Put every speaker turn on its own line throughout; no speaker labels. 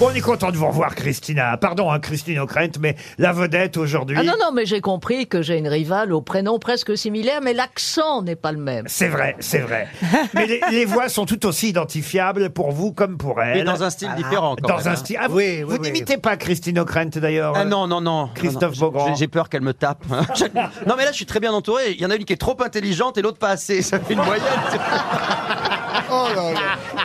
Bon, on est content de vous revoir, Christina. Pardon, hein, Christine O'Krent, mais la vedette aujourd'hui.
Ah non, non, mais j'ai compris que j'ai une rivale au prénom presque similaire, mais l'accent n'est pas le même.
C'est vrai, c'est vrai. Mais les, les voix sont tout aussi identifiables pour vous comme pour elle.
Mais dans un style différent, quand
dans
même,
un
hein.
style. Ah,
Oui,
vous
oui,
vous
oui.
n'imitez pas Christine O'Krent d'ailleurs.
Ah non, non, non.
Christophe
Non, non,
Beaugrand.
j'ai- J'ai peur qu'elle me tape. non, mais là, je suis très bien entouré. Il y en a une qui est trop intelligente et l'autre pas assez. Ça fait une moyenne.
Oh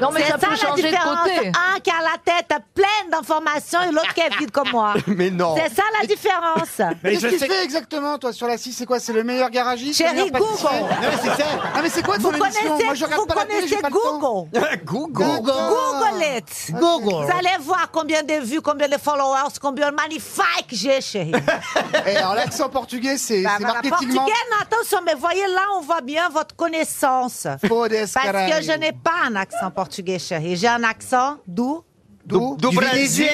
Non, mais
Ah. C'est
ça
ça
peut
la
changer de
différence.
côté.
Un qui a la tête pleine d'informations et l'autre qui est vide comme moi.
Mais non.
C'est ça la différence.
Mais
Qu'est-ce
je
que tu
sais-
fais exactement, toi, sur la 6 C'est quoi C'est le meilleur garagiste
Chérie,
le meilleur pâtissier
Google.
Non, mais c'est ça Ah, mais c'est quoi
Vous
ton émission
connaissez,
Moi, je regarde
vous
pas la télé, j'ai
connaissez
pas le temps.
Google.
Google.
Google it. Vous allez voir combien de vues, combien de followers, combien de magnifiques j'ai, chérie.
Et alors, l'accent portugais, c'est
Bah,
c'est
voilà.
marketingment.
Portugais, non, attention, mais voyez là, on voit bien votre connaissance.
Fodes,
Parce que
caralho.
je n'ai pas un accent portugais, chérie. J'ai un accent doux.
D'où
Do Brésil.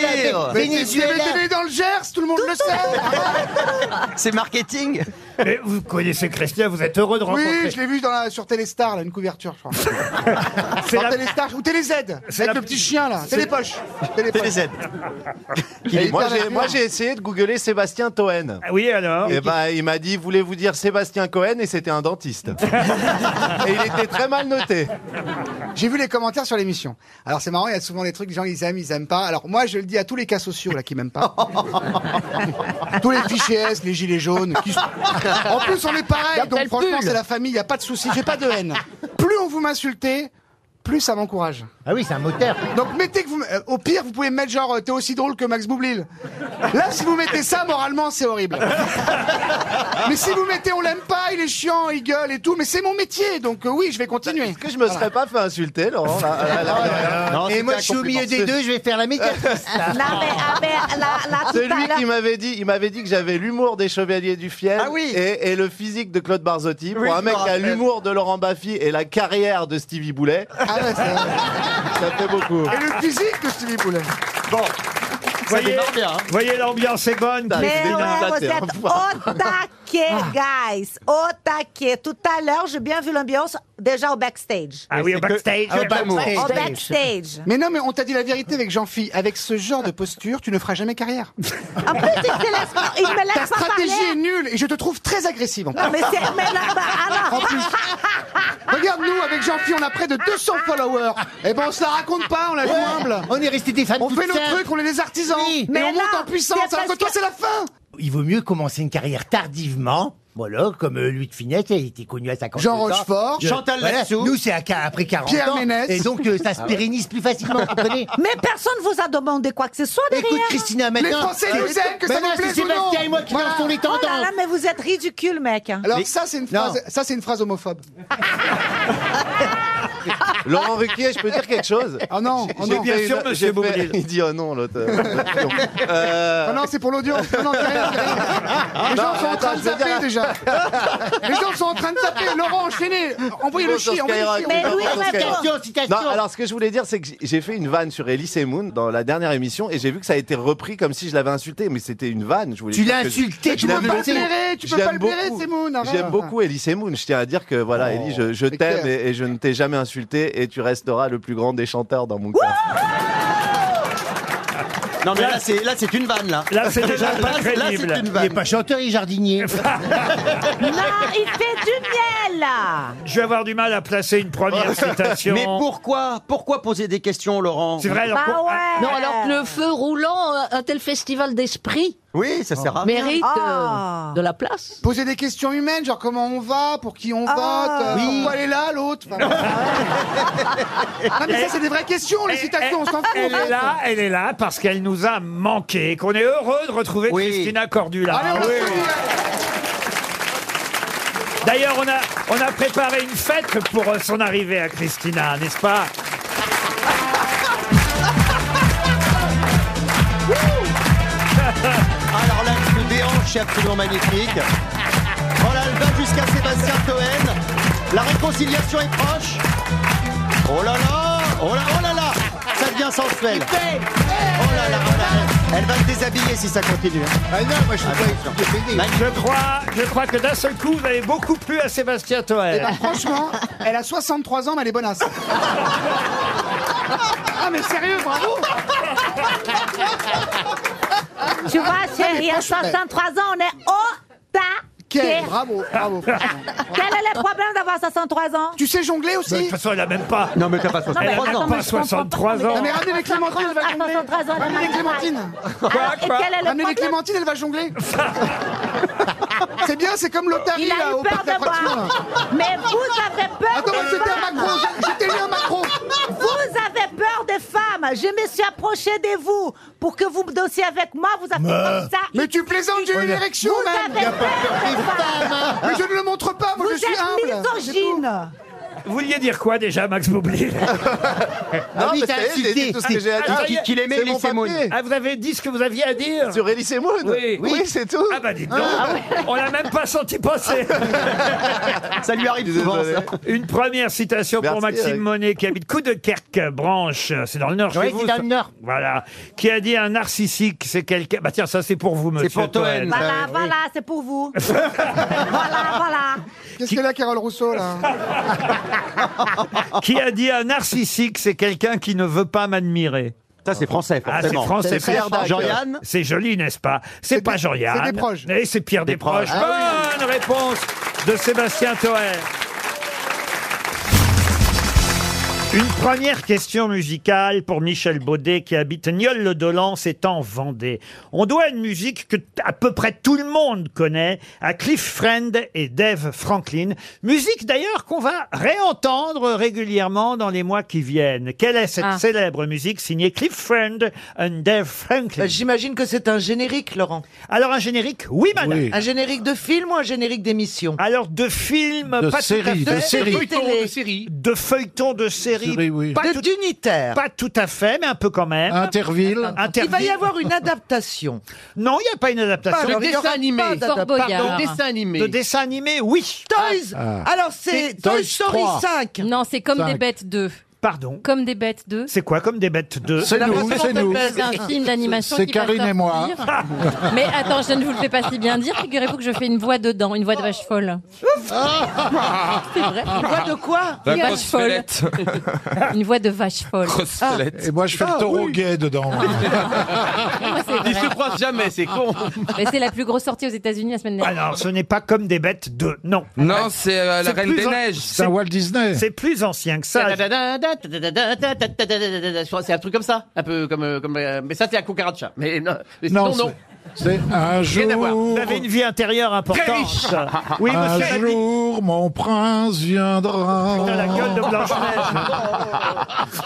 Mais t'es né dans le Gers, tout le monde le sait
C'est marketing.
Mais vous connaissez Christina, vous êtes heureux de rencontrer.
Oui, je l'ai vu dans la- sur Téléstar, là, une couverture, je crois.
C'est
Sur
la-
Téléstar, ou Télé Z, avec
la-
le petit chien, là. Télépoche. Télépoche.
TVZ.
Et
moi,
hyper
j'ai, moi,
naturel.
j'ai essayé de googler Sébastien Toen.
Ah Oui, alors.
Et bah, il m'a dit, voulez-vous dire Sébastien Cohen Et c'était un dentiste. et il était très mal noté.
J'ai vu les commentaires sur l'émission. Alors c'est marrant, il y a souvent des trucs, les gens ils aiment, ils aiment pas. Alors moi je le dis à tous les cas sociaux là qui m'aiment pas. tous les fichiers S, les gilets jaunes. qui- En plus on est pareil, donc
Del
franchement
Pull.
c'est la famille, il n'y a pas de souci, j'ai pas de haine. Plus on vous m'insultez, plus ça m'encourage.
Ah oui, c'est un moteur.
Donc mettez que vous... euh, Au pire, vous pouvez mettre genre euh, t'es aussi drôle que Max Boublil. Là si vous mettez ça, moralement c'est horrible. mais si vous mettez on l'aime pas, il est chiant, il gueule et tout, mais c'est mon métier, donc euh, oui je vais continuer.
Est-ce que je me serais pas fait insulter,
Oh
Laurent là, à la- à la-
Non,
Et
c'était
moi,
un
je suis au
compliment.
milieu des deux, je vais faire la médiatrice.
Non, mais, ah, mais là, là, tout à
Celui
l'heure-
qui m'avait dit, il m'avait dit que j'avais l'humour des Chevaliers du Fiel
Ah oui.
et, et le physique de Claude Barzotti. Pour
Oui,
un mec
je me
qui a
rappelle.
l'humour de Laurent Baffy et la carrière de Stevie Boulet,
Ah ouais, c'est-
ça fait beaucoup.
et le physique de Stevie Boulet.
voyez,
démarre bien, hein.
voyez, l'ambiance est bonne,
Mais
Mais
Christina.
ouais,
la
vous
terre.
êtes au taquet, guys. Au taquet. Tout à l'heure, j'ai bien vu l'ambiance déjà au backstage.
Ah oui, au backstage.
Ah, au backstage.
Au backstage.
Mais non, mais on t'a dit la vérité avec Jean-Phi. Avec ce genre de posture, tu ne feras jamais carrière.
Ah, En plus, il, se laisse pas- il me
Ta
laisse pas
stratégie
parler.
est nulle et je te trouve très agressive. En plus.
Non, mais c'est. Mais là, bah, alors.
Regarde-nous, avec Jean-Phi, on a près de 200 followers. Eh ben, on se la raconte pas, on la joue humble.
On est resté des femmes
On
toutes
fait nos
simples.
trucs, on est des artisans.
Oui.
et
Mais
on monte
là,
en puissance.
c'est
Alors que
parce
toi,
que-
c'est la fin.
Il vaut mieux commencer une carrière tardivement. Voilà, comme euh, Louis de Funès, il était connu à 50
Jean
ans.
Rochefort.
Je-
Chantal Latsou.
Nous, c'est à- après 40
Pierre
ans.
Ménès.
Et donc, euh,
Ah
ça se pérennise plus facilement, vous comprenez
Mais personne vous a demandé quoi que ce soit derrière.
Écoute, Christina,
Les
maintenant...
Français nous aiment, que ça
maintenant,
nous plaise
c'est
ou non.
Sébastien et moi qui
Voilà.
dansons les
Oh
tendances.
là là, mais vous êtes ridicule, mec. hein.
Alors, ça, c'est une phrase, ça, c'est une phrase homophobe.
Laurent Ruquier, je peux dire quelque chose
Oh non, oh
J'ai fait
non.
bien sûr,
une-
monsieur
j'ai fait-
Boublil.
Il dit oh non, l'autre. euh, l'autre pion. Euh,
Oh non, c'est pour l'audience. Non, non, dis rien, dis rien.
Non,
Les gens sont en
attends,
train de
je veux
taper
dire- euh,
déjà. Les gens sont en train de taper. Laurent, enchaînez. Envoyez le
Bon, sur
chien. envoyez le
Skyrock.
chien.
Mais oui,
Sur
mais
Skyrock.
bon.
Citation, citation.
Non, alors ce que je voulais dire, c'est que j- j'ai fait une vanne sur Elise et Moon dans la dernière émission et j'ai vu que ça a été repris comme si je l'avais insulté, mais c'était une vanne. Je voulais
Tu
dire
l'as
que-
insulté,
Tu
tu
peux
l'as
pas le
blessé.
blairer, tu peux
J'aime
pas le blairer,
beaucoup-
Semoun. arrête.
J'aime beaucoup Elise et Moon. Je tiens à dire que voilà, Elise, je, je
Oh, c'est
t'aime
clair.
et, et je ne t'ai jamais insulté et tu resteras le plus grand des chanteurs dans mon cœur.
Non, mais
Ah,
là, c'est là, c'est une vanne, là.
Là, c'est déjà pas
Là, c'est- là, c'est
crédible.
une
Il est
vanne.
pas chanteur, il est jardinier.
Non, il fait du miel.
Je vais avoir du mal à placer une première citation.
Mais pourquoi Pourquoi poser des questions, Laurent
C'est vrai, alors.
Bah
pour-
ouais.
Non, alors que le feu
euh,
roulant, un- un tel festival d'esprit
Oui, ça sert à rien.
mérite
Ah.
euh, de la place.
Poser des questions humaines, genre comment on va, pour qui on
Ah.
vote, euh, pourquoi elle est là, l'autre. Enfin, non mais ça c'est des vraies questions, les citations, on s'en fout.
Elle est là, elle est là parce qu'elle nous a manqué, qu'on est heureux de retrouver
Oui.
Christina Cordula.
Allez, on
Oui.
applaudit.
D'ailleurs, on a, on a préparé une fête pour euh, son arrivée à Christina, n'est-ce pas
Alors là, le déhanche est absolument magnifique. Voilà, elle va jusqu'à Sébastien Cohen. La réconciliation est proche. Oh là là Oh là, oh là là Ça devient sensuel. Oh là là, oh là là. Elle va se déshabiller si ça continue. hein.
Ah non, moi,
bah,
je suis pas je suis pas aidé.
Je crois, je crois que d'un seul coup, vous avez beaucoup plu à Sébastien
Eh ben,
Toer.
Franchement, elle a 63 ans, mais elle est bonasse. Ah, mais sérieux, bravo
Tu vois, chérie, à 63 ans, on est au taquet.
Quel, bravo, bravo. franchement.
Quel est le problème d'avoir 63 ans
Tu sais jongler
De
Bah,
toute
aussi
façon, elle a même pas.
Non, mais t'as pas
Non, mais
Elle
attends,
n'a
mais
pas
je comprends pas.
63 ans.
Non, mais ramenez les Clémentines, elle va
À
jongler.
63 ans, elle a
Ramenez les
mal au
Clémentines.
Ah, Et quel est le
Ramenez les
problème
Clémentines, elle va jongler. C'est bien, c'est comme l'Otari,
Il a
là,
eu
au
peur
parc
de
d'attractions.
moi. Mais vous avez peur
Attends,
des
c'était un
femmes.
macro, j'étais né un macro.
Vous avez peur des femmes. Je me suis approchée de vous pour que vous me dansiez avec moi. Vous avez comme ça.
Mais tu plaisantes, j'ai eu une érection,
Vous
même.
avez peur des femmes.
hein. Mais je ne le montre pas, moi
Vous
je suis humble.
êtes
c'est tout.
misogyne.
Vous vouliez dire quoi déjà, Max Boublil
Ah
Non,
oui,
mais
t'as
ça y est, j'ai
insulté.
dit tout ce que j'ai à
Ah,
dire.
ça y est,
Qu'il aimait
C'est
les
mon
Semoun.
papier.
Ah, vous avez dit ce que vous aviez à dire
Sur Elie Semoun
Oui.
c'est tout.
Ah bah dites donc, on l'a même pas senti passer.
Ça lui arrive
Désolé.
souvent, ça.
Une première citation pour
Merci,
Maxime
Eric.
Monet qui habite Coudekerque, branche, c'est dans le Nord
Oui,
chez vous.
c'est dans
ça.
le Nord.
Voilà, qui a dit un narcissique, c'est quelqu'un. Bah tiens, ça c'est pour vous, monsieur.
pour Toen.
Toen.
euh,
Voilà, voilà, c'est pour vous. voilà, voilà.
Qu'est-ce qu'elle a, Carole Rousseau, là hein
Ah, qui a dit un narcissique, c'est quelqu'un qui ne veut pas m'admirer.
Ça, c'est français,
Ah, c'est
forcément.
français.
C'est Pierre Dac.
Jean-Yann
C'est joli, n'est-ce pas C'est
C'est
pas
des-
Jean-Yann.
c'est des proches.
Et c'est Pierre des proches.
Ah
Ah Bonne réponse de Sébastien Toer. Une première question musicale pour Michel Baudet qui habite Nieul-le-Dolan, c'est en Vendée. On doit une musique que t- à peu près tout le monde connaît à Cliff Friend et Dave Franklin. Musique d'ailleurs qu'on va réentendre régulièrement dans les mois qui viennent. Quelle est cette
Ah.
célèbre musique signée Cliff Friend and Dave Franklin
Euh, J'imagine que c'est un générique, Laurent.
Alors un générique, oui madame.
Un générique de film ou un générique d'émission
Alors de films,
De
pas
série,
tout à
de
fait.
série.
Télé.
De feuilletons de séries,
Série, oui.
pas,
De-
tout,
D'unitaire.
pas tout à fait, mais un peu quand même.
Interville.
Interdit.
Il va y avoir une adaptation.
Non, il n'y a pas une adaptation.
Pardon, il y aura pas d'adaptation.
Boyard.
animé.
De dessin animé, oui.
Toys
Ah.
Alors c'est
C'est
Toy,
Toy
Story
3.
5
Non, c'est comme
Cinq.
des bêtes 2.
Pardon.
Comme des bêtes 2.
C'est quoi comme des bêtes de
C'est nous,
version
c'est nous.
française.
C'est un film d'animation.
C'est
qui va
Karine et moi.
sortir. Mais attends, je ne vous le fais pas si bien dire. Figurez-vous que je fais une voix dedans, une voix de vache folle. C'est vrai.
On voit de quoi
Une voix de vache folle.
Ah.
Une voix de vache folle. Ah.
Et moi, je fais le taureau gay dedans.
C'est vrai.
croise
Eh ben,
jamais, c'est con.
Ah. Mais c'est la plus grosse sortie aux États-Unis la semaine dernière.
Alors, ce n'est pas comme des bêtes de. Non.
Non, c'est euh, la
C'est
Reine
plus
des
en-
Neiges.
C'est un Walt Disney.
C'est plus ancien que ça.
Je crois que C'est un truc comme ça, un peu comme... euh, comme euh, mais ça, c'est un cucaracha. Mais non, mais
Non,
sinon,
c'est-
non.
c'est un
à voir.
jour.
Vous avez une vie intérieure importante. Oui,
Un
monsieur. Babi.
jour, mon prince
Dans la
viendra.
gueule de Blanche-Neige.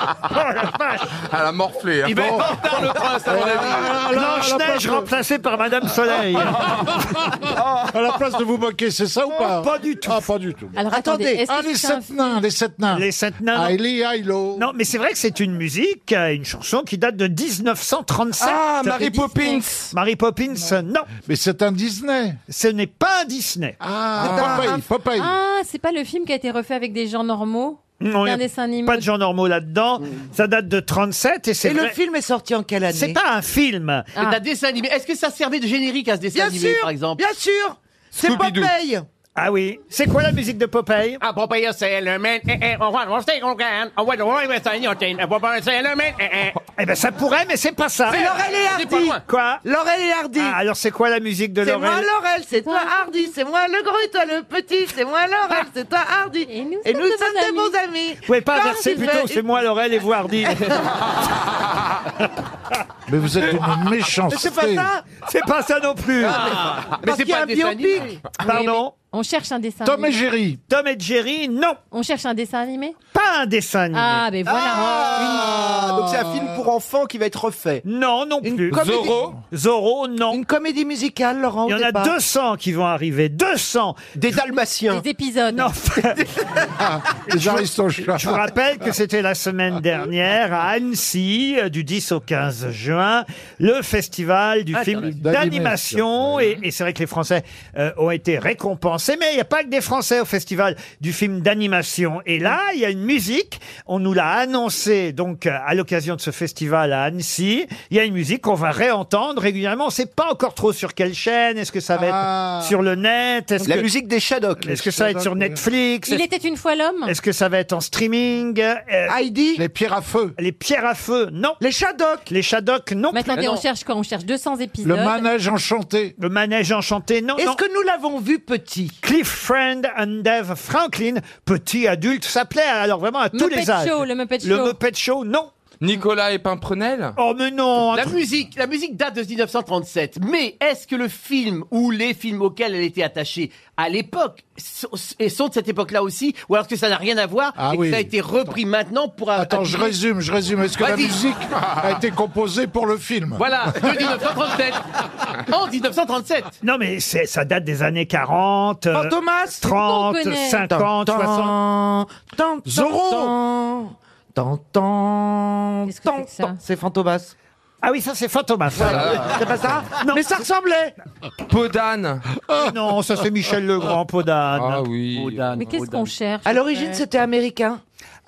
oh la vache
Elle a morflé. hein.
Il va être en retard, le prince, à mon avis.
Blanche-Neige remplacée par Madame Soleil.
À la place de vous moquer, c'est ça ou pas
pas du tout.
Ah, pas du tout.
Alors
Attendez,
attendez, est-ce
Ah,
que
les
c'est un
sept nains, les sept nains. Ah,
Les sept nains.
Hailey, Hilo.
Non, mais c'est vrai que c'est une musique, euh, une chanson qui date de 1937.
Ah, Mary Poppins.
Mary Poppins, euh, non.
Mais c'est un Disney.
ce n'est pas un Disney.
Ah, Popeye, Popeye.
Ah, c'est pas le film qui a été refait avec des gens normaux
Non,
C'est
y
un
a
dessin animé.
Mm, Pas de gens normaux là-dedans.
Mm.
Ça date de 37 et c'est
Et le
vrai.
film est sorti en quelle année
C'est pas un film.
Ah.
un dessin animé. Est-ce que ça servait de générique à ce dessin animé, par exemple Bien sûr C'est
Scooby-Doo.
Popeye
Ah oui. C'est quoi la musique de Popeye
À Ah, Popeye, c'est le man, on va Ah c'est le man,
Eh ben ça pourrait, mais c'est pas ça.
C'est Laurel et Hardy
Quoi
Laurel et Hardy
Ah, Alors c'est quoi la musique de
C'est moi
Laurel
Laurel, c'est toi Hardy, c'est moi le gros et toi le petit, c'est moi Laurel, c'est toi Hardy.
Et nous sommes de bons
de
amis.
bons amis.
Vous pouvez pas
Quand
inverser
il
plutôt,
fait-
c'est moi Laurel et vous Hardy.
Mais vous êtes une méchanceté.
C'est pas ça
c'est pas ça non plus.
Mais c'est pas un biopic
Pardon.
On cherche un dessin
Tom et
animé.
Jerry.
Tom et Jerry, non,
On cherche un dessin animé
pas un dessin animé.
Ah, mais voilà.
Ah, Donc c'est un film pour enfants qui va être refait.
Non, non plus.
Zorro.
Zorro, non.
Une comédie musicale, Laurent,
Il y en a 200 qui vont arriver. 200
Des Dalmatiens.
Des épisodes.
Non,
Les Aristochats.
je vous rappelle que c'était la semaine dernière à Annecy, euh, du 10 au 15 juin, le festival du film
D'animation.
d'animation. Et, et c'est vrai que les Français euh, ont été récompensés Français, mais il n'y a pas que des Français au festival du film d'animation. Et là, il y a une musique. On nous l'a annoncé donc euh, à l'occasion de ce festival à Annecy. Il y a une musique qu'on va réentendre régulièrement. On ne sait pas encore trop sur quelle chaîne. Est-ce que ça va
Ah.
être sur le net Est-ce
La
que-
musique
des Shadocks.
Est-ce que ça va être sur Netflix
Il
Est-ce-
était une fois l'homme
est-ce que ça va être en streaming Heidi Les pierres à feu. Les pierres à feu, non. Les Shadocks. Les Shadocks, non.
Mais attendez,
plus.
on cherche quoi On cherche 200 épisodes.
enchanté. Le manège enchanté, non. Est-ce que nous l'avons vu petit Cliff Friend and Dave Franklin, petit adulte, ça plaît hein, alors vraiment à tous
Muppet
les âges.
Show, le Muppet
Le
Show.
Muppet Show, non.
Nicolas et Pimprenel
Oh mais non
La musique, la musique date de 1937, mais est-ce que le film ou les films auxquels elle était attachée à l'époque so- et sont de cette époque-là aussi, ou alors que ça n'a rien à voir
Ah
et que
oui.
ça a été repris maintenant pour...
Attends, je résume, je résume. Est-ce que la musique a été composée pour le film
Voilà, de 1937 En 1937
Non mais c'est- Eh, ça date des années 40, euh,
Fantomas,
30,
on connaît.
50, 60.
Zorro C'est Fantomas.
Ah oui, ça c'est Fantomas.
Ah.
C'est pas ça Mais ça ressemblait
Podane
Oh, Non, ça c'est Michel Legrand, Podane.
Ah oui.
Mais qu'est-ce qu'on cherche
À l'origine,
c'est
c'était américain.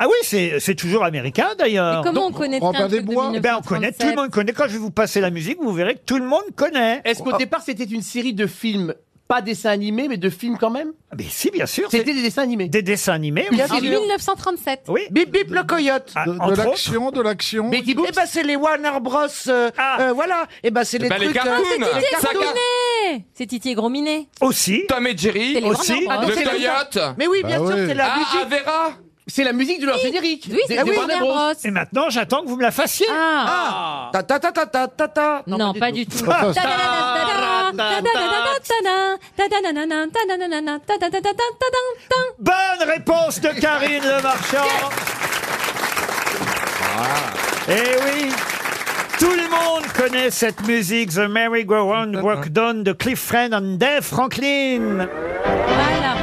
Ah oui, c'est c'est toujours américain d'ailleurs.
Mais comment on connaît Robin un truc des de Bois
Eh ben, on connaît, tout le
1937.
monde connaît. Quand je vais vous passer la musique, vous verrez que tout le monde connaît.
Est-ce
Oh.
qu'au départ c'était une série de films, pas dessins animés, mais de films quand même
Ah, Mais si, bien sûr.
C'était des dessins animés
Des dessins animés.
Bien
En
sûr.
1937.
Oui.
Bip bip le coyote.
Ah, entre autres.
de l'action.
Eh
Et ben c'est les Warner Bros. euh, euh, voilà. Et ben c'est les
ben, les
trucs. euh,
cartoons.
C'est Titi et
Saga.
Grominet C'est Titi et Grominet
Aussi.
Tom et Jerry
C'est les
Aussi.
Warner Bros.
Le Coyote
Mais oui, bien
Bah
sûr,
oui.
c'est la
Ah,
musique.
Avera
C'est la musique de eh, leur générique
Oui,
des-
c'est
des
les
Warner
Warner
Bros.
Bros.
Et maintenant, j'attends que vous me la fassiez.
Ah
Ah. Ta ta ta ta ta ta ta.
Non, pas du tout.
Ah.
Ta-da-da-da-da-da, ta-da-da-da-da-da, ta-da-da-da-da, ta-da-da-da-da, ta-da-da-da-da-da-da.
Bonne réponse de Karine Le Marchand. Eh oui. Tout le monde connaît cette musique, The Merry Go Round Walk Down de Cliff Friend and Dave Franklin.
Voilà.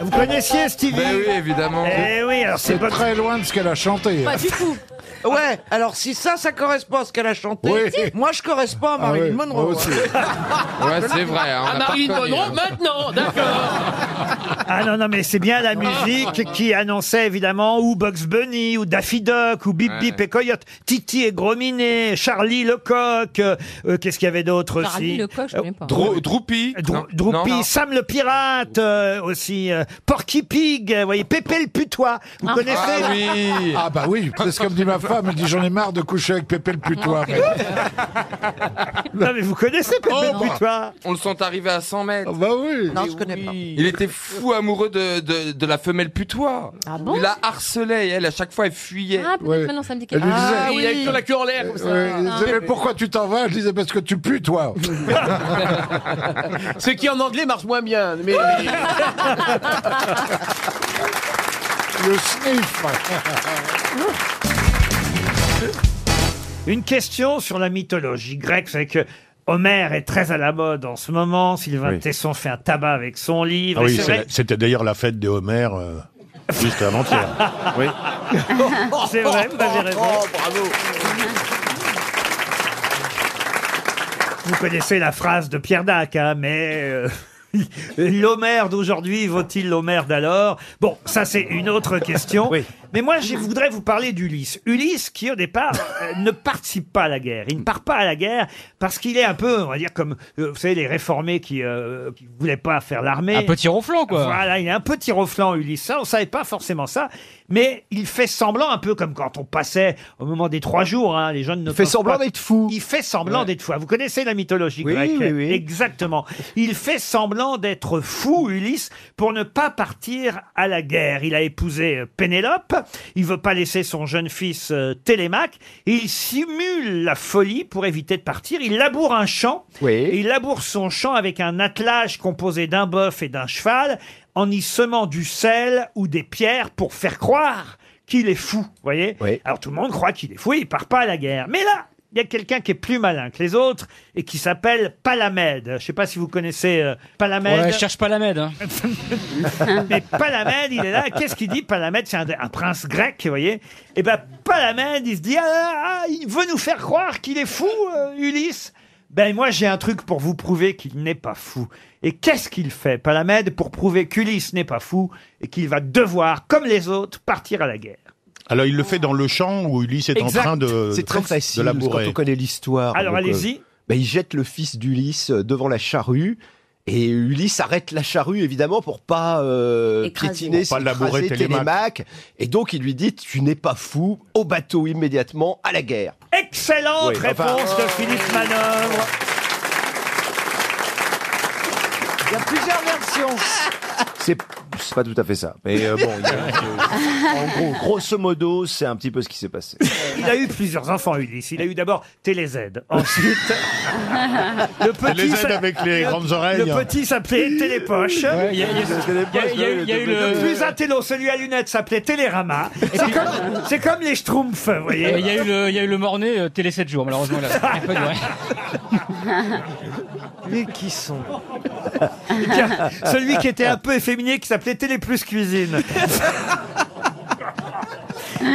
Vous connaissiez Stevie
Ben oui, évidemment.
Eh oui, alors c'est
C'est
pas
très loin de ce qu'elle a chanté. hein.
Pas du tout.
Ouais. Alors si ça, ça correspond à ce qu'elle a chanté.
Oui.
Moi, je correspond à
Ah oui,
Marilyn Monroe.
moi aussi.
Ouais, c'est vrai. Hein, on
Ah,
l'a pas
Marilyn
reconnu,
Monroe,
hein.
maintenant, d'accord
Ah non, non, mais c'est bien la musique qui annonçait évidemment ou Bugs Bunny, ou Daffy Duck, ou Bip
Ouais.
Bip et Coyote, Titi et Grominet, Charlie Lecoq, euh, euh, qu'est-ce qu'il y avait d'autre aussi Euh,
Charlie Lecoq, je connais pas.
Drou- Droupy
Drou-
Non,
Droupy,
non, non.
Sam le pirate euh, aussi, euh, Porky Pig, euh, vous voyez, Pépé le putois, vous connaissez
Ah oui
Ah bah oui, c'est ce que me dit ma femme. Elle dit j'en ai marre de coucher avec Pépé le
Ah,
putois.
Non mais vous connaissez
Oh,
Pépé
bah.
le putois
On le sent arrivé à 100 mètres.
Ah bah oui.
Non, je connais pas.
Il était fou amoureux de, de, de la femelle putois.
Ah bon
Il la harcelait, elle, à chaque fois, elle fuyait.
Ah, peut-être
Ouais.
maintenant ça me dit
Elle
quelque
lui
chose.
disait.
Ah, Il a eu toujours la queue en l'air, comme ça.
Ouais, elle disait, mais pourquoi tu t'en vas Je disais parce que tu pues toi.
Ce qui en anglais marche moins bien, mais...
Le sniff.
Une question sur la mythologie grecque, c'est que Homer est très à la mode en ce moment, Sylvain
Oui.
Tesson fait un tabac avec son livre,
Ah
et
oui,
c'est
c'est
vrai
la- c'était d'ailleurs la fête des Homères euh, juste avant-hier.
C'est vrai, vous avez raison. Vous connaissez la phrase de Pierre Dac, hein, mais... euh, L'Homère d'aujourd'hui vaut-il l'Homère d'alors Bon, ça c'est une autre question.
Oui.
Mais moi, je voudrais vous parler d'Ulysse. Ulysse qui, au départ, euh, ne participe pas à la guerre. Il ne part pas à la guerre parce qu'il est un peu, on va dire, comme, euh, vous savez, les réformés qui ne voulaient pas faire l'armée.
Un petit ronflant, quoi.
Voilà, il est un peu tiroflant, Ulysse. Ça, on savait pas forcément ça. Mais il fait semblant, un peu comme quand on passait au moment des trois jours, hein, les jeunes ne pensent pas.
fou.
Il fait semblant d'être fou. Ah, Vous connaissez la mythologie
Oui,
grecque
oui, oui.
Exactement. Il fait semblant d'être fou, Ulysse, pour ne pas partir à la guerre. Il a épousé euh, Pénélope. Il veut pas laisser son jeune fils euh, Télémaque. Il simule la folie pour éviter de partir. Il laboure un champ.
Oui.
Et il laboure son champ avec un attelage composé d'un bœuf et d'un cheval, en y semant du sel ou des pierres pour faire croire qu'il est fou, vous voyez
Oui.
Alors tout le monde croit qu'il est fou, il part pas à la guerre. Mais là, il y a quelqu'un qui est plus malin que les autres et qui s'appelle Palamède. Je ne sais pas si vous connaissez euh, Palamède.
Ouais, je cherche pas la med. hein.
Mais Palamède, il est là. Qu'est-ce qu'il dit Palamède, c'est un, un prince grec, vous voyez. Et ben Palamède, il se dit ah, ah, ah, il veut nous faire croire qu'il est fou, euh, Ulysse. Ben moi j'ai un truc pour vous prouver qu'il n'est pas fou. Et qu'est-ce qu'il fait Palamède pour prouver qu'Ulysse n'est pas fou et qu'il va devoir, comme les autres, partir à la guerre.
Alors il le fait dans le champ où Ulysse est
Exact.
en train de,
C'est très
de
facile
labourer.
quand on connaît l'histoire.
Alors,
Donc,
allez-y.
bah, il jette le fils d'Ulysse euh, devant la charrue. Et Ulysse arrête la charrue, évidemment, pour pas euh,
Écraser.
piétiner,
Pour pas labourer
écraser
Télémaque.
Télémaque. Et donc, il lui dit, tu n'es pas fou, au bateau immédiatement, à la guerre.
Excellente
Oui, enfin-
réponse de Philippe Manœuvre.
Il y a plusieurs versions. C'est c'est pas tout à fait ça. Mais euh, bon, il y a- en gros, grosso modo, c'est un petit peu ce qui s'est passé.
Il a eu plusieurs enfants, Ulysse. Il a eu d'abord Télézède. Ensuite, le petit.
Télézède avec les grandes oreilles.
Le petit s'appelait Télépoche.
Ouais, il y a- il y a- il y a- il y a- il y a eu le-
plus intello, celui à lunettes s'appelait Télérama. C'est comme, c'est comme les Schtroumpfs, vous voyez.
Euh, Il y a eu le, il y a eu le Mornay euh, télé 7 jours, malheureusement. Là, ça n'a pas duré.
Mais qui sont Et puis, Celui qui était un peu efféminé, qui s'appelait Téléplus Cuisine.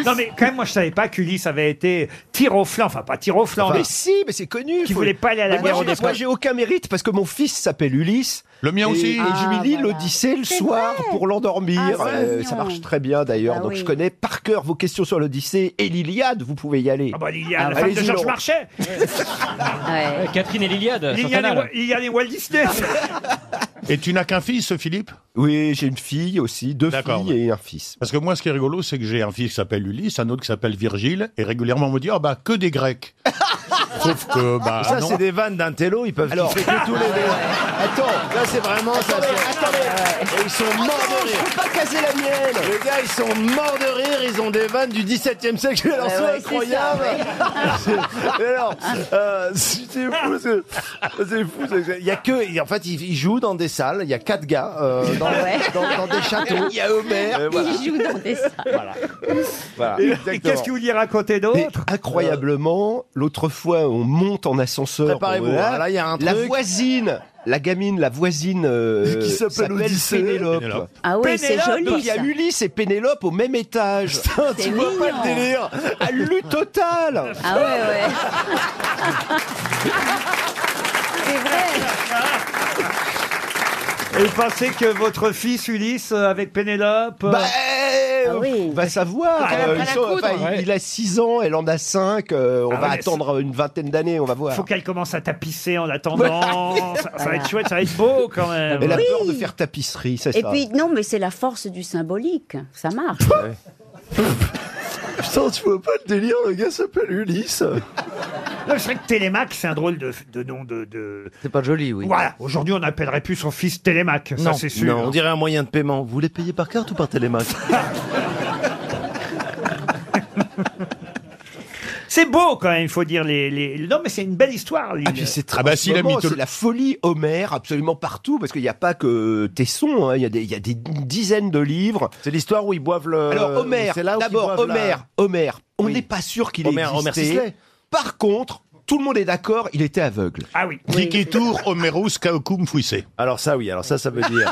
Non mais quand même moi je savais pas qu'Ulysse avait été tir au flanc, enfin pas tir au flanc.
mais si, mais c'est connu.
Qui voulait pas aller à la
Mais moi,
guerre,
j'ai-
on est
Moi,
pas-
j'ai aucun mérite parce que mon fils s'appelle Ulysse.
Le mien
et-
aussi.
Et
Ah,
je lui lis l'Odyssée le soir pour l'endormir. Euh,
Ah, c'est mignon.
ça marche très bien d'ailleurs.
Ah
Donc
oui.
je connais par cœur vos questions sur l'Odyssée et l'Iliade. Vous pouvez y aller.
Ah bah l'Iliade, la femme
Allez-y,
de Georges
Laurent.
Marchais.
Ouais, Catherine et Liliade. sur
L'Iliade et Wa-
Canal.
L'Iliade et Walt Disney.
Et tu n'as qu'un fils, ce Philippe
Oui, j'ai une fille aussi, deux
filles
et un fils.
Parce que moi, ce qui est rigolo, c'est que j'ai un fils qui s'appelle Ulysse, un autre qui s'appelle Virgile, et régulièrement on me dit, ah bah, que des Grecs. Sauf que, bah,
Ça, c'est
des vannes d'un télo, ils peuvent
Alors, tous les deux. Attends, là c'est vraiment ça. Attendez, ils sont morts de rire. Je peux pas caser la mienne. Les gars, ils sont morts de rire. Ils ont des vannes du 17e siècle.
alors, Ouais, c'est ouais, incroyable. c'est ça,
Et alors, euh, c'est fou. parce que- C'est fou. parce que Il y a que, en fait, ils, ils jouent dans des salles. Il y a quatre gars euh, dans, dans- dans des châteaux.
Il y a Homer.
Et voilà.
Ah Il joue dans des salles.
Voilà. Voilà,
Et- Et
exactement.
qu'est-ce que vous lui racontez d'autre
Incroyablement, l'autre fois, on monte en ascenseur.
Préparez-vous,
Voilà.
hein, là, il y a un
La
truc.
voisine, la gamine, la voisine euh,
Qui s'appelle Odyssée.
Pénélope.
Pénélope. Ah ouais, c'est
Pénélope,
joli,
donc Il y a
ça.
Ulysse et Pénélope au même étage. Putain,
C'est
tu vois pas
mignon.
le délire À l'u total
Ah ouais, ouais.
C'est vrai.
Et vous pensez que votre fils Ulysse euh, avec Pénélope euh,
Bah, euh, va savoir.
Ah, elle
Euh,
va pas
ils
la
sont-
coudre.
enfin, il-
Ouais.
Il a 6 ans, elle en a 5. on
Ah
va
ouais,
attendre une vingtaine d'années, on va voir.
faut qu'elle commence à tapisser en attendant. ça, ça va être chouette, ça va être beau quand même.
Elle a
Oui.
peur de faire tapisserie, c'est ça.
Et puis, non, mais c'est la force du symbolique. Ça marche.
Putain, tu vois pas le délire, le gars s'appelle Ulysse.
Non, c'est vrai que Télémaque, c'est un drôle de, de nom de. de-
C'est pas joli, oui.
Voilà, aujourd'hui on n'appellerait plus son fils Télémaque, ça
non,
c'est sûr. Ah,
non, on dirait un moyen de paiement. Vous voulez payer par carte ou par télémac
C'est beau quand même, il faut dire. Les, les... Non, mais c'est une belle histoire. l'île.
Ah, puis c'est
bah,
bah,
très- en ce moment, c'est la folie Homer absolument partout parce qu'il n'y a pas que Tesson, hein, il y a des, il y a des dizaines de livres. C'est l'histoire où ils boivent le. Alors Homer,
c'est là où ils
d'abord
boivent la-
Homer, Homer, on
Oui.
n'est pas sûr qu'il
Homer-
ait
Homer
existé.
Sisley.
Par contre, tout le monde est d'accord, il était aveugle.
Ah oui.
Dikitur Homerus Kaokum Fouissé.
Alors ça, oui. Alors ça, ça veut dire...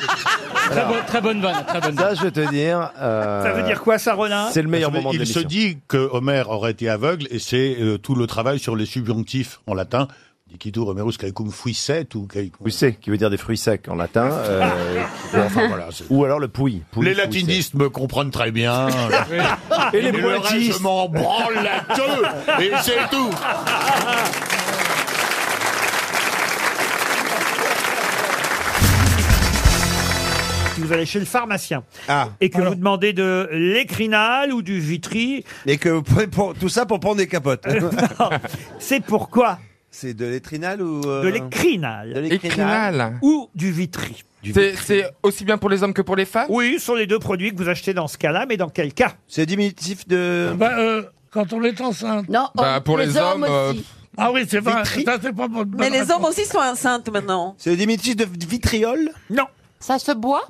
Très, bonne, très bonne vanne. Très bonne
Ça, je vais te dire... euh,
Ça veut dire quoi ça, Roland
C'est le meilleur moment de
Il se
l'émission.
dit que Homer aurait été aveugle, et c'est euh, tout le travail sur les subjonctifs en latin. Dikitur Homerus Caecum Fuisset ou Caecum.
Poussé, qui veut dire des fruits secs en latin. euh,
Enfin, voilà, c'est-
ou alors le pouille. pouille,
les
pouille
latinistes me comprennent très bien.
sec. Et les
le reste,
poétistes.
je m'en branle Oh, la queue, et c'est tout.
Si vous allez chez le pharmacien
Ah.
et que vous demandez de l'écrinal ou du Vitry. Euh,
Et que vous prenez pour- tout ça pour prendre des capotes.
c'est pourquoi
C'est de l'étrinal ou euh,
de l'écrinal.
De l'écrinal. Écrinal.
Ou du Vitry.
C'est- C'est aussi bien pour les hommes que pour les femmes
Oui, ce sont les deux produits que vous achetez dans ce cas-là, mais dans quel cas
C'est diminutif de.
Bah, euh, quand on est enceinte.
Non,
Bah, hommes, pour les les hommes, hommes euh, aussi.
Ah oui, c'est vrai. Ça, c'est pas bonne
Mais les hommes
réponse.
aussi sont enceintes maintenant.
C'est le diminutif de vitriol
Non.
Ça se boit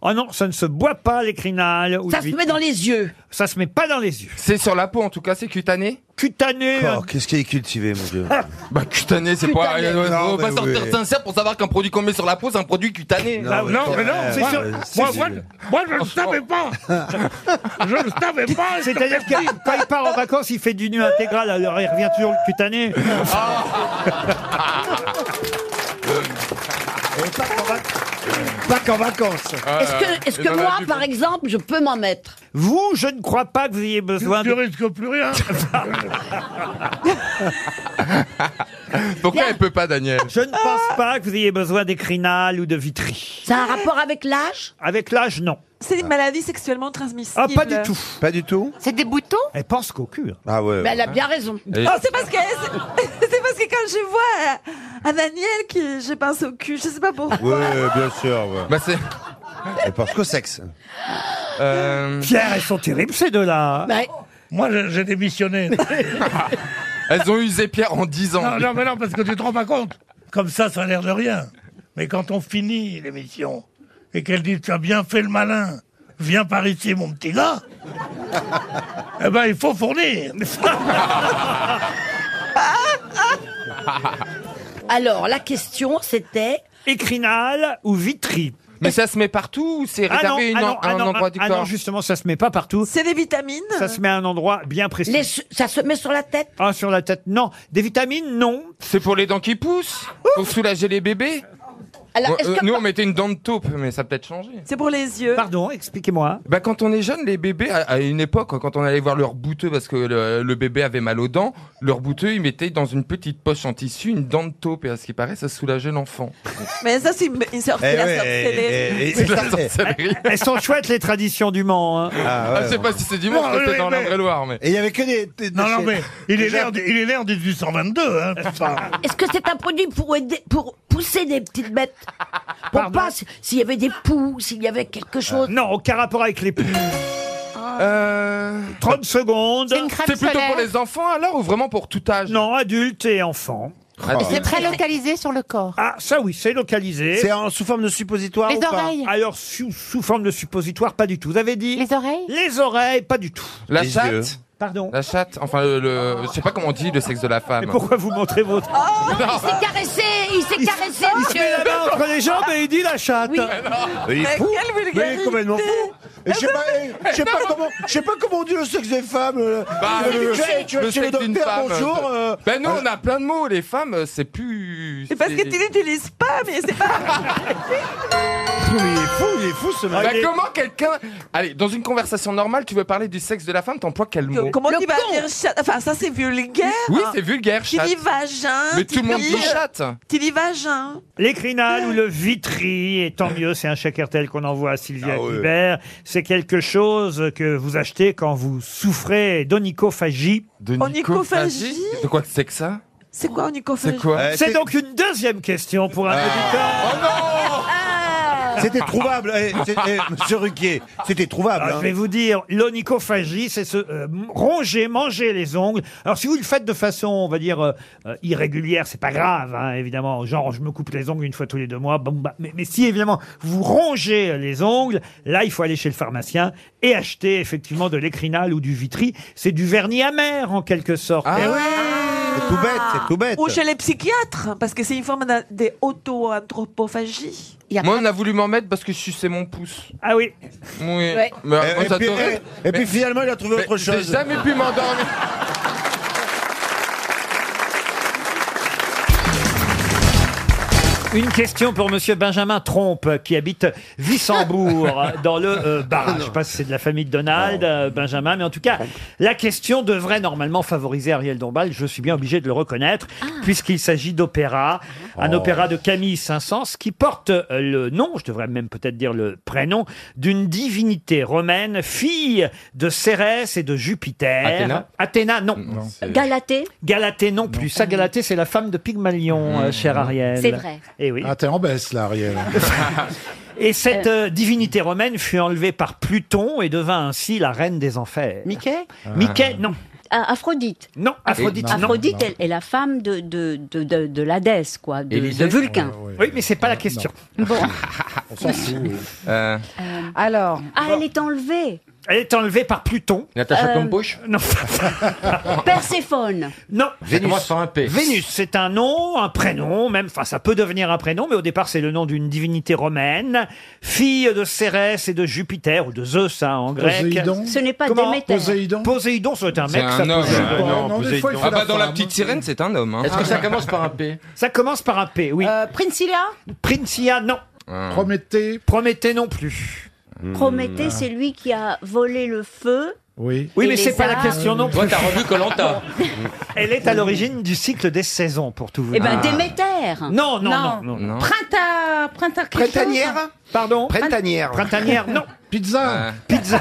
Oh non, ça ne se boit pas, l'écrinal.
Ça se met dans les yeux.
Ça se met pas dans les yeux.
C'est sur la peau, en tout cas, c'est cutané
Cutané
Oh, qu'est-ce qui est cultivé, mon Dieu
Bah, cutané, c'est pas.
Cutané.
euh,
Non,
on va
mais
pas sortir
oui.
sincère pour savoir qu'un produit qu'on met sur la peau, c'est un produit cutané.
Non, mais
Non, mais non, c'est
Ouais,
sûr.
ouais,
Moi,
c'est
moi,
sûr.
moi, je ne le savais pas. Je ne le savais pas. je
C'est-à-dire que
t'avertis.
quand il part en vacances, il fait du nu intégral, alors il revient toujours le cutané.
Ah.
Pas qu'en vacances.
Est-ce que,
Euh,
est-ce que moi,
hein.
par exemple, je peux m'en mettre
Vous, je ne crois pas que vous ayez besoin
Tu risques plus rien.
Pourquoi elle peut pas, Daniel
Je ne pense pas que vous ayez besoin d'écrinal ou de vitry.
Ça a un rapport avec l'âge
Avec l'âge, non.
C'est des maladies sexuellement transmissibles.
Ah, pas du tout.
Pas du tout
C'est des boutons
Elle pense qu'au cul. hein.
Ah ouais.
Mais Bah, Elle a bien raison. Ah,
Et-
Oh, c'est parce que c'est parce que quand je vois euh, un Daniel qui je pense au cul, je sais pas pourquoi.
Ouais, bien sûr. Ouais.
Bah, c'est.
Elle pense qu'au sexe.
Euh,
Pierre, elles sont terribles ces deux-là.
Bah, Moi, je- j'ai démissionné.
Elles ont usé Pierre en 10 ans.
Non, non, mais non, parce que tu te rends pas compte. Comme ça, ça a l'air de rien. Mais quand on finit l'émission et qu'elle dit Tu as bien fait le malin, viens par ici, mon petit gars, eh ben, il faut fournir.
Alors, la question, c'était...
Écrinal ou vitry
Mais ça se met partout ou c'est
Ah non,
réservé
ah
à
non,
une- à
ah
un
non,
endroit
ah-
du
ah non,
corps
justement, ça se met pas partout.
C'est des vitamines.
Ça se met à un endroit bien précis.
Les su- ça se met sur la tête
Ah, sur la tête, non. Des vitamines, non.
C'est pour les dents qui poussent Pour soulager les bébés
Alors,
Bon,
est-ce
euh,
que...
Nous, on mettait une dent de taupe, mais ça a peut-être changé.
C'est pour les yeux.
Pardon, expliquez-moi.
Bah, quand on est jeune, les bébés, à, à une époque, hein, quand on allait voir leur bouteux parce que le, le bébé avait mal aux dents, leur bouteux, ils mettaient dans une petite poche en tissu une dent de taupe. Et à ce qui paraît, ça soulageait l'enfant.
Mais ça c'est une, une sorte
Eh
la
ouais,
sorcellerie.
eh, eh, C'est de la sorcellerie.
Elles sont chouettes, les traditions du Mans. hein.
Ah, je sais pas si c'est dimanche,
Non,
parce que
oui,
c'est dans
mais-
l'Indre-et-Loire, mais.
Et il y avait que des. des-
Non, non,
des-
mais il est
Déjà-
l'air en 1822. Hein, c'est pas-
Est-ce que c'est un produit pour, aider, pour pousser des petites bêtes Pour pas s- s'il y avait des poux, s'il y avait quelque chose.
Non, aucun rapport avec les poux.
Ah.
Euh,
Bah,
30 secondes.
C'est plutôt pour les enfants alors ou vraiment pour tout âge Ah, bah.
Non, adultes et enfants.
Ah. C'est très localisé sur le corps.
Ah, ça oui, c'est localisé.
C'est en- sous forme de suppositoire
Les
ou pas
oreilles.
Alors, sous, sous forme de suppositoire, pas du tout. Vous avez dit
Les oreilles
Les oreilles, pas du tout.
La
Les
chatte
yeux.
Pardon.
La chatte, enfin, le, le- je sais pas comment on dit le sexe de la femme.
Mais pourquoi vous montrez votre...
Oh, Il s'est caressé, il s'est caressé,
Il se
monsieur.
met la main entre les jambes et il dit la chatte.
Il est fou.
Quelle
Mais il
vulgarité
est complètement fou. Et je sais pas, eh, je sais pas comment, je sais pas comment on dit le sexe des femmes. euh,
Bah,
euh,
le
tu vas- tu vas
le
chez le
sexe d'une
docteur,
femme,
bonjour.
euh,
euh,
Ben non, on a plein de mots. Les femmes, euh, c'est plus.
C'est parce
c'est-
que tu n'utilises pas, mais c'est pas.
il est fou, il est fou ce mec.
Bah, comment quelqu'un. Allez, dans une conversation normale, tu veux parler du sexe de la femme, t'emploies quel mot
Comment
Le
tu vas
con.
dire chat Enfin, ça c'est vulgaire.
Oui, c'est vulgaire,
Tu
chatte.
dis vagin.
Mais
tu
tout le monde
dis-
dit chatte.
Tu dis vagin.
L'écrinal ou le vitry, et tant mieux, c'est un chèque RTL qu'on envoie à Sylvia
Ah ouais.
Guibert. C'est quelque chose que vous achetez quand vous souffrez d'onychophagie.
De
Onychophagie.
De quoi c'est que ça
C'est quoi une
C'est quoi
Euh,
C'est
c'est- Ah. Oh
donc une deuxième question pour un auditeur.
Ah.
C'était trouvable, eh, c'est- eh, Monsieur Ruquier. C'était trouvable.
Ah,
hein.
je vais vous dire, l'onychophagie, c'est se euh, ronger, manger les ongles. Alors si vous le faites de façon, on va dire, euh, euh, irrégulière, c'est pas grave, hein, évidemment. Genre, je me coupe les ongles une fois tous les deux mois. Bon, bah, mais, mais si, évidemment, vous rongez les ongles, là, il faut aller chez le pharmacien et acheter effectivement de l'écrinal ou du vitry. C'est du vernis amer, en quelque sorte. Eh
Ah ouais
C'est tout bête, c'est tout bête.
Ou chez les psychiatres, parce que c'est une forme d'a- d'auto-anthropophagie.
Il y a
Moi, on a voulu m'en mettre parce que je suçais mon pouce.
Ah oui,
Oui.
Ouais.
Mais,
Eh,
moi,
et, puis,
j'adorais.
eh, et puis
Mais-
finalement, il a trouvé
mais
autre
J'ai
chose.
jamais pu m'endormir.
Une question pour Monsieur Benjamin Trompe, qui habite Vissembourg, dans le euh, Bas. Je ne sais pas si c'est de la famille de Donald, euh, Benjamin, mais en tout cas, la question devrait normalement favoriser Ariel Dombal. Je suis bien obligé de le reconnaître, puisqu'il s'agit d'opéra, un opéra de Camille Saint-Saëns qui porte euh, le nom, je devrais même peut-être dire le prénom, d'une divinité romaine, fille de Cérès et de Jupiter.
Athéna
Athéna, non.
Galatée
Galatée non plus. Ça, Galatée, c'est la femme de Pygmalion, euh, chère Ariel.
C'est vrai.
Eh oui.
Ah, t'es en baisse, là, Ariel.
Et cette euh, divinité romaine fut enlevée par Pluton et devint ainsi la reine des enfers.
Mickey
Mickey, non.
Ah, Aphrodite.
Non, Aphrodite, non.
Aphrodite elle est la femme de, de, de, de, de l'Hadès, quoi, de, de Vulcain.
Oui, mais c'est pas la question.
Bon,
On s'en fout. oui.
Euh,
Alors. Ah, elle est enlevée.
Elle est enlevée par Pluton.
Natacha Euh, Kampusch
Non.
Perséphone.
Non.
Vénus.
commence par un P.
Vénus, c'est un nom, un prénom, même, enfin, ça peut devenir un prénom, mais au départ, c'est le nom d'une divinité romaine, fille de Cérès et de Jupiter, ou de Zeus, hein, en grec.
Poséidon
Ce n'est pas
Comment
Déméter.
Poséidon Poséidon, c'est un
C'est
mec, ça,
un homme.
Poséidon.
un homme. Ah bah dans la petite sirène, c'est un homme. hein.
Est-ce que ça commence par
un P
Ça commence par un P, oui.
Euh, Princilla
Princia, non.
Prométhée
Prométhée non plus.
Prométhée, c'est lui qui a volé le feu.
Oui.
Oui,
Et
mais
les
c'est pas la
armes.
question non plus.
Ah. Toi, t'as revu Colanta.
Elle est à l'origine du cycle des saisons, pour tout vous
Eh
dire.
ben, Déméter.
Non, non, non, non, non.
Printemps, printemps quelque chose
Pardon
Printanière.
Printanière, non.
Pizza.
Pizza.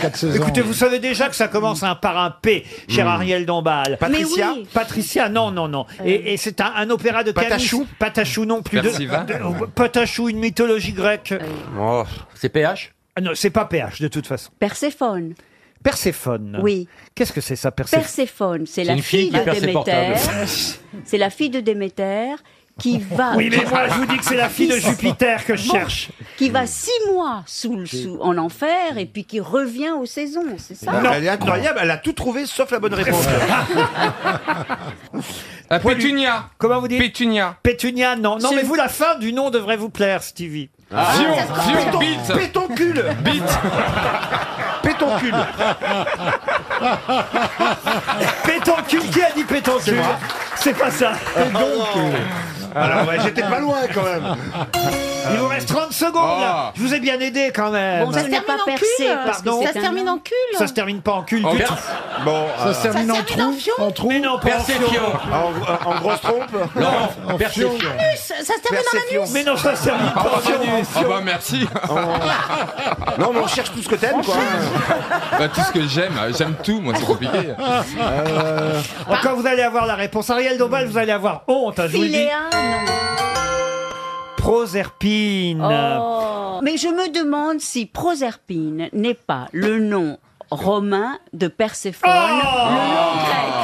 quatre saisons.
Écoutez, vous savez déjà que ça commence un par un P, cher
Mm.
Ariel Dombal.
Patricia Mais oui. Euh.
Patricia, non, non, non. Et, et c'est un, un opéra de Camus.
Patachou
Patachou non plus. De,
Percival
de- Patachou, une mythologie grecque.
Euh,
Oh.
c'est PH
Ah Non, c'est pas PH, de toute façon.
Perséphone.
Perséphone.
Oui.
Qu'est-ce que c'est ça, Perséphone
Perséphone, c'est
C'est
la
une fille
fille,
qui
de
perd ses
Déméter.
portables.
C'est la fille de Déméter qui va.
Oui, mais moi, je vous dis que c'est la fille de Jupiter que je
Bon,
cherche.
Qui va six mois sous, le- sous- en enfer et puis qui revient aux saisons, c'est ça
Elle est incroyable, elle a tout trouvé sauf la bonne réponse.
Euh, Pétunia.
Comment vous dites
Pétunia.
Pétunia, non. Non,
C'est-
mais vous, la fin du nom devrait vous plaire, Stevie.
Ah.
Zion, Zion, bite.
Pétoncule
Bite.
Pétoncule
Pétoncule, qui a dit pétoncule C'est pas ça.
Alors ouais, j'étais pas loin Ah, quand même. Ah.
Il vous reste 30 secondes.
Ah.
là. Je vous ai bien aidé quand même.
Bon, ça se termine en cul, parce que
pardon.
c'est un homme.
cul. Ça se termine pas en cul
En
du
ber-
tout.
Bon,
Ça se termine en trou En trou
Mais non, pas en
Perséphone.
fion.
En, en grosse trompe
Non,
En
Perséphone.
fion.
Ça se termine en anus
Mais non, ça se termine
Ah
pas en
bah, ah
fion.
bah, merci.
Non mais on cherche tout ce que t'aimes quoi.
Bah, tout ce que j'aime, j'aime tout, moi, c'est compliqué.
Euh, Encore, vous allez avoir la réponse. Ariel Dombal, vous allez avoir honte. hein, je vous le dis.
Philéa, non.
Proserpine.
Oh. Mais je me demande si Proserpine n'est pas le nom romain de Perséphone,
Oh.
le nom grec.
Ah.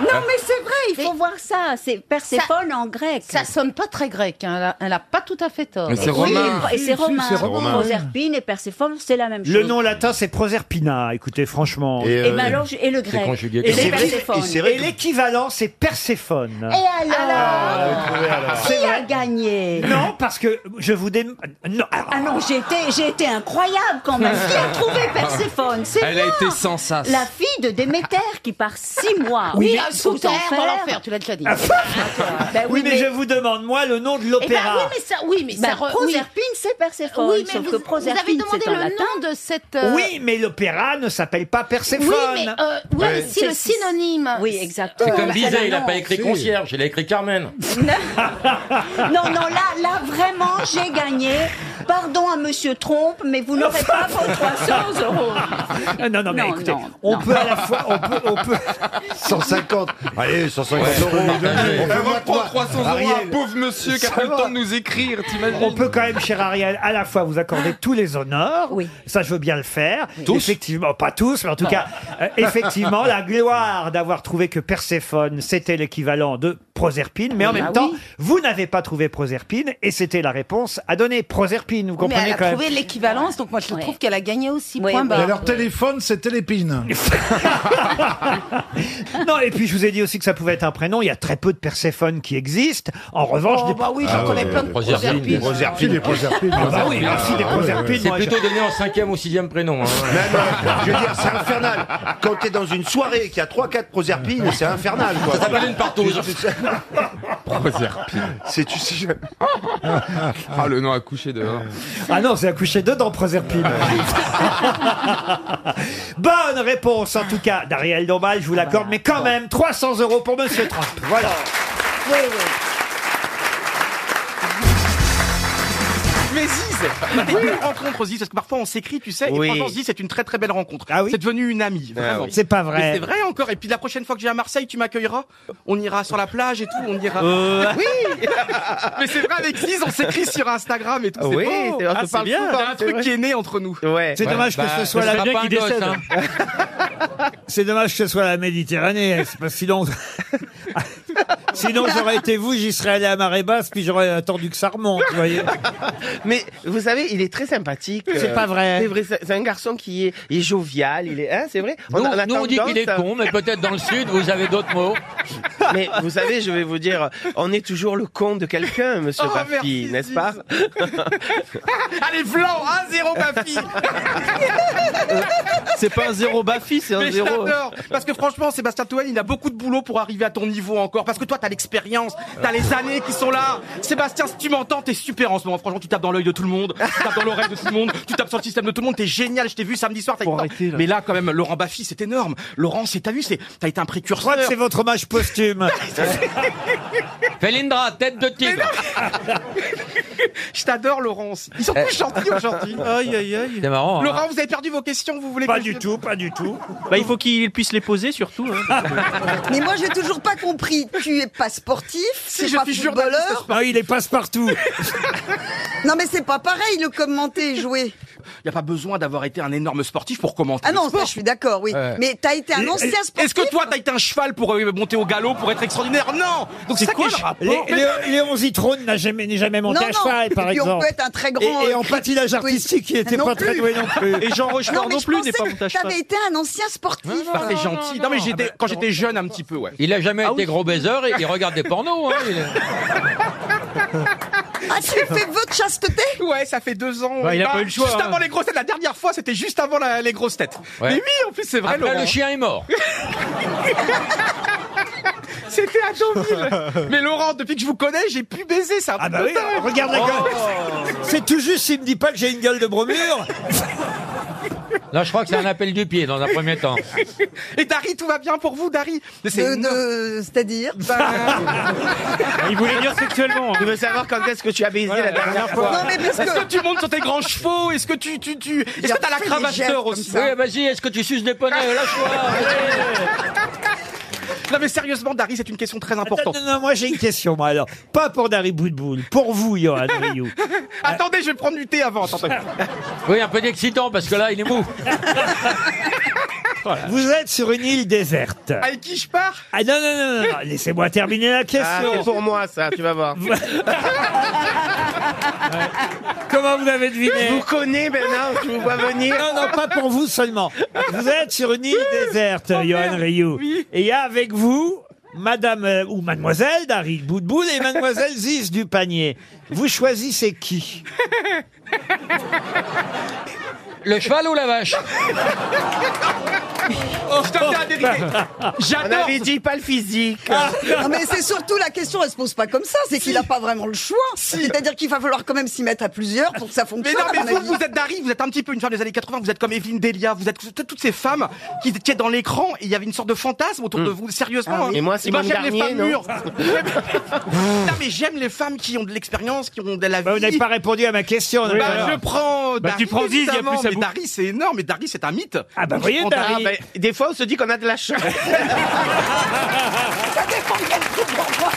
Non, mais c'est vrai, il faut voir ça. C'est Perséphone en grec.
Ça sonne pas très grec, hein, elle a- elle a pas tout à fait tort.
Mais c'est
Oui,
romain.
et c'est romain.
c'est romain.
Proserpine et Perséphone, c'est la même chose.
Ah. Le nom latin, c'est Proserpina. Écoutez, franchement.
Et, ben alors, je- et le grec.
conjugué
et
comme
les
ça.
Perséphone.
Et l'équivalent, c'est Perséphone. Ah,
Et
Ah.
alors,
C'est
Qui a
vrai.
gagné
Non, parce que je vous dé... Non, alors,
Ah non, j'ai été, j'ai été incroyable quand même. Qui a trouvé Perséphone C'est
Elle a
moi.
été sans sas.
La fille de Déméter qui part six mois
Oui,
au-
sous
aux
terre,
enfers.
dans l'enfer, tu l'as déjà dit.
Ben
oui, mais, je vous demande, moi, le nom de
Bah Eh ben oui,
l'opéra.
mais ça, oui, mais
Ben,
ça. re- oui.
Proserpine, c'est Perséphone.
Oui, mais
sauf
vous,
que
vous
Proserpine,
avez demandé
c'est en
le
latin.
nom de cette. euh,
Oui, mais l'opéra ne s'appelle pas Perséphone.
Oui, mais, euh, oui, mais
Ouais.
si le
C'est-
synonyme.
Oui, exact.
C'est
Euh,
comme
la-
Bizet, il n'a
non.
pas écrit concierge, il a écrit Carmen.
Non, non, là, là, vraiment, j'ai gagné. Pardon à Monsieur Trompe, mais vous n'aurez pas vos 300 euros.
Ah, Non, non, mais
Non,
écoutez,
non,
on
non.
peut à la fois, on peut, on peut.
150. Allez, 150 euros.
On
On fait
va
moins
prendre
trois.
300 euros à un
Ariel.
pauvre monsieur qui a
Ça
pas le
va.
temps de nous écrire,
On
t'imagines
peut quand même, cher Ariel, à la fois vous accorder tous les honneurs.
Oui.
Ça, je veux bien le faire.
Tous
Effectivement, pas tous, mais en tout cas, euh, effectivement, la gloire d'avoir trouvé que Perséphone, c'était l'équivalent de Proserpine. Mais en même
bah
temps,
oui.
vous n'avez pas trouvé Proserpine et c'était la réponse à donner. Proserpine, vous
Mais
comprenez
elle a
quand même.
trouvé l'équivalence, donc moi je trouve qu'elle a gagné aussi.
Ouais,
point
ouais.
Et
barre.
leur téléphone, c'est Télépine.
Non, et puis je vous ai dit aussi que ça pouvait être un prénom. Il y a très peu de Perséphone qui existent. En revanche,
Oh,
des-
bah oui, j'en connais plein de
Proserpine.
Proserpine.
Proserpine. Proserpine.
Ah bah
Proserpine.
oui, merci des Proserpines.
C'est
moi,
plutôt donné en cinquième ou sixième prénom. hein.
Même, euh, je veux dire, c'est infernal. Quand t'es dans une soirée qui a 3-4 proserpines, c'est infernal quoi.
Ça s'appelle une partouze.
Oh, Proserpine.
C'est tu sais.
Ah, le nom à coucher dehors.
Ah non, c'est accouché dedans, Proserpine. Bonne réponse, en tout cas, d'Ariel Dombal,
Ah
je vous
bah,
l'accorde, mais quand même, 300 euros pour Monsieur Trump. Voilà.
Mais Ziz Des rencontres Ziz, parce que parfois on s'écrit, tu sais,
Oui.
et franchement Ziz, c'est une très très belle rencontre.
Ah oui
c'est devenu une amie, vraiment.
C'est pas
Mais
vrai.
c'est vrai encore, et puis la prochaine fois que j'ai à Marseille, tu m'accueilleras, on ira sur la plage et tout, on ira...
Euh.
Oui Mais c'est vrai, avec Ziz, on s'écrit sur Instagram et tout,
Oui,
c'est beau
c'est- ah,
On se
c'est
parle
bien,
souvent, un
c'est
truc
vrai.
qui est né entre nous.
Eh,
Ouais.
C'est dommage que ce soit la-
bah, serait bien qu'il hein. décède.
hein, C'est dommage que ce soit la Méditerranée, c'est pas si long. Sinon, j'aurais été vous, j'y serais allé à marée basse, puis j'aurais attendu que ça remonte, vous voyez.
Mais vous savez, il est très sympathique.
C'est
euh,
pas vrai.
C'est vrai, c'est c'est un garçon qui est, il est jovial, il est, hein, c'est vrai.
Nous,
a- a
nous, on dit qu'il est
tendance à-
con, mais peut-être dans le sud, vous avez d'autres mots.
Mais vous savez, je vais vous dire, on est toujours le con de quelqu'un, monsieur
Oh,
Baffy, n'est-ce pas
Allez, flan 1-0, ma fille
Euh, C'est pas un zéro Baffy, c'est
Mais je t'adore Parce que franchement, Sébastien Toen, il a beaucoup de boulot pour arriver à ton niveau encore. Parce que toi, t'as l'expérience, t'as les années qui sont là. Sébastien, si tu m'entends, t'es super en ce moment. Franchement, tu tapes dans l'œil de tout le monde, tu tapes dans l'oreille de tout le monde, tu tapes sur le système de tout le monde. T'es génial, je t'ai vu samedi soir. t'as été- Mais là, quand même, Laurent Baffy, c'est énorme. Laurent, c'est t'as vu, c'est t'as été un
Je crois
précurseur.
que c'est votre hommage posthume.
Félindra, tête de tigre.
Je t'adore, Laurence. Ils sont
Eh.
plus gentils aujourd'hui. Aïe, aïe, aïe.
C'est marrant, hein.
Laurent, vous avez perdu vos questions, vous voulez
Pas
que
du
je-
tout, pas du tout.
Bah, il faut qu'il puisse les poser surtout. hein.
Mais moi, j'ai toujours pas compris. Tu es pas sportif,
Si,
c'est
je
pas
suis journaliste
footballeur.
Ah, il est passe-partout.
Non, mais c'est pas pareil, le commenter et jouer.
Il n'y a pas besoin d'avoir été un énorme sportif pour commenter.
Ah
le
non, ça,
sport.
je suis d'accord, oui.
Ouais.
Mais t'as été un ancien sportif.
Est-ce que toi, t'as été un cheval pour euh, monter au galop, pour être extraordinaire Non Donc c'est quoi le rapport
Lé- Lé- Léon Zitrone n'a jamais, n'est jamais monté
Non,
à
non.
cheval, par
Et puis on
exemple.
peut être un très grand,
Et, et en
euh,
patinage artistique, il n'était
Non
pas très
plus.
doué non plus.
Et Jean Rochefort
non, mais
non
je
plus
pensais
n'est pas
que
monté à
T'avais
cheval.
été un ancien sportif. Ah,
Bah, c'est gentil. Non, mais j'étais quand j'étais jeune un petit peu, ouais.
Il a jamais
Ah
été
oui.
gros baiser, il, il regarde des pornos. Hein, il est-
Ah, tu fais vœu de chasteté
Ouais, ça fait deux ans.
Bah, il a pas eu le choix,
Juste
hein.
avant les grosses têtes. La dernière fois, c'était juste avant la- les grosses têtes.
Ouais.
Mais oui, en plus, c'est vrai,
Après,
Laurent.
le chien est mort.
C'était à Deauville. mais Laurent, depuis que je vous connais, j'ai pu baiser, ça. Oh.
Ah bah oui, regarde la gueule. C'est tout juste s'il me dit pas que j'ai une gueule de bromure.
Là, je crois que c'est un appel du pied dans un premier temps.
Et Dari, tout va bien pour vous, Dari Euh, Mais
De-
c'est
de- C'est-à-dire
Bah, euh,
Il voulait dire sexuellement.
Je veux savoir quand est-ce que tu as baisé la dernière fois.
Non, mais parce
Est-ce
que-
que tu montes sur tes grands chevaux Est-ce que tu, tu, tu...
Il
Est-ce
a
que t'as la
fait des
cravache
gestes
d'or
comme
aussi
ça.
Oui, vas-y, est-ce que tu suces des poneys Lâche-toi.
Non mais sérieusement, Dari, c'est une question très
Attends,
importante.
non, non, moi j'ai une question, moi alors. Pas pour Dari Boudboul, pour vous, Johan Rioux.
Attendez, je vais prendre du thé avant. attendez.
Oui, un peu d'excitant parce que là, il est mou.
Vous êtes sur une île déserte.
Avec qui je pars
Ah non, non, non, non, non, laissez-moi terminer la
Ah,
question.
c'est pour moi ça, tu vas voir.
Comment vous avez deviné
Je vous connais maintenant, je vous vois venir.
Non, non, pas pour vous seulement. Vous êtes sur une île déserte, Johan Rioux. Et il y a avec vous Madame euh, ou Mademoiselle Dari Boudboul et Mademoiselle Ziz du panier. Vous choisissez qui
Le cheval ou la vache
Oh, je te dis la vérité.
On
J'adore. Ah,
avait dit pas le physique.
Non, mais c'est surtout la question, elle se pose pas comme ça, c'est qu'il a pas vraiment le choix. C'est-à-dire qu'il va falloir quand même s'y mettre à plusieurs pour que ça
Mais
fonctionne.
non,
à
mais
mon
vous,
avis.
vous êtes Dari, vous êtes un petit peu une femme des années 80, vous êtes comme Evelyne Delia, vous êtes toutes- toutes ces femmes qui étaient dans l'écran et il y avait une sorte de fantasme autour de vous, sérieusement.
Ah oui.
hein.
Et moi, Simone
j'aime les
Garnier,
femmes
non
mûres. non, mais j'aime les femmes qui ont de l'expérience, qui ont de la vie.
Bah, Vous n'avez pas répondu à ma question.
Bah,
alors.
je prends
Bah,
Dari,
tu prends Ziz, il y a
évidemment,
plus à
mais
bout-
Dari, c'est énorme, et Dari, c'est un mythe.
Ah bah,
Je
voyez,
prends
Dari.
Ah, ben, des fois on se dit qu'on a de la chance.
Ça dépend quel groupe
Oh,
d'enfants.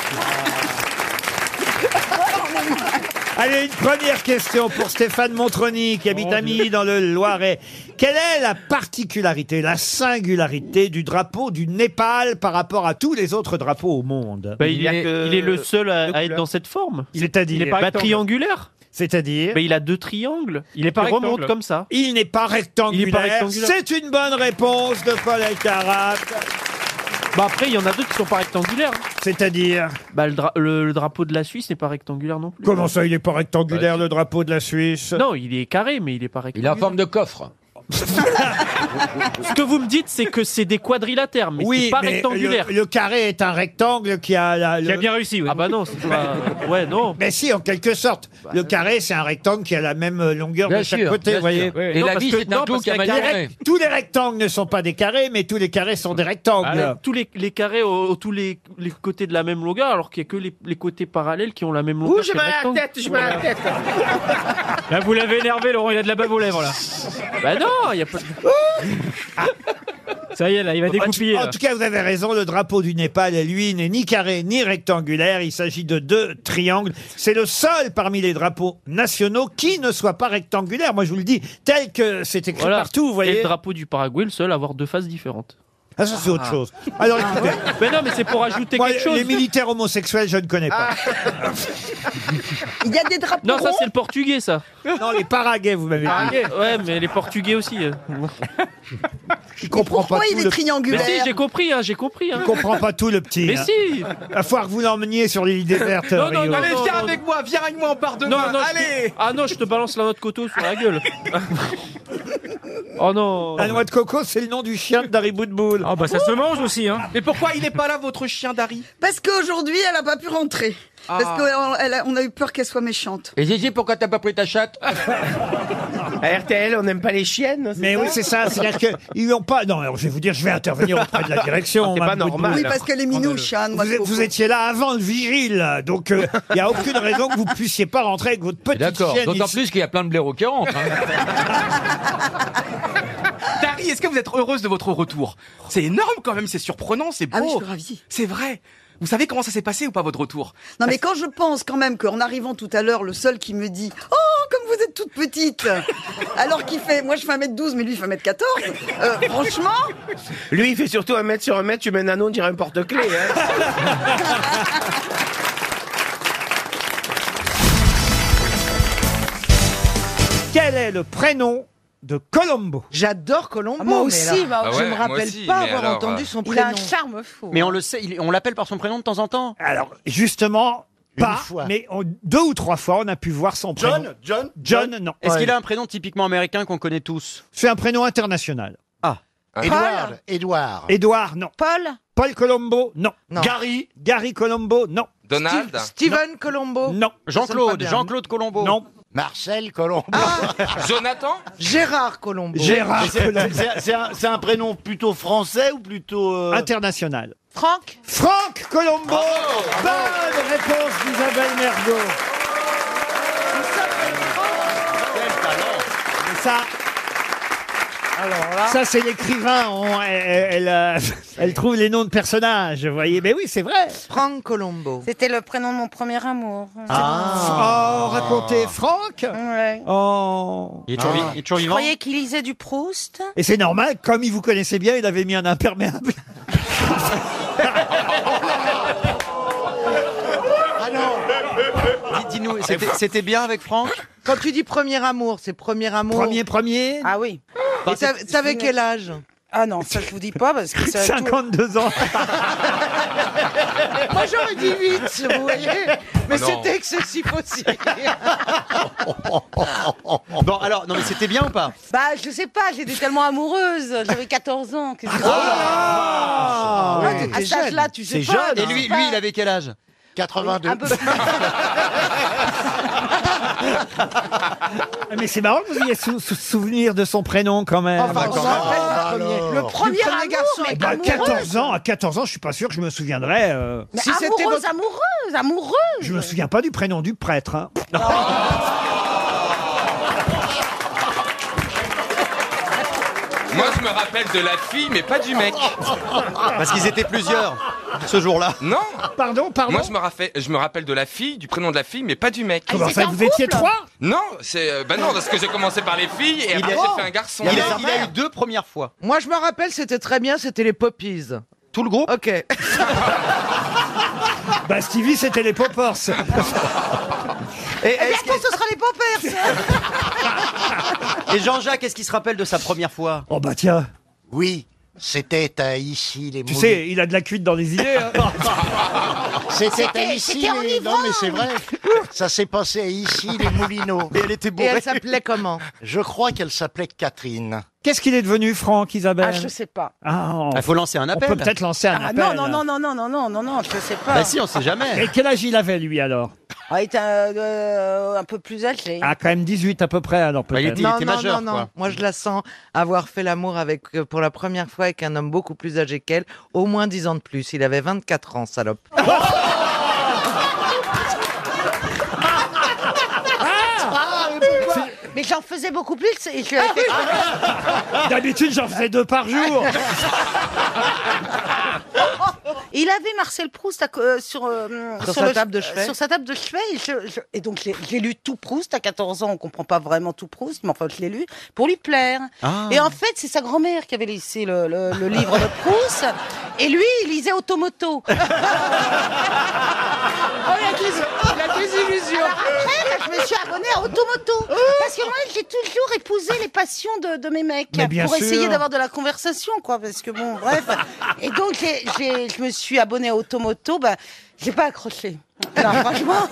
Allez, une première question pour Stéphane Montroni, qui habite à Milly dans le Loiret. Quelle est la particularité, la singularité du drapeau du Népal par rapport à tous les autres drapeaux au monde
Ben,
Bah, il,
y a
est,
que-
il est le seul à,
deux
à être
couleurs.
dans cette forme.
C'est-à-dire Bah,
Il n'est pas triangulaire.
C'est-à-dire
Mais il a deux triangles. Il est
pas
pas remonte
rectangle.
comme ça.
Il n'est pas rectangulaire.
Il n'est pas rectangulaire.
C'est une bonne réponse de Paul Alcarat.
Bah après, il y en a d'autres qui sont pas rectangulaires. hein.
C'est-à-dire
Bah le, dra- le- le drapeau de la Suisse n'est pas rectangulaire non plus.
Comment ça, il n'est pas rectangulaire, le drapeau de la Suisse
Bah, Non, il est carré, mais il est pas
Il est en
rectangulaire.
forme de coffre.
Ce que vous me dites, c'est que c'est des quadrilatères, mais
Oui,
c'est pas
mais euh,
rectangulaire.
Le, le carré est un rectangle qui a... La, le-
réussi, Ah bah non, c'est pas... Ouais, non. Bah,
Mais si, en quelque sorte. Le carré, c'est un rectangle qui a la même euh, longueur
Bien
de chaque
sûr,
côté,
bien
vous voyez.
sûr. Et
Non,
la
parce
vie,
que-
c'est
non,
un clou
parce
qui a
qu'un
mal
Les
tourné.
rect- Tous les rectangles ne sont pas des carrés, mais tous les carrés sont des rectangles.
Ah, tous les, les carrés ont, ont tous les, les côtés de la même longueur, alors qu'il n'y a que les, les côtés parallèles qui ont la même longueur.
Ouh, je
que
mets
le
la
rectangle.
tête, je mets la tête.
Là, vous l'avez énervé, Laurent, il a de la bave aux lèvres, là. Bah non, il n'y a pas de... Ça y est, là, il va découpiller.
Bah, En tout cas, vous avez raison, le drapeau du Népal, lui, n'est ni carré ni rectangulaire. Il s'agit de deux triangles. C'est le seul parmi les drapeaux nationaux qui ne soit pas rectangulaire. Moi, je vous le dis, tel que c'est écrit partout, vous
Et
voyez.
le drapeau du Paraguay, le seul à avoir deux faces différentes.
Ah, ça, c'est autre chose. Alors, écoutez.
Mais non, mais c'est pour ajouter
Ah, Moi,
quelque chose.
Les militaires homosexuels, je ne connais pas.
Ah, Il y a des drapeaux.
Non, ça
ronds.
c'est le portugais, ça.
Non, les paraguais, vous m'avez
Ah,
dit.
ouais, mais les portugais aussi. euh.
Il comprend
pourquoi
pas
il
tout
est
le-
triangulaire
Mais si, j'ai compris, hein, j'ai compris. Hein.
Il comprend pas tout, le petit.
Mais
hein.
si.
À falloir que vous l'emmeniez sur l'île déserte.
Non, non,
euh, Rio.
non,
Allez,
non,
viens
non,
avec moi, viens avec moi, on part demain.
Non, non, je-
Allez
Ah non, je te balance la noix de coteau sur la gueule.
Oh non La noix de coco, c'est le nom du chien de Dari Boudboul. Ah bah
ça se mange aussi, hein
Mais pourquoi il est pas là, votre chien Dari
Parce qu'aujourd'hui, elle n'a pas pu rentrer.
Ah.
Parce qu'on a eu peur qu'elle soit méchante.
Et Gigi, pourquoi t'as pas pris ta chatte
À RTL, on n'aime pas les chiennes.
Mais oui, Eh, c'est ça. C'est-à-dire qu'ils n'ont pas. Non, alors je vais vous dire, je vais intervenir auprès de la
Ah,
Ah,
direction.
C'est pas
Mme
normal.
Oui,
Boudboul.
parce qu'elle est minouche, hein, noix
Vous,
de
êtes-
coco.
vous étiez là avant le vigile, donc il n'y a aucune raison que vous puissiez pas rentrer avec votre petite
D'accord,
chienne.
d'autant
ici.
plus qu'il y a plein de blaireaux qui rentrent. hein.
Dari, est-ce que vous êtes heureuse de votre retour C'est énorme quand même, c'est surprenant, c'est beau.
Ah oui, je suis ravie.
C'est vrai. Vous savez comment ça s'est passé ou pas votre retour
Non, mais quand je pense quand même qu'en arrivant tout à l'heure, le seul qui me dit Oh, comme vous êtes toute petite Alors qu'il fait. Moi, je fais 1m12, mais lui, il fait 1m14. euh, franchement,
Lui, il fait surtout un mètre sur un mètre, tu mets un anneau, on dirait un porte-clé.
hein.
Quel est le prénom de Colombo
J'adore Colombo.
moi
mais
aussi,
alors-
bah, Ah je ouais, me moi
rappelle aussi, pas mais avoir alors, entendu euh, son
Il a un
prénom.
charme fou.
Mais on le sait, il- on l'appelle par son prénom de temps en temps.
Alors, justement,
Une
pas.
fois.
Mais on- deux ou trois fois, on a pu voir son prénom.
John
John, non.
Est-ce
Ouais.
qu'il a un prénom typiquement américain qu'on connaît tous
C'est un prénom international. Ah.
Edouard, Edouard.
Édouard, non. Paul Paul Colombo, non.
Gary
Gary Colombo, non.
Donald Steve-
Steven Colombo.
Non.
Jean-Claude, Jean-Claude Colombo.
Non.
Marcel Colombo.
Jonathan
Gérard Colombo.
Gérard Colombo.
C'est un, c'est un prénom plutôt français ou plutôt. euh,
International.
Franck.
Franck Colombo Bonne réponse d'Isabelle Mergo. Ah Ça,
Alors là.
Ah.
ça c'est l'écrivain. on- elle, elle, euh, elle trouve les noms de personnages, vous voyez. Mais oui, c'est vrai.
Franck Colombo.
C'était le prénom de mon premier amour.
Ah.
Oh, racontez Franck
Ouais.
Oh.
Il est toujours, vi- il est toujours
Je
vivant
croyais qu'il lisait du Proust.
Et c'est normal, comme il vous connaissait bien, il avait mis un imperméable.
Ah non.
Dis-nous, c'était- c'était bien avec Franck
Quand tu dis premier amour, c'est premier amour.
Premier, premier.
Ah oui. Et t'av- t'avais quel âge
Ah non, ça je vous dis pas parce que ça.
52 ans.
Moi j'aurais dit 8, vous voyez. Mais
Ah non.
c'était excessif aussi.
Bon, alors, non, mais c'était bien ou pas
Bah je sais pas, j'étais tellement amoureuse. J'avais 14 ans. qu'est-ce que-
Ah,
Ah, t'étais à cet âge-là, tu sais pas.
Et
tu
lui,
sais pas.
lui, il avait quel âge
82.
Un peu plus.
Mais c'est marrant que vous ayez sou- sou- souvenir de son prénom quand même.
Oh,
Enfin, on s'en rappelle le premier. Le premier amour,
garçon,
mais
Bah,
amoureux.
14 ans, à 14 ans, je suis pas sûr que je me souviendrai. euh,
Mais
Si c'était
amoureuse,
votre-
amoureuse, amoureuse.
je me souviens pas du prénom du prêtre. hein.
Moi, je me rappelle de la fille, mais pas du mec.
Parce qu'ils étaient plusieurs ce jour-là.
Non
Pardon, pardon. Ah,
Moi, je me, rappelle, je me rappelle de la fille, du prénom de la fille, mais pas du mec.
Comment ça, vous étiez trois
Non, c'est. euh, Bah non, parce que j'ai commencé par les filles et après j'ai fait un garçon.
Il a, il a eu deux premières fois.
Moi je me rappelle, c'était très bien, c'était les Poppies.
Tout le groupe
Ok.
Bah, Stevie, c'était les Poppers.
Et,
Eh bien, attends, ce sera les Poppers
et Jean-Jacques, est-ce qu'il se rappelle de sa première fois
oh, bah, tiens.
Oui, c'était à ici les
Tu
Moulineaux.
sais, il a de la cuite dans les idées. hein.
C'était à
C'était-
ici.
c'était
les- Non,
enivrant.
mais c'est vrai. Ça s'est passé à ici les Moulineaux.
Et elle était
Et elle s'appelait comment
Je crois qu'elle s'appelait Catherine.
Qu'est-ce qu'il est devenu, Franck, Isabelle
Ben.
Ah je sais pas.
Ah, on-
Il faut lancer un
on
appel.
peut peut-être lancer un
Ah
appel.
non non non non non non non non non, je sais pas.
Bah si, on sait jamais.
Et quel âge il avait, lui, alors
Ah, il était euh, euh, un peu plus âgé.
Ah, quand même 18 à peu près, alors peut-être.
non, non, non, non. Moi, je la sens avoir fait l'amour avec, euh, pour la première fois avec un homme beaucoup plus âgé qu'elle, au moins 10 ans de plus. Il avait 24 ans, salope.
Ah,
Ah,
Ah,
Mais j'en faisais beaucoup plus et je lui avais fait-
D'habitude, j'en faisais deux par jour.
Et il avait Marcel Proust à co- euh, sur, euh,
Sur sa
le-
table de chevet.
Sur sa table de chevet. Et, je- je- et donc, j'ai- j'ai lu tout Proust. À 14 ans, on comprend pas vraiment tout Proust, mais enfin, je l'ai lu pour lui plaire.
Ah.
Et en fait, c'est sa grand-mère qui avait laissé le, le- le livre de Proust. Et lui, il lisait Automoto.
Oh, il a des, il a des illusions.
Après, je me suis abonnée à Automoto. Parce que moi, j'ai toujours épousé les passions de, de mes mecs.
Mais bien
pour
sûr.
essayer d'avoir de la conversation, quoi. Parce que bon, bref. Et donc, j'ai- j'ai- je me suis abonnée à Automoto. Bah, j'ai pas accroché. Alors, franchement.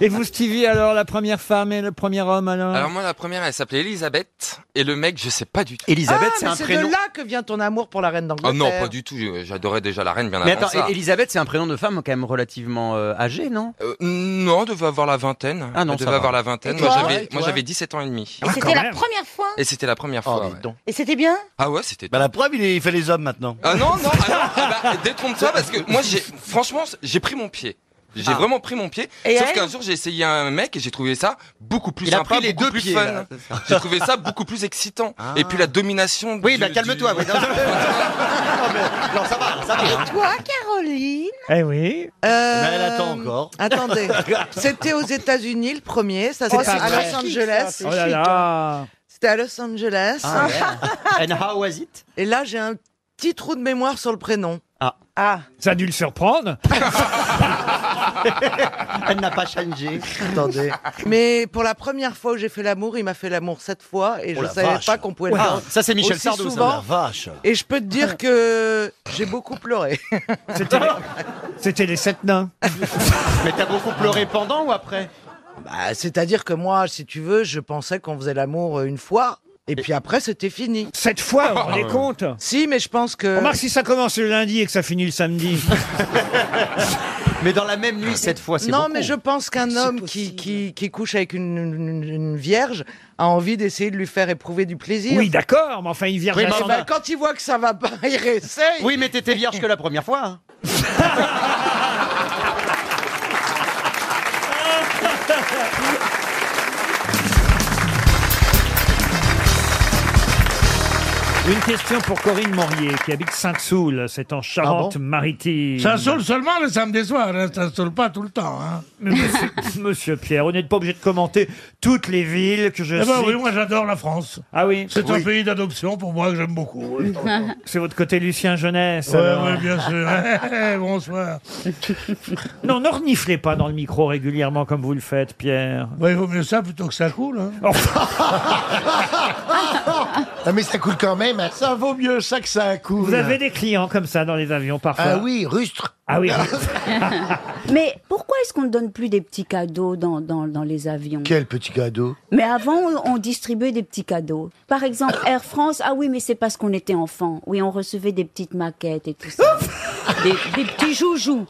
Et vous, Stevie, alors, la première femme et le premier homme, alors
Alors moi, la première, elle s'appelait Elisabeth, et le mec, je sais pas du tout.
Ah, mais C'est de là que vient ton amour pour la
Ah,
reine d'Angleterre.
Oh non, pas du tout. je- J'adorais déjà la reine bien
Mais
avant
attends,
ça.
E- Elisabeth, c'est un prénom de femme quand même relativement euh, âgée, non
Non, devait avoir la vingtaine.
Ah non,
Elle
ça
devait
va.
avoir la vingtaine.
Et
Moi,
toi
j'avais,
Et
moi,
toi
j'avais 17 ans et demi.
Ah,
Et c'était la première fois.
Et c'était la première fois. ouais.
Et c'était bien
Ah ouais, c'était.
Bah la preuve, il, est- il fait les hommes maintenant.
Ah non, non, ah non, ah bah, détrompe-toi parce que moi, j'ai, franchement, j'ai pris mon pied. J'ai
Ah.
vraiment pris mon pied.
Et
sauf
elle
qu'un jour, j'ai essayé un mec et j'ai trouvé ça beaucoup plus
Il a
sympa,
pris les
beaucoup
deux
plus
pieds,
fun.
là, c'est ça. Ah.
J'ai trouvé ça beaucoup plus excitant. Et puis la domination. Oui, bah calme-toi.
Non, ça va, ça
Et toi, Caroline
Eh oui.
ben,
Euh,
Mais ben, elle attend encore.
Attendez, c'était aux États-Unis le premier, ça
Oh,
c'était
c'est
à
très
Los
chic, ça,
Angeles.
c'est Oh là chic,
Ah.
là.
C'était à Los Angeles.
Ah, And how was it
Et là, j'ai un petit trou de mémoire sur le prénom.
Ah.
Ah.
Ça a dû le surprendre.
Elle n'a pas changé.
Attendez.
Ah.
Mais pour la première fois où j'ai fait l'amour, il m'a fait l'amour sept fois et
Oh
je
la
savais
vache.
pas qu'on pouvait
Ouais.
le faire.
Ah, ça, c'est Michel
aussi
Sardou, ça.
souvent.
La vache.
Et je peux te dire que j'ai beaucoup pleuré.
C'était les sept nains.
Mais t'as beaucoup pleuré pendant ou après
Bah, C'est-à-dire que moi, si tu veux, je pensais qu'on faisait l'amour euh, une fois. Et puis après, c'était fini.
Cette fois, vous vous
Ah,
rendez compte
Si, mais je pense que.
Remarque si ça commence le lundi et que ça finit le samedi.
Mais dans la même nuit cette fois, c'est
Non,
beaucoup.
mais je pense qu'un homme qui, qui, qui couche avec une, une- une vierge a envie d'essayer de lui faire éprouver du plaisir.
Oui, d'accord, mais enfin, une vierge
Oui,
à
mais
son-
ben, quand il voit que ça va pas, il réessaye.
Oui, mais t'étais vierge que la première fois. hein.
hein.
Une question pour Corinne Morier, qui habite Sainte-Soule, c'est
Ah
en Charente-Maritime.
Ça saoule seulement le samedi soir, hein, ça saoule pas tout le temps. Hein.
Mais Monsieur, monsieur Pierre, on n'est pas obligé de commenter toutes les villes que je
Eh ben
cite.
oui, moi j'adore la France.
Ah oui
C'est un
Oui.
pays d'adoption pour moi que j'aime beaucoup. Oui,
C'est votre côté Lucien Jeunesse.
Ouais,
alors.
ouais, bien sûr. Eh, bonsoir.
Non, ne reniflez pas dans le micro régulièrement comme vous le faites, Pierre.
Ouais, il vaut mieux ça plutôt que ça coule. hein.
Ah, mais ça coule quand
hein.
même. Ça vaut mieux ça que ça coule. Vous avez des clients comme ça dans les avions parfois.
Ah oui, rustre.
Ah oui.
Mais pourquoi est-ce qu'on ne donne plus des petits cadeaux dans, dans, dans les avions
Quel petit cadeau.
Mais avant, on- on distribuait des petits cadeaux. Par exemple, Air France, ah oui, mais c'est parce qu'on était enfant. Oui, on recevait des petites maquettes et tout ça. des, des petits joujoux.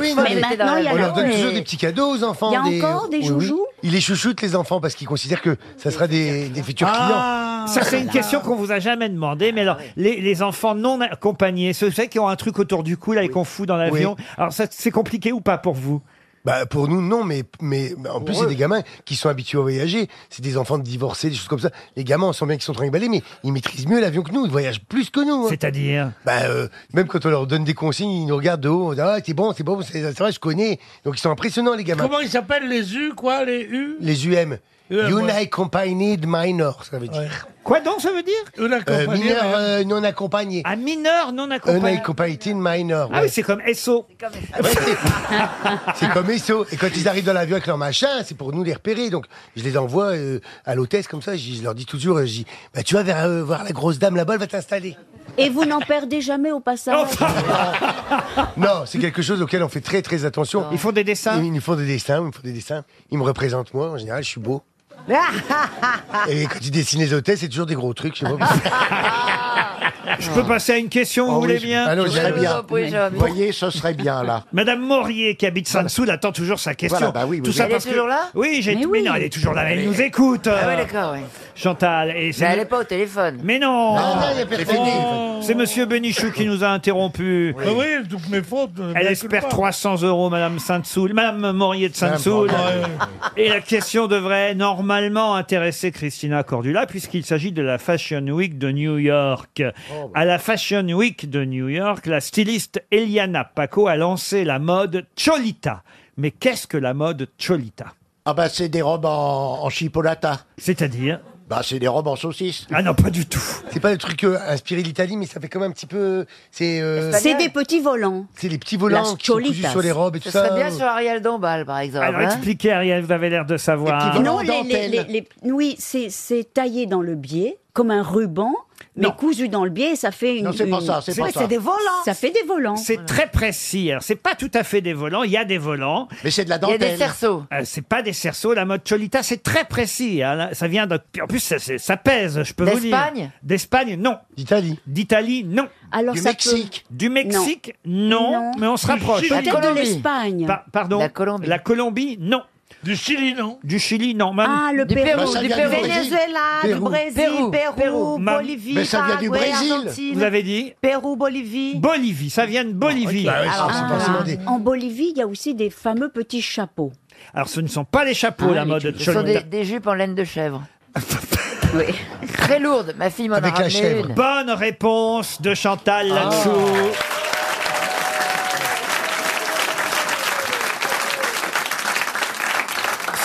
mais maintenant, il y a
on
la-
leur donne
mais-
toujours des petits cadeaux aux enfants.
Il y a
des-
encore des
Oui, oui.
joujoux
Ils les chouchoutent les enfants parce qu'ils considèrent que ça sera des, des futurs
Ah,
clients.
ça c'est une question qu'on vous a jamais demandé, mais alors
Ah,
les, les enfants non accompagnés, ceux ceux qui ont un truc autour du cou là et qu'on fout dans l'avion, alors ça c'est compliqué ou pas pour vous
Bah, pour nous, non, mais, mais mais en plus, c'est des gamins qui sont habitués à voyager. C'est des enfants de divorcés, des choses comme ça. Les gamins, on sent bien qu'ils sont trimballés, mais ils maîtrisent mieux l'avion que nous. Ils voyagent plus que nous. hein.
C'est-à-dire
bah, euh, Même quand on leur donne des consignes, ils nous regardent de haut. On dit, ah, t'es bon, t'es bon, c'est c'est vrai, je connais. Donc, ils sont impressionnants, les gamins.
Comment ils s'appellent les U, quoi, les U
Les UM.
UM, ouais.
United Accompanied Minor, ça veut dire.
Euh, Quoi donc ça veut dire
Euh,
Unaccompagné,
mineur
mais-
euh, non accompagné.
Un mineur non accompagné.
Unaccompanied minor. Ah,
Ah oui, c'est comme SO.
C'est comme ISO. Et quand ils arrivent dans l'avion avec leur machin, c'est pour nous les repérer. Donc, je les envoie euh, à l'hôtesse comme ça. Je, je leur dis toujours, euh, je dis, bah, tu vas vers, euh, voir la grosse dame là-bas, elle va t'installer.
Et vous n'en perdez jamais au passage
Non, c'est quelque chose auquel on fait très très attention.
Ils font des dessins
Ils, nous font des dessins, ils me font des dessins. Ils me représentent moi, en général, je suis beau. Et quand ils dessinent les hôtesses, c'est toujours des gros trucs, je sais pas.
Je peux passer à une question,
Oh,
vous voulez bien
Ah non,
Je
j'aime
vous
bien.
en prie, j'aime.
Vous voyez, ce serait bien là.
Madame Maurier, qui habite Saint-Soul, attend toujours sa question.
Voilà, bah oui, oui,
Tout
oui.
ça
Elle est
parce que-
toujours là
Oui, j'ai
Mais
tout- mais
oui.
non, elle est toujours là, mais elle nous écoute.
Ah
euh,
ouais, d'accord, ouais.
Chantal. Et
Mais elle est
pas au téléphone. Mais non
Non, non, il y a personne Oh. au téléphone.
Oh. C'est monsieur Bénichou qui nous a interrompu.
Ah oui, toutes mes fautes. euh,
Elle
bien
espère
culpa.
300 euros, Madame Sainte-Soul, Madame Maurier de Sainte-Soul.
Madame Maurier.
Et la question devrait normalement intéresser Christina Cordula, puisqu'il s'agit de la Fashion Week de New York.
Oh, bah.
À la Fashion Week de New York, la styliste Eliana Paco a lancé la mode Cholita. Mais qu'est-ce que la mode Cholita
Ah bah c'est des robes en, en chipolata.
C'est-à-dire
Bah c'est des robes en saucisse.
Ah non, pas du tout.
C'est pas le truc euh, inspiré d'Italie, mais ça fait quand même un petit peu... C'est euh,
C'est des petits volants.
C'est les petits volants qui sont cousus sur les robes et tout
Ce
ça. Ah,
serait bien
euh.
sur
Ariel Dombal, par exemple.
Alors
hein
expliquez, Ariel, vous avez l'air de savoir.
Ah Non, les- les- les- les- oui, c'est- c'est taillé dans le biais, comme un ruban, mais cousu dans le biais, et ça fait une.
Non, c'est pas
une-
ça, c'est pas Ouais, ça. c'est des volants.
Ça fait des volants.
C'est très précis. Alors, c'est pas tout à fait des volants. Il y a des volants.
Mais c'est de la
Il y a dentelle. des cerceaux.
Euh, c'est pas des cerceaux. La mode Cholita, c'est très précis. hein. Là, Ça vient de... En plus, ça, c'est- ça pèse, je peux vous dire.
D'Espagne
D'Espagne, non.
D'Italie
D'Italie, non.
Alors,
du
ça
Mexique
peut-
Du Mexique, non.
Non.
Mais on se rapproche.
Peut-être de La Colombie. l'Espagne.
Pa- pardon La Colombie. La Colombie, non. Du Chili, non. Du Chili, non. Même-
Ah, le Pérou, du Pérou.
Venezuela, du Brésil, Pérou,
Ma-
Bolivie, Paraguay, Argentine.
Vous avez dit
Pérou, Bolivie.
Bolivie, ça vient de Bolivie.
Alors, ah, En Bolivie, il y a aussi des fameux petits chapeaux.
Alors, ce ne sont pas les chapeaux, la mode
Ah, Ce sont
Cholita.
des, des jupes en laine de chèvre. Très lourde, ma fille m'en a ramené une. Ah.
Bonne réponse de Chantal là-dessous.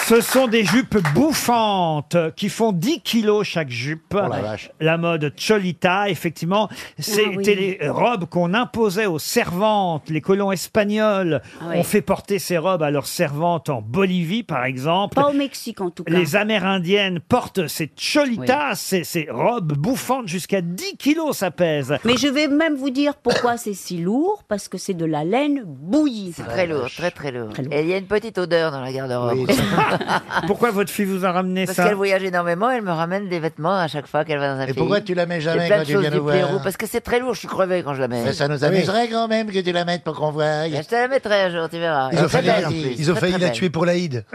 Ce sont des jupes bouffantes qui font 10 kilos chaque jupe.
Oh la vache.
mode Cholita, effectivement,
Ah
c'était
oui.
les robes qu'on imposait aux servantes. Les colons espagnols
Ah oui.
ont fait porter ces robes à leurs servantes en Bolivie, par exemple.
Pas au Mexique, en tout cas.
Les Amérindiennes portent ces cholitas, ces, ces robes bouffantes, jusqu'à 10 kilos ça pèse.
Mais je vais même vous dire pourquoi c'est si lourd, parce que c'est de la laine bouillie. C'est
Très
Ah,
lourde, très très lourde. Et il y a une petite odeur dans la garde-robe.
Pourquoi votre fille vous a ramené
Parce
ça
qu'elle voyage énormément, elle me ramène des vêtements à chaque fois qu'elle va dans un
Et
pays.
pourquoi tu la mets
Et
jamais
plein
quand
de
tu
choses
viens
du
nous voir
Pérou, Parce que c'est très lourd, je suis crevé quand je la mets.
Mais ça
Ah
nous amuserait quand même que tu la mettes pour qu'on voie.
Je te la mettrai un jour, tu verras.
Ils
Elle
ont
est très
failli-
belle, en plus.
ils ont
Très,
failli
très
la
belle.
tuer pour l'Aïd.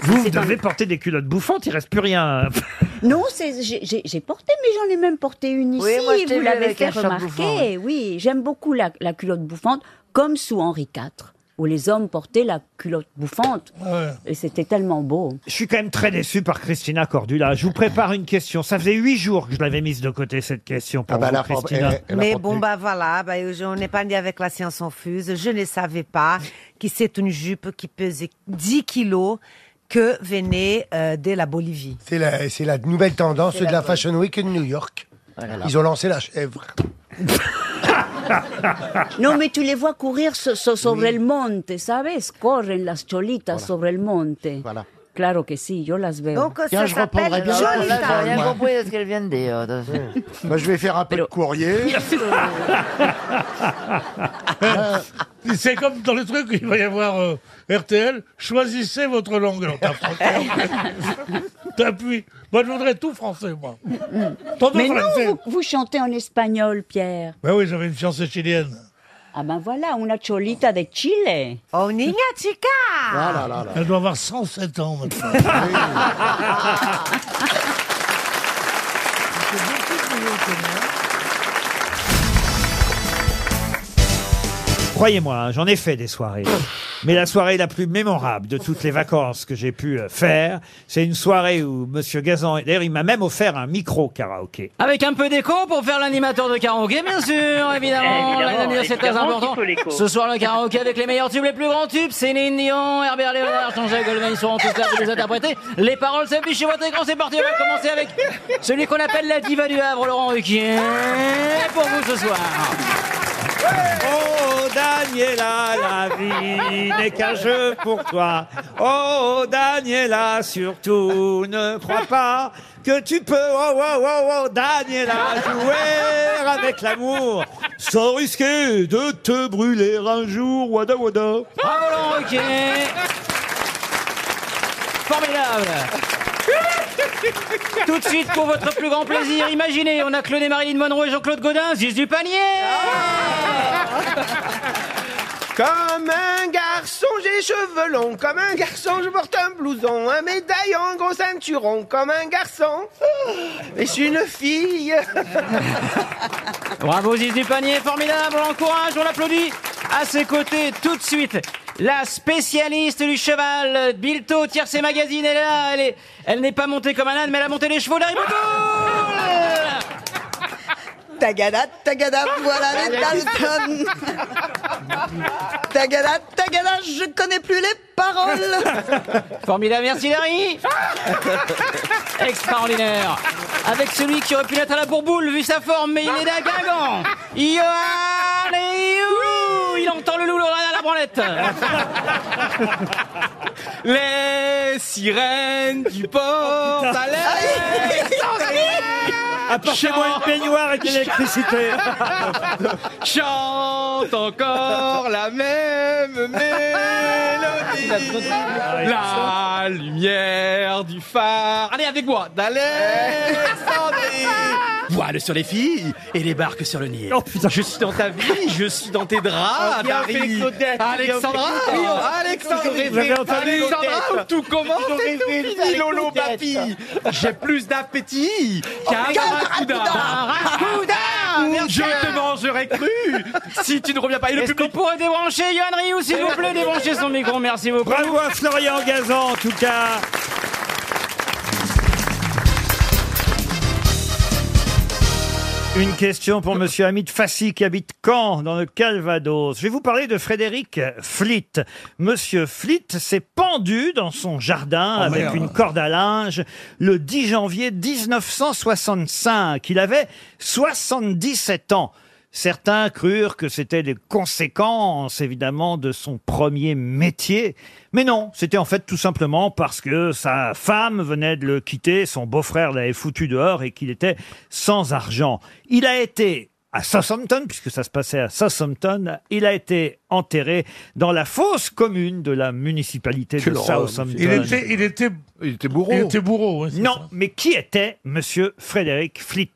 Vous, vous devez porter des culottes bouffantes, il reste plus rien.
Non, c'est- j'ai j'ai- j'ai porté, mais j'en ai même porté une ici.
Oui, moi, je t'ai
vous
vu
l'avez
avec
fait
un short
remarquer.
bouffant, ouais.
Oui, j'aime beaucoup la, la culotte bouffante, comme sous Henri IV, où les hommes portaient la culotte bouffante. Et c'était tellement beau.
Je suis quand même très déçu par Christina Cordula. Je vous prépare une question. Ça faisait huit jours que je l'avais mise de côté, cette question, pour
Ah bah,
vous,
la propre-
Christina.
elle-
Mais bon, bah voilà, bah, je- on n'est pas né avec la science infuse. Je ne savais pas que c'est une jupe qui pesait 10 kilos que venait euh, de la Bolivie.
C'est la, c'est la nouvelle tendance
C'est
de
la
la
bonne.
Fashion Week de New York. Ils ont lancé la chèvre.
Non, mais tu les vois courir so- so- sobre el monte, sabes? Corren las cholitas sobre el monte. Claro que si, yo las veo.
Donc, Tiens, ça je s'appelle reprendrai bien Cholita. la
Ah,
parole, J'ai rien moi. compris
de ce qu'elle vient de dire.
je vais faire un peu de courrier.
C'est comme dans le truc, il va y avoir euh, RTL, choisissez votre langue. Alors, t'as français, T'appuies. Moi, je voudrais tout français, moi. Tantôt
Mais non,
français.
vous, vous chantez en espagnol, Pierre.
Ben oui, j'avais une fiancée chilienne.
Ah ben voilà, una cholita de Chile. Oh, niña chica
Ah.
Ah. Elle doit avoir 107 ans maintenant.
Croyez-moi, hein, j'en ai fait des soirées. Mais la soirée la plus mémorable de toutes les vacances que j'ai pu euh, faire, c'est une soirée où Monsieur Gazan, d'ailleurs, il m'a même offert un micro karaoké.
Avec un peu d'écho pour faire l'animateur de karaoké, bien sûr, évidemment.
Évidemment,
mesdames et messieurs, c'est très
évidemment
important.
qu'il faut l'écho.
Ce soir, le karaoké avec les meilleurs tubes, les plus grands tubes, Céline Dion, Herbert Léonard, Jean-Jacques Goldman, ils seront tous là pour les interpréter. Les paroles s'affichent sur votre écran, c'est parti. On va commencer avec celui qu'on appelle la diva du Havre, Laurent Ruquier, pour vous ce soir.
Oh Daniela, la vie n'est qu'un jeu pour toi. Oh Daniela, surtout ne crois pas que tu peux. Oh oh oh oh Daniela, jouer avec l'amour sans risquer de te brûler un jour. Wada wada.
Bravo Laurent Ruquier. Formidable. Tout de suite, pour votre plus grand plaisir, imaginez, on a cloné Marilyn Monroe et Jean-Claude Godin, Ziz du panier
Comme un garçon, j'ai cheveux longs. Comme un garçon, je porte un blouson. Un médaillon, gros ceinturon. Comme un garçon.
Ah.
Mais je suis une fille.
Bravo Ziz du panier, formidable, on l'encourage, on l'applaudit. À ses côtés, tout de suite, La spécialiste du cheval, Bilto, tire ses magazines, elle est là, elle est- elle n'est pas montée comme un âne, mais elle a monté les chevaux d'Harry
Tagada, tagada, voilà les Dalton. tagada, tagada, je connais plus les paroles.
Formidable, merci Larry Extraordinaire Avec celui qui aurait pu l'être à la bourboule, vu sa forme, mais il est d'un Guingamp Johan Rioux Il entend le loup, le renard, la branlette
Les sirènes du
Oh,
port
putain.
allaient
Apportez-moi une peignoir et de l'électricité.
Chante encore la même mélodie. La lumière du phare. Allez, avec moi. D'Alexandrie. Voile sur les filles et les barques sur le Nil. Je suis dans ta vie, je suis dans tes draps,
Oh, viens avec
Paris.
Claudette,
Alexandra, oh,
viens avec Claudette.
Alexandra,
Toujours rêvé,
Alexandra,
Claudette.
Alexandra, où tout commence
Toujours
et
rêvé
tout finit,
avec
Lolo
Claudette.
Papi. J'ai plus d'appétit qu'un
qu'un
barracuda.
barracuda.
Où Je te mangerai cru si tu ne reviens pas. Et le
Est-ce qu'on
public Eh ben,
pourrait débrancher Johan Rioux, s'il vous plaît, débranchez son micro, merci beaucoup
Bravo à Florian Gazan, en tout cas. Une question pour Monsieur Hamid Fassi qui habite Caen, dans le Calvados. Je vais vous parler de Frédéric Flit. Monsieur Flit s'est pendu dans son jardin
Oh,
avec
merde.
une corde à linge le 10 janvier 1965. Il avait 77 ans. Certains crurent que c'était les conséquences, évidemment, de son premier métier. Mais non, c'était en fait tout simplement parce que sa femme venait de le quitter, son beau-frère l'avait foutu dehors et qu'il était sans argent. Il a été à Southampton, puisque ça se passait à Southampton, il a été enterré dans la fosse commune de la municipalité de
Quelle horreur,
Southampton.
monsieur. Il était- il était-
il était
bourreau. il était bourreau, ouais, c'est
non,
ça.
mais qui était Monsieur Frédéric Flit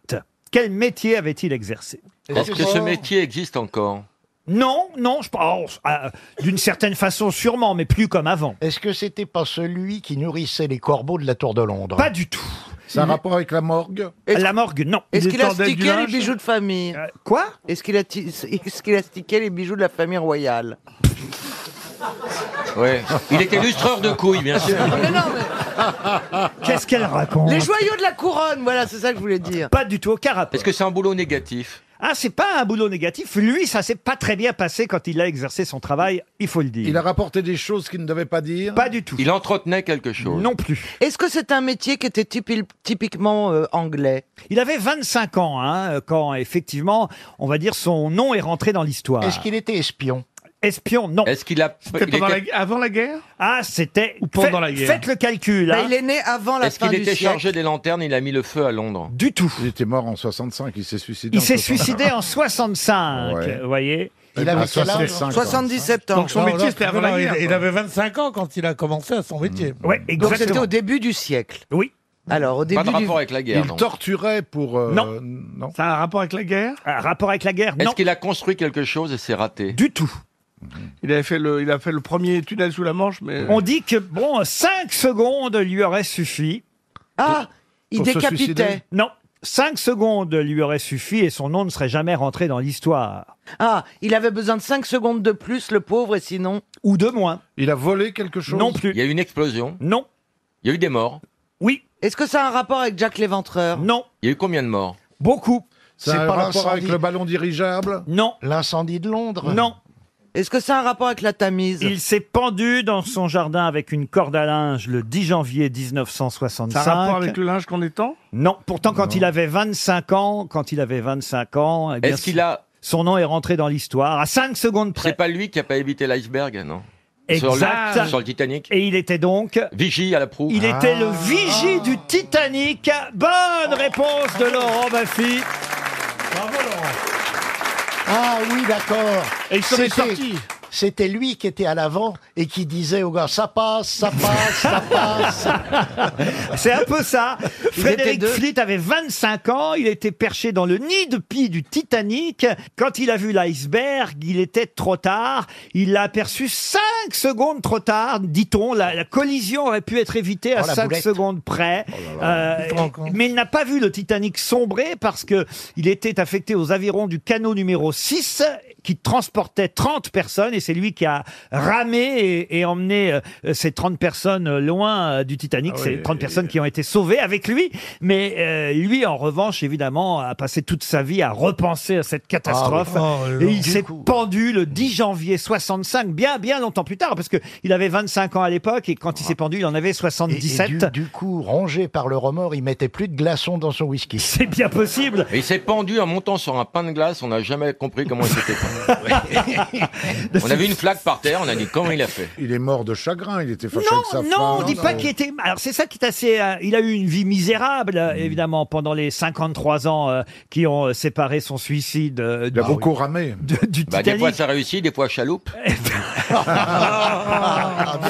Quel métier avait-il exercé
Est-ce que ce métier existe encore
Non, non, je pense. ah, D'une certaine façon, sûrement, mais plus comme avant.
Est-ce que c'était pas celui qui nourrissait les corcorbeaux de la Tour de Londres
Pas du tout.
C'est un rapport avec la morgue
La morgue, non.
Il
Est-ce qu'il a
étendait du
stiqué les
linge
bijoux de famille
Euh, Quoi
Est-ce qu'il a, ti- est-ce qu'il a stiqué les bijoux de la famille royale
Ouais. Il était lustreur de couilles, bien
Ah,
sûr.
Qu'est-ce qu'elle raconte
Les joyaux de la couronne, voilà, c'est ça que je voulais dire.
Pas du tout au carapet.
Est-ce que c'est un boulot négatif
Ah, c'est pas un boulot négatif. Lui, ça s'est pas très bien passé quand il a exercé son travail, il faut le dire. Il a rapporté des choses qu'il ne devait pas dire Pas du tout.
Il entretenait quelque chose.
Non plus.
Est-ce que c'est un métier qui était typi- typiquement euh, anglais
Il avait 25 ans hein, quand, effectivement, on va dire, son nom est rentré dans l'histoire.
Est-ce qu'il était espion
Espion, non.
Est-ce qu'il a... il était-
avant la guerre Ah, c'était... Ou pendant la
guerre.
Faites le calcul. hein.
Bah, Il est né avant la
Est-ce
fin
qu'il
du
était
siècle.
chargé des lanternes Il a mis le feu à Londres.
Du tout.
Il était mort en 65, il s'est suicidé.
Il
en
s'est
65.
suicidé en 65,
Ouais.
vous voyez
Il avait quel âge
77 ans.
Donc
Ah,
son
Non,
métier,
non,
c'était avant
non,
la
il-
guerre.
il
Il avait 25 ans quand il a commencé à son métier.
Ouais,
Donc c'était au début du siècle.
Oui.
Alors au début du...
Il torturait pour. euh,
Non.
non.
Ça a un rapport avec la guerre Un rapport avec la guerre, non.
Est-ce qu'il a construit quelque chose et c'est raté
Du tout.
Il avait fait le, il a fait le premier tunnel sous la Manche, mais
Euh,
On dit que, bon, 5 secondes lui auraient suffi.
Ah, il décapitait.
Non, 5 secondes lui auraient suffi et son nom ne serait jamais rentré dans l'histoire.
Ah, il avait besoin de 5 secondes de plus, le pauvre, et sinon...
Ou de moins.
Il a volé quelque chose
Non plus.
Il y a eu une explosion
Non.
Il y a eu des morts
Oui.
Est-ce que ça a un rapport avec Jack l'Éventreur
Non.
Il y a eu combien de morts
Beaucoup.
C'est pas rapport avec le
ballon dirigeable
Non.
L'incendie de Londres
Non.
Est-ce que ça a un rapport avec la Tamise
Il s'est pendu dans son jardin avec une corde à linge le 10 janvier 1965.
ça a rapport avec le linge qu'on étend.
Non, pourtant quand il avait 25 ans, quand il avait 25 ans, eh bien,
Est-ce qu'il a-
son nom est rentré dans l'histoire à 5 secondes près.
C'est pas lui qui a pas évité l'iceberg, non Sur
Exact.
le, sur le Titanic
Et il était donc
Vigie à la proue. Ah.
Il était le
Ah.
vigie du Titanic. Bonne réponse de Laurent Baffy.
Ah oui, d'accord.
Et il s'en est
C'était-
sorti.
C'était lui qui était à l'avant et qui disait au gars ça passe, ça passe, ça passe.
C'est un peu ça.
Ils étaient
Frédéric
deux.
Flit avait 25 ans, il était perché dans le nid de pie du Titanic. Quand il a vu l'iceberg, il était trop tard. Il l'a aperçu 5 secondes trop tard, dit-on. La, la collision aurait pu être évitée à
Oh, la
5
boulette.
secondes près.
Oh
Euh, mais il n'a pas vu le Titanic sombrer parce que il était affecté aux avirons du canot numéro 6 qui transportait 30 personnes et c'est lui qui a ramé et, et emmené euh, ces 30 personnes euh, loin euh, du Titanic.
Ah
c'est
oui,
30 personnes qui ont été sauvées avec lui. Mais euh, lui, en revanche, évidemment, a passé toute sa vie à repenser à cette catastrophe.
Ah oui. Oh,
et il
du
s'est pendu le 10 janvier 65, bien, bien longtemps plus tard, parce qu'il avait 25 ans à l'époque et quand il
Ah.
s'est pendu, il en avait
Et
77.
du, du coup, rongé par le remords, il mettait plus de glaçons dans son whisky.
C'est bien possible.
Et il s'est pendu en montant sur un pain de glace, on n'a jamais compris comment il s'était pendu. Ouais. on avait une flaque par terre, on a dit comment il a fait.
Il est mort de chagrin, il était fâché avec sa
Non,
femme.
non, on dit pas qu'il était. Alors c'est ça qui est assez. euh, il a eu une vie misérable,
Hmm.
euh, évidemment, pendant les 53 ans euh, qui ont euh, séparé son suicide. euh, du-
beaucoup ramé.
de- du
Bah, des
Titanic.
fois ça réussit, des fois chaloupe.
Ah,
Ah.
Ah.
Ah,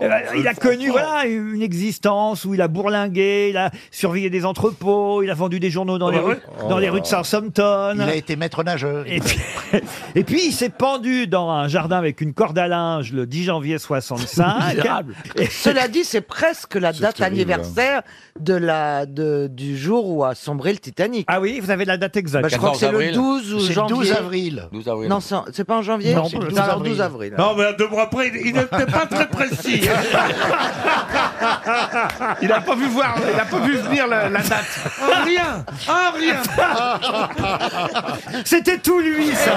Eh ben, il a
Oh.
connu voilà une existence où il a bourlingué, il a surveillé des entrepôts, il a vendu des journaux
Oh, bah
dans les rues, dans les rues de Southampton.
Il a été maître nageur.
Et puis, et puis, il s'est pendu dans un jardin avec une corde à linge le 10 janvier 65.
Misérable.
Et-
Cela dit, c'est presque la date
terrible, hein.
anniversaire de la, de- du jour où a sombré le Titanic.
Ah oui, vous avez la date exacte.
Bah, je crois que c'est
14
le
avril.
12 ou
C'est le
janvier.
12 avril. 12
Ah
avril.
Non, c'est c'est pas en janvier
Non,
c'est
c'est le 12
alors
avril.
12 avril.
Non, mais deux mois après, il il n'était pas très précis.
Il a pas vu voir, il a pas vu venir la, la date.
Oh,
En rien En rien
C'était tout lui, ça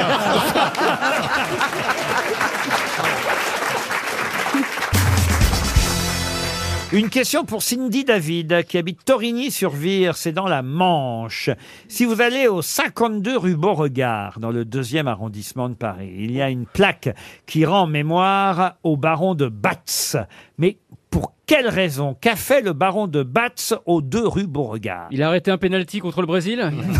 Une question pour Cindy David, qui habite Torigny-sur-Vire, c'est dans la Manche. Si vous allez au 52 rue Beauregard, dans le deuxième arrondissement de Paris, il y a une plaque qui rend mémoire au baron de Batz. Mais pour quelle raison Qu'a fait le baron de Batz aux deux rue Beauregard
Il a arrêté un penalty contre le Brésil
Il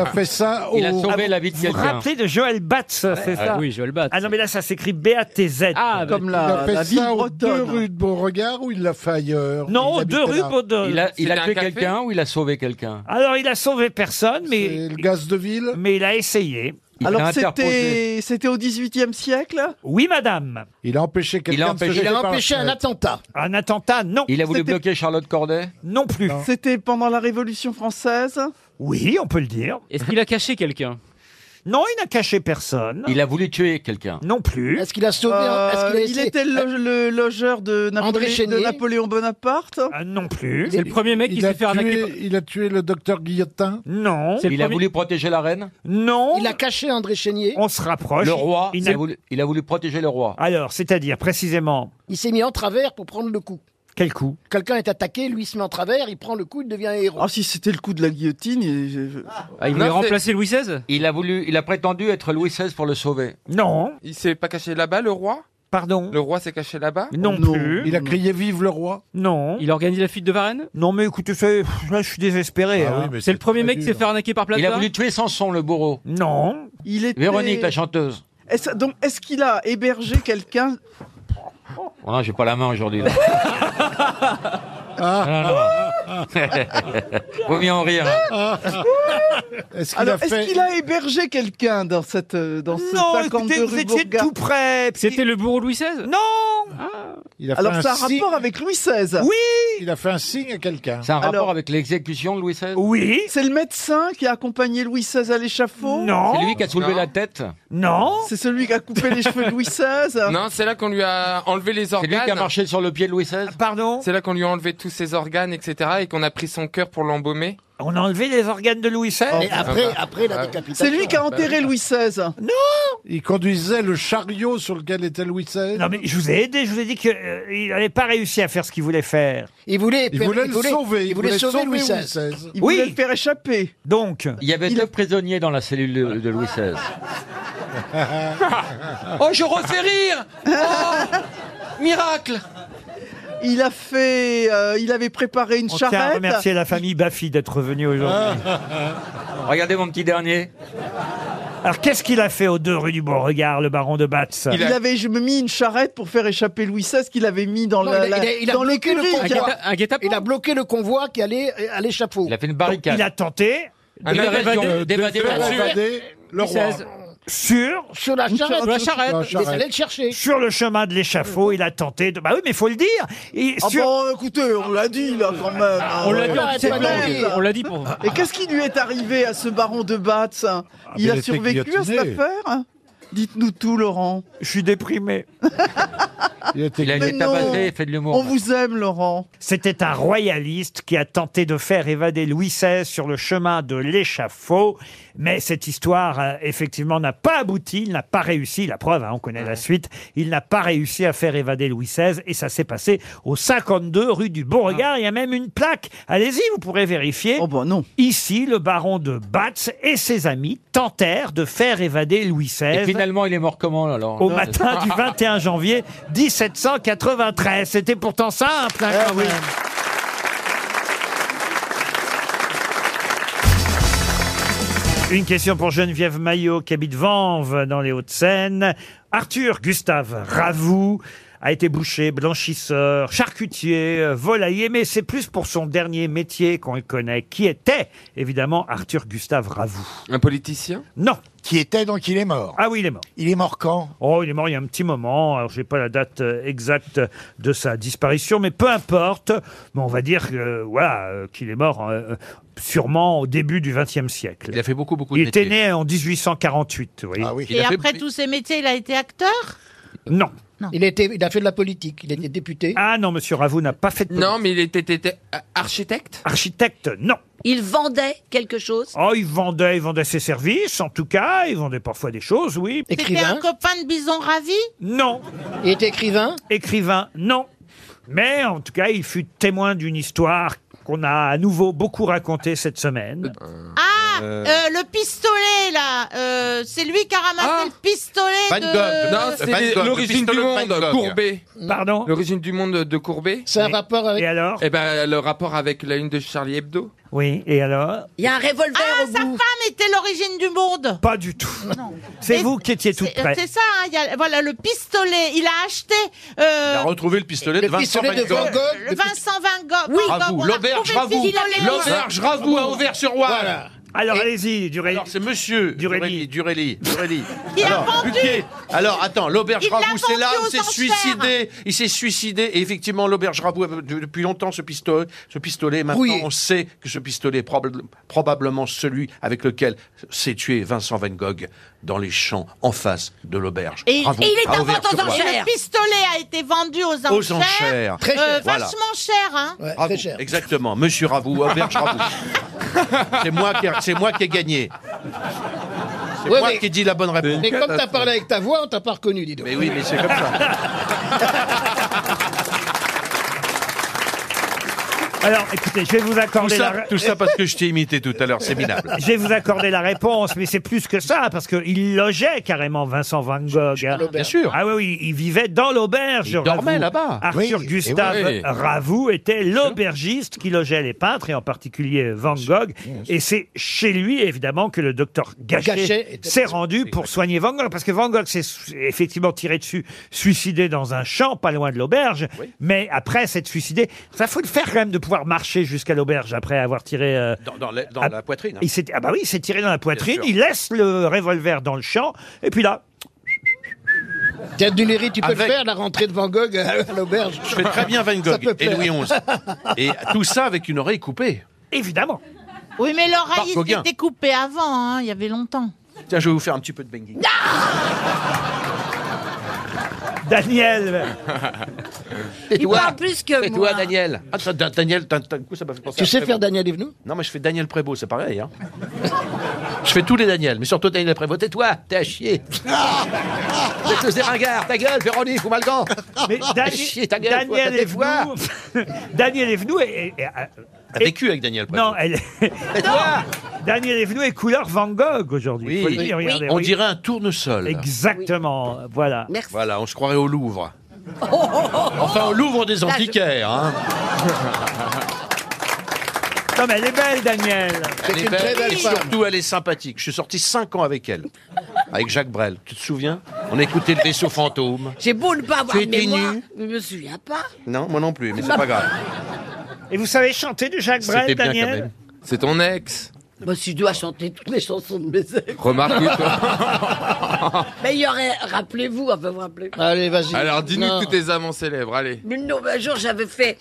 a fait Ah
ça
Il a au- sauvé la vie de
Vous
quelqu'un.
Vous rappelez de Joël Batz, c'est
ah
ça
oui, Joël Batz.
Ah non, mais là, ça s'écrit B-A-T-Z.
Ah,
Comme la, il a fait ça aux deux rues de Beauregard ou il l'a fait ailleurs
Non,
Il
aux deux
habitait
rues
là.
Beauregard.
Il a, il a
C'était un
tué
café
quelqu'un ou il a sauvé quelqu'un
Alors, il a sauvé personne, mais. le
gaz de ville
Mais il a essayé.
Il
Alors
a
c'était
interposé.
c'était au 18e siècle
Oui, madame.
Il a empêché quelqu'un
Il a
de se
empêché-
jeter
il a
par la
empêché un
fenêtre.
attentat. Un attentat, non.
Il a voulu
C'était-
bloquer Charlotte Corday
Non plus.
C'était pendant la Révolution française
Oui, on peut le dire.
Est-ce qu'il a caché quelqu'un
Non, il n'a caché personne.
Il a voulu tuer quelqu'un.
Non plus.
Est-ce qu'il a sauvé un- est-ce
Euh,
qu'il a
Il
essayé-
était le, loge- le logeur de, Napolé-
André
de
Chénier
Napoléon Bonaparte
Non plus.
C'est le premier mec qui
Il a
s'est fait arnaquer
tué- Il a tué le docteur Guillotin
Non.
Il a voulu protéger la reine
Non.
Il a caché André Chénier.
On se rapproche.
Le roi
Il
il,
n'a-
a voulu, il a voulu protéger le roi.
Alors, c'est-à-dire, précisément,
Il s'est mis en travers pour prendre le coup.
quel coup
Quelqu'un est attaqué, lui il se met en travers, il prend le coup, il devient un héros.
Ah si c'était le coup de la guillotine et je-
Ah,
Ah,
il voulait remplacer
Louis XVI
Il a, voulu, il a prétendu être Louis XVI pour le sauver.
Non.
Il s'est pas caché là-bas, le roi
Pardon
Le roi s'est caché là-bas
Non Non. plus. Il a
crié vive le roi
Non.
Il organise la fuite de Varennes
Non, mais écoutez, ça, pff, là, je suis désespéré. hein.
C'est le premier mec qui s'est fait arnaquer par Plaza
Il a voulu tuer Samson, le bourreau.
Non.
il était...
Véronique, la chanteuse.
Est-ce- donc est-ce qu'il a hébergé quelqu'un
Oh non, j'ai pas la main aujourd'hui. Ah. Non, non. Vaut mieux en rire.
Est-ce
qu'il
Alors,
a
est-ce
fait-
qu'il a hébergé quelqu'un dans cette euh, dans ce
Non,
52
écoutez, vous
rue
étiez
Bourgard
tout près.
C'était le bourreau Louis XVI
Non
Il a fait
Alors
un
ça a
signe-
rapport avec Louis XVI
Oui
Il a fait un signe à quelqu'un.
C'est un rapport
Alors-
avec l'exécution de Louis XVI
Oui
C'est le médecin qui a accompagné Louis XVI à l'échafaud
Non
C'est lui qui a soulevé
Non.
la tête
Non
C'est celui qui a coupé les cheveux de Louis XVI
Non, c'est là qu'on lui a enlevé les
C'est
organes.
lui qui a marché sur le pied de Louis XVI
Ah, Pardon
C'est là qu'on lui a enlevé tous ses organes, etc. et qu'on a pris son cœur pour l'embaumer. Ah bah.
On a enlevé les organes de Louis XVI
Mais après- après la décapitation.
C'est lui qui a enterré Louis XVI
Non
Il conduisait le chariot sur lequel était Louis XVI.
Non, mais je vous ai aidé, je vous ai dit qu'il n'avait pas réussi à faire ce qu'il voulait faire.
Il voulait,
Il voulait le sauver.
il voulait sauver Louis XVI.
Il
Oui.
voulait le faire échapper
Donc,
Il y avait deux prisonniers dans la cellule de, de Louis XVI.
Oh, je refais rire Miracle Il a fait... euh, il avait préparé une
on tient à
charrette
remercier la famille Baffy d'être venue aujourd'hui.
Ah. Regardez mon petit dernier.
Alors, qu'est-ce qu'il a fait aux deux rue du Beauregard, le baron de Batz
Il, avait je me mis une charrette pour faire échapper Louis XVI qu'il avait mis dans
Non,
la,
il a-
la-
il a- il a
dans
bloqué le
l'écurie.
convoi.
Un guet-apens
Il a bloqué le convoi qui allait euh, à l'échafaud.
Il a fait une
Donc,
barricade.
il a tenté.
D'évasion- d'évasion.
Le roi.
Louis XVI.
Sur
Sur la charrette. Sur la charrette.
Sur
Vous allez le chercher.
Sur le chemin de l'échafaud, il a tenté de. Bah oui, mais faut le dire. Et
Ah
sur-
bon, écoutez, on l'a dit là quand même.
Ah
On l'a dit en
Arrête
petit
pas
blanc.
d'arriver.
On l'a dit pour-
Et qu'est-ce qui lui est arrivé à ce baron de Batz Il
Ah, mais il
a
était
survécu à cette
guillotiné.
affaire Dites-nous tout, Laurent.
Je suis déprimé.
Il a été Mais tabassé non. et fait de l'humour. On vous aime, Laurent.
C'était un royaliste qui a tenté de faire évader Louis XVI sur le chemin de l'échafaud. Mais cette histoire, euh, effectivement, n'a pas abouti. Il n'a pas réussi. La preuve, hein, on connaît la suite. Il n'a pas réussi à faire évader Louis XVI. Et ça s'est passé au 52 rue du
Ah.
Beauregard. Il y a même une plaque. Allez-y, vous pourrez vérifier. Oh
bon, non.
Ici, le baron de Batz et ses amis tentèrent de faire évader Louis XVI.
Et finalement, il est mort comment alors
Au
hein,
matin du 21 janvier 1793. C'était pourtant simple, hein,
Ah
quand même. Une question pour Geneviève Maillot, qui habite Vanves, dans les Hauts-de-Seine. Arthur Gustave Ravoux a été boucher, blanchisseur, charcutier, euh, volailler, mais c'est plus pour son dernier métier qu'on le connaît, qui était évidemment Arthur Gustave Ravoux.
Un politicien
Non.
Qui était donc il est mort.
Ah oui, il est mort.
Il est mort quand
Oh, il est mort il y a un petit moment. Alors, j'ai pas la date euh, exacte de sa disparition, mais peu importe. Mais on va dire que, euh, voilà, euh, qu'il est mort euh, sûrement au début du XXe siècle. Il a fait beaucoup, beaucoup il
de
était
métiers.
né en 1848, vous voyez. Ah oui.
Et après tous ces métiers, il a été acteur
Non.
Il, était, il a fait de la politique, il était député.
Ah non, monsieur Ravoux n'a pas fait de
Non, mais il était, était, euh, architecte
Architecte, non.
Il vendait quelque chose
Oh, il vendait, il vendait ses services, en tout cas. Il vendait parfois des choses, oui.
C'était un copain de Bison Ravi
Non.
Il était écrivain
Écrivain, non. Mais en tout cas, il fut témoin d'une histoire qu'on a à nouveau beaucoup racontée cette semaine.
Ah, euh, le pistolet là, euh, c'est lui qui a ramassé
Ah.
le pistolet
Van
de...
Gogh. Non, c'est
Van
les-
Gogh,
l'origine
le
du
pistolet de Van
monde,
Gogh.
Courbet.
Pardon
L'origine du monde de Courbet
C'est un rapport avec...
Et alors
Eh ben, le rapport avec la une de Charlie Hebdo.
Oui, et alors
Il y a un revolver ah, sa femme était l'origine du monde
Pas du tout. C'est vous qui étiez tout
Euh,
près.
C'est ça, hein, il y a- voilà, le pistolet, il a acheté... euh,
Il a retrouvé le pistolet de Vincent Van Gogh.
Le Vincent Van
Ah,
Gogh.
Oui.
Van Gogh,
Ravoux,
on a
l'auberge
retrouvé le
Ravoux.
pistolet.
L'auberge Ravoux à Auvers-sur-Oise. Voilà.
Alors allez-y, Durelli.
Alors c'est monsieur Durelli. Durelli. Durelli.
Il a
Alors,
vendu.
Buquet. Alors attends, l'auberge
Il l'a
Ravoux, c'est là
vendu
où
aux
s'est
enchères.
suicidé. Il s'est suicidé. Et effectivement, l'auberge Ravoux, avait de- depuis longtemps, ce pistolet, ce pistolet maintenant,
Rouillé.
on sait que ce pistolet est probable- probablement celui avec lequel s'est tué Vincent Van Gogh dans les champs en face de l'auberge. Ah,
Et,
Ravoux,
et il est
à
en vente aux
Auvers-sur-Oise.
enchères. Le pistolet a été vendu aux enchères. Euh,
Aux enchères. Très cher. Voilà.
Vachement cher, hein.
Ravoux, Exactement, Monsieur Ravoux, auberge Ravoux. c'est moi qui, c'est moi qui ai gagné. C'est
Ouais,
moi
mais-
qui ai dit la bonne réponse.
Mais comme t'as parlé avec ta voix, on t'a pas reconnu, dis donc.
Mais oui, mais c'est comme ça.
Alors écoutez, je vais vous
Tout
accorder
ça,
la...
tout ça parce que je t'ai imité tout à l'heure, c'est minable.
Je vais vous accorder la réponse, mais c'est plus que ça, parce qu'il logeait carrément Vincent Van Gogh. hein.
Bien sûr.
Ah oui, oui, il vivait dans l'auberge.
Il dormait
Ravoux.
là-bas.
Arthur
Oui,
Gustave
et oui.
Ravoux était l'aubergiste qui logeait les peintres, et en particulier Van Gogh. Et c'est chez lui, évidemment, que le docteur
Gachet
Gachet
était
s'est rendu pour soigner Van Gogh, parce que Van Gogh s'est su- effectivement tiré dessus, suicidé dans un champ, pas loin de l'auberge, mais après s'être suicidé, ça faut le faire quand même de pouvoir marcher jusqu'à l'auberge après avoir tiré... euh,
Dans, dans la, dans
Ah,
la poitrine. hein.
il s'est, ah bah oui, il s'est tiré dans la poitrine,
sûr.
il laisse le revolver dans le champ, et puis là,
Tiens, Duléry, tu peux
Avec-
le faire, la rentrée de Van Gogh euh, à l'auberge.
Je fais très bien Van
Ça
Gogh
peut
et
plaire.
Louis XI. Et tout ça avec une oreille coupée.
évidemment.
Oui, mais
Marc
l'oreille il
Gauguin.
s'était coupée avant, hein, il y avait longtemps.
Tiens, je vais vous faire un petit peu de banging.
Daniel,
Et
Il parle plus que moi.
Daniel. Ah, t'as- t'as- Daniel, t'as- t'as- d'un coup, ça m'a fait penser
Tu
à
sais
Prévost.
faire Daniel Evenou
Non, mais je fais Daniel Prévost, c'est pareil. Hein. je fais tous les Daniel, mais surtout Daniel Prévost. Tais-toi, t'es à chier.
Ah
Vous êtes tous des ringards, ta gueule, Véronique, ou Malgan.
mais
À
Dani-
chier, ta gueule, toi, t'as
Daniel
des
est venu,
voix.
Daniel est venu et, et-
Elle a vécu avec Daniel Prévost.
non, elle, Daniel est venu et couleur Van Gogh aujourd'hui. faut le dire, regardez,
on
oui.
dirait un tournesol.
Exactement, voilà.
Voilà, on se croirait au Louvre.
Oh.
Enfin, au Louvre des antiquaires. hein.
Non mais elle est belle, Daniel.
Elle est belle, et surtout, elle est sympathique. Je suis sorti 5 ans avec elle, avec Jacques Brel. Tu te souviens On écoutait le vaisseau fantôme.
J'ai beau ne pas avoir
Tu
de
étais
mémoire,
nu.
je me souviens pas.
Non, moi non plus, mais c'est pas grave.
Et vous savez chanter du Jacques Brel,
C'était bien quand
Daniel
même. C'est ton ex.
Bah, si je dois chanter toutes les chansons de mes ex.
Remarque, oui, toi.
Ah.
Mais il y aurait, rappelez-vous, enfin, vous rappelez
Allez, vas-y. Alors,
Non.
dis-nous tous tes amants célèbres, allez.
Mais non, mais un jour, j'avais fait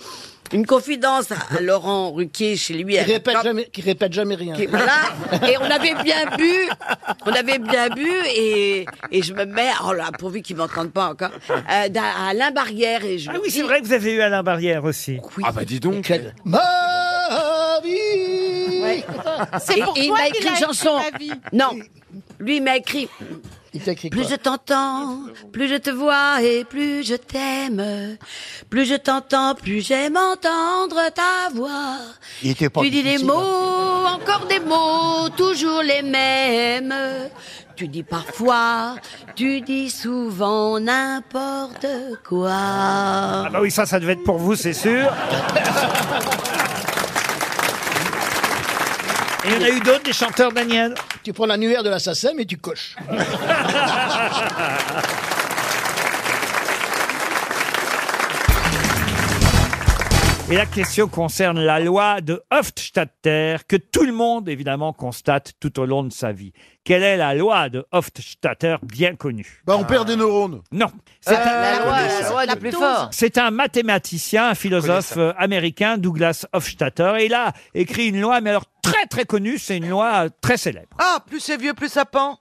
une confidence à Laurent Ruquier chez lui. à-
Qui répète, jamais, qui répète jamais rien.
Et voilà. Et on avait bien bu. On avait bien bu. Et, et je me mets, oh là, pourvu qu'ils m'entendent pas encore, euh, d'un- à Alain Barrière. Et je
Ah oui, c'est vrai que vous avez eu Alain Barrière aussi.
Ah
bah dis donc.
Ma vie
C'est pour
il
toi
m'a
qu'il
écrit
a
une
écrit
chanson.
Ma vie.
Non. Lui, il m'a écrit. plus je t'entends, plus je te vois et plus je t'aime. Plus je t'entends, plus j'aime entendre ta voix.
Il était pas
tu dis des
difficile, hein.
mots, encore des mots, toujours les mêmes. Tu dis parfois, tu dis souvent n'importe quoi.
Ah bah oui, ça, ça devait être pour vous, c'est sûr. Et il y en a eu d'autres, des chanteurs, Daniel
Tu prends l'annuaire de la SACEM et tu coches.
Et la question concerne la loi de Hofstadter que tout le monde, évidemment, constate tout au long de sa vie. Quelle est la loi de Hofstadter bien connue
Bah, on perd des neurones. Euh,
Non. C'est un-
la loi, la loi du plus fort.
C'est un mathématicien, un philosophe euh, américain, Douglas Hofstadter, et il a écrit une loi, mais alors très très connue, c'est une loi euh, très célèbre.
Ah, plus c'est vieux, plus ça pend.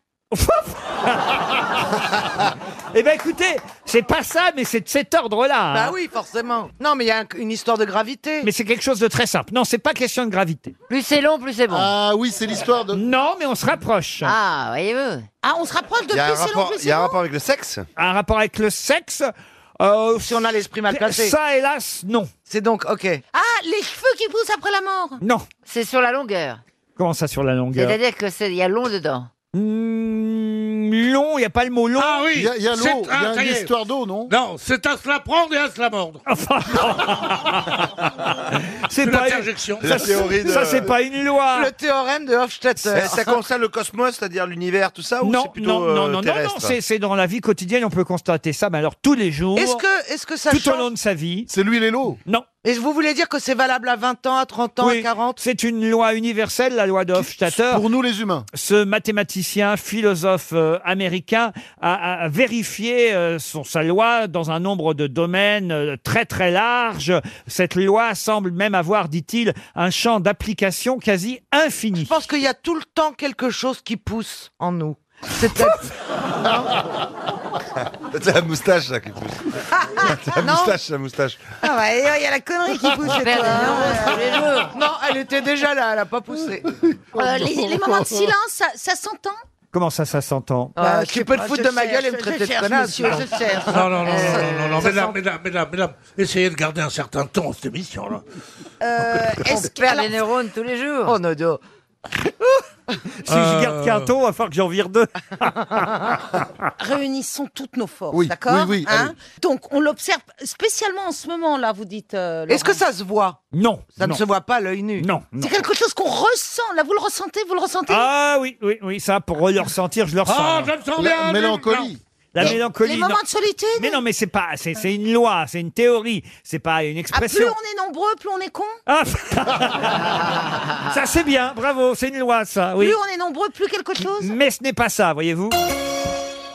Eh ben écoutez, c'est pas ça, mais c'est de cet ordre-là.
Bah
hein.
oui, forcément. Non, mais il y a un- une histoire de gravité.
Mais c'est quelque chose de très simple. Non, c'est pas question de gravité.
Plus c'est long, plus c'est bon.
Ah oui, c'est l'histoire de.
Non, mais on se rapproche.
Ah, voyez-vous.
Ah, on se rapproche de
Il y a un
plus c'est long,
rapport-
plus
il y
c'est
a un
long.
rapport-
Avec le sexe
Un rapport avec le sexe Si
on a l'esprit mal placé.
Ça, hélas, non.
C'est donc, ok.
Ah, les cheveux qui poussent après la mort.
Non.
C'est sur la longueur.
Comment ça sur la longueur
C'est-à-dire que c'est, il y a long dedans.
Long, il n'y a pas le mot long.
Ah oui,
Il y a, il y a
c'est-
l'eau,
ah,
il y a
ça y
une
est.
histoire d'eau, non
Non, c'est à se la prendre et à se la mordre.
C'est
pas l'interjection.
Ça, c'est- ça, c'est pas une loi.
Le théorème de Hofstadter.
Ça, ça concerne le cosmos, c'est-à-dire l'univers, tout ça, ou
non,
c'est plutôt
non, non,
euh,
non, non,
terrestre
non, c'est c'est dans la vie quotidienne, on peut constater ça, mais alors tous les jours,
Est-ce que, est-ce que ça
tout
change
au long de sa vie.
C'est l'huile et l'eau
Non.
Et vous voulez dire que c'est valable à 20 ans, à 30 ans, à
Oui,
40
C'est une loi universelle, la loi de Hofstadter.
Pour nous, les humains.
Ce mathématicien, philosophe euh, américain a, a vérifié euh, son, sa loi dans un nombre de domaines euh, très très large. Cette loi semble même avoir, dit-il, un champ d'application quasi infini. Je
pense qu'il y a tout le temps quelque chose qui pousse en nous. C'est
C'est la moustache, ça, qui pousse. C'est la
Non.
moustache, c'est la moustache.
Ah ouais, il y a la connerie qui pousse
chez toi.
Non, elle était déjà là, elle a pas poussé.
Euh, les, les moments de silence, ça, ça s'entend
Comment ça, ça s'entend
Ah,
Bah, tu peux te foutre de ma gueule et me
cherche,
traiter
je
de
cherche,
connasse.
monsieur, Ah, je cherche.
Non, non, non, non,
Euh,
non, non, non,
ça
mesdames,
sent-
mesdames, mesdames, mesdames, essayez de garder un certain ton, cette émission, là.
Euh,
Est-ce que les neurones tous les jours
Oh, Nodo.
Si je
euh,
garde qu'un ton, il va falloir que j'en vire deux.
Réunissons toutes nos forces,
Oui,
d'accord
oui, oui,
hein
allez.
Donc on l'observe spécialement en ce moment là, vous dites. euh,
Est-ce que
Laurent.
ça se voit
Non.
Ça
non.
ne se voit pas à l'œil nu.
Non.
C'est quelque chose qu'on ressent là, vous le ressentez, vous le ressentez
Ah oui, oui, oui, ça, pour le ressentir, je le ressens.
Ah,
hein.
je me sens La bien, je- mélancolie.
La
Les-
mélancolie.
les moments
non.
de solitude
Mais non, mais c'est pas, c'est c'est une loi, c'est une théorie, c'est pas
Ah,
une
plus
expression.
on est nombreux, plus on est con.
Ah, ça c'est bien, bravo, c'est une loi ça, Ah, oui.
Plus on est nombreux, plus quelque chose.
Mais ce n'est pas ça, voyez-vous.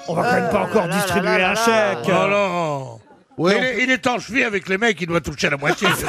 On va quand
Euh,
même pas encore distribuer un chèque.
Oh non il, est, il est en cheville avec les mecs, il doit toucher la moitié.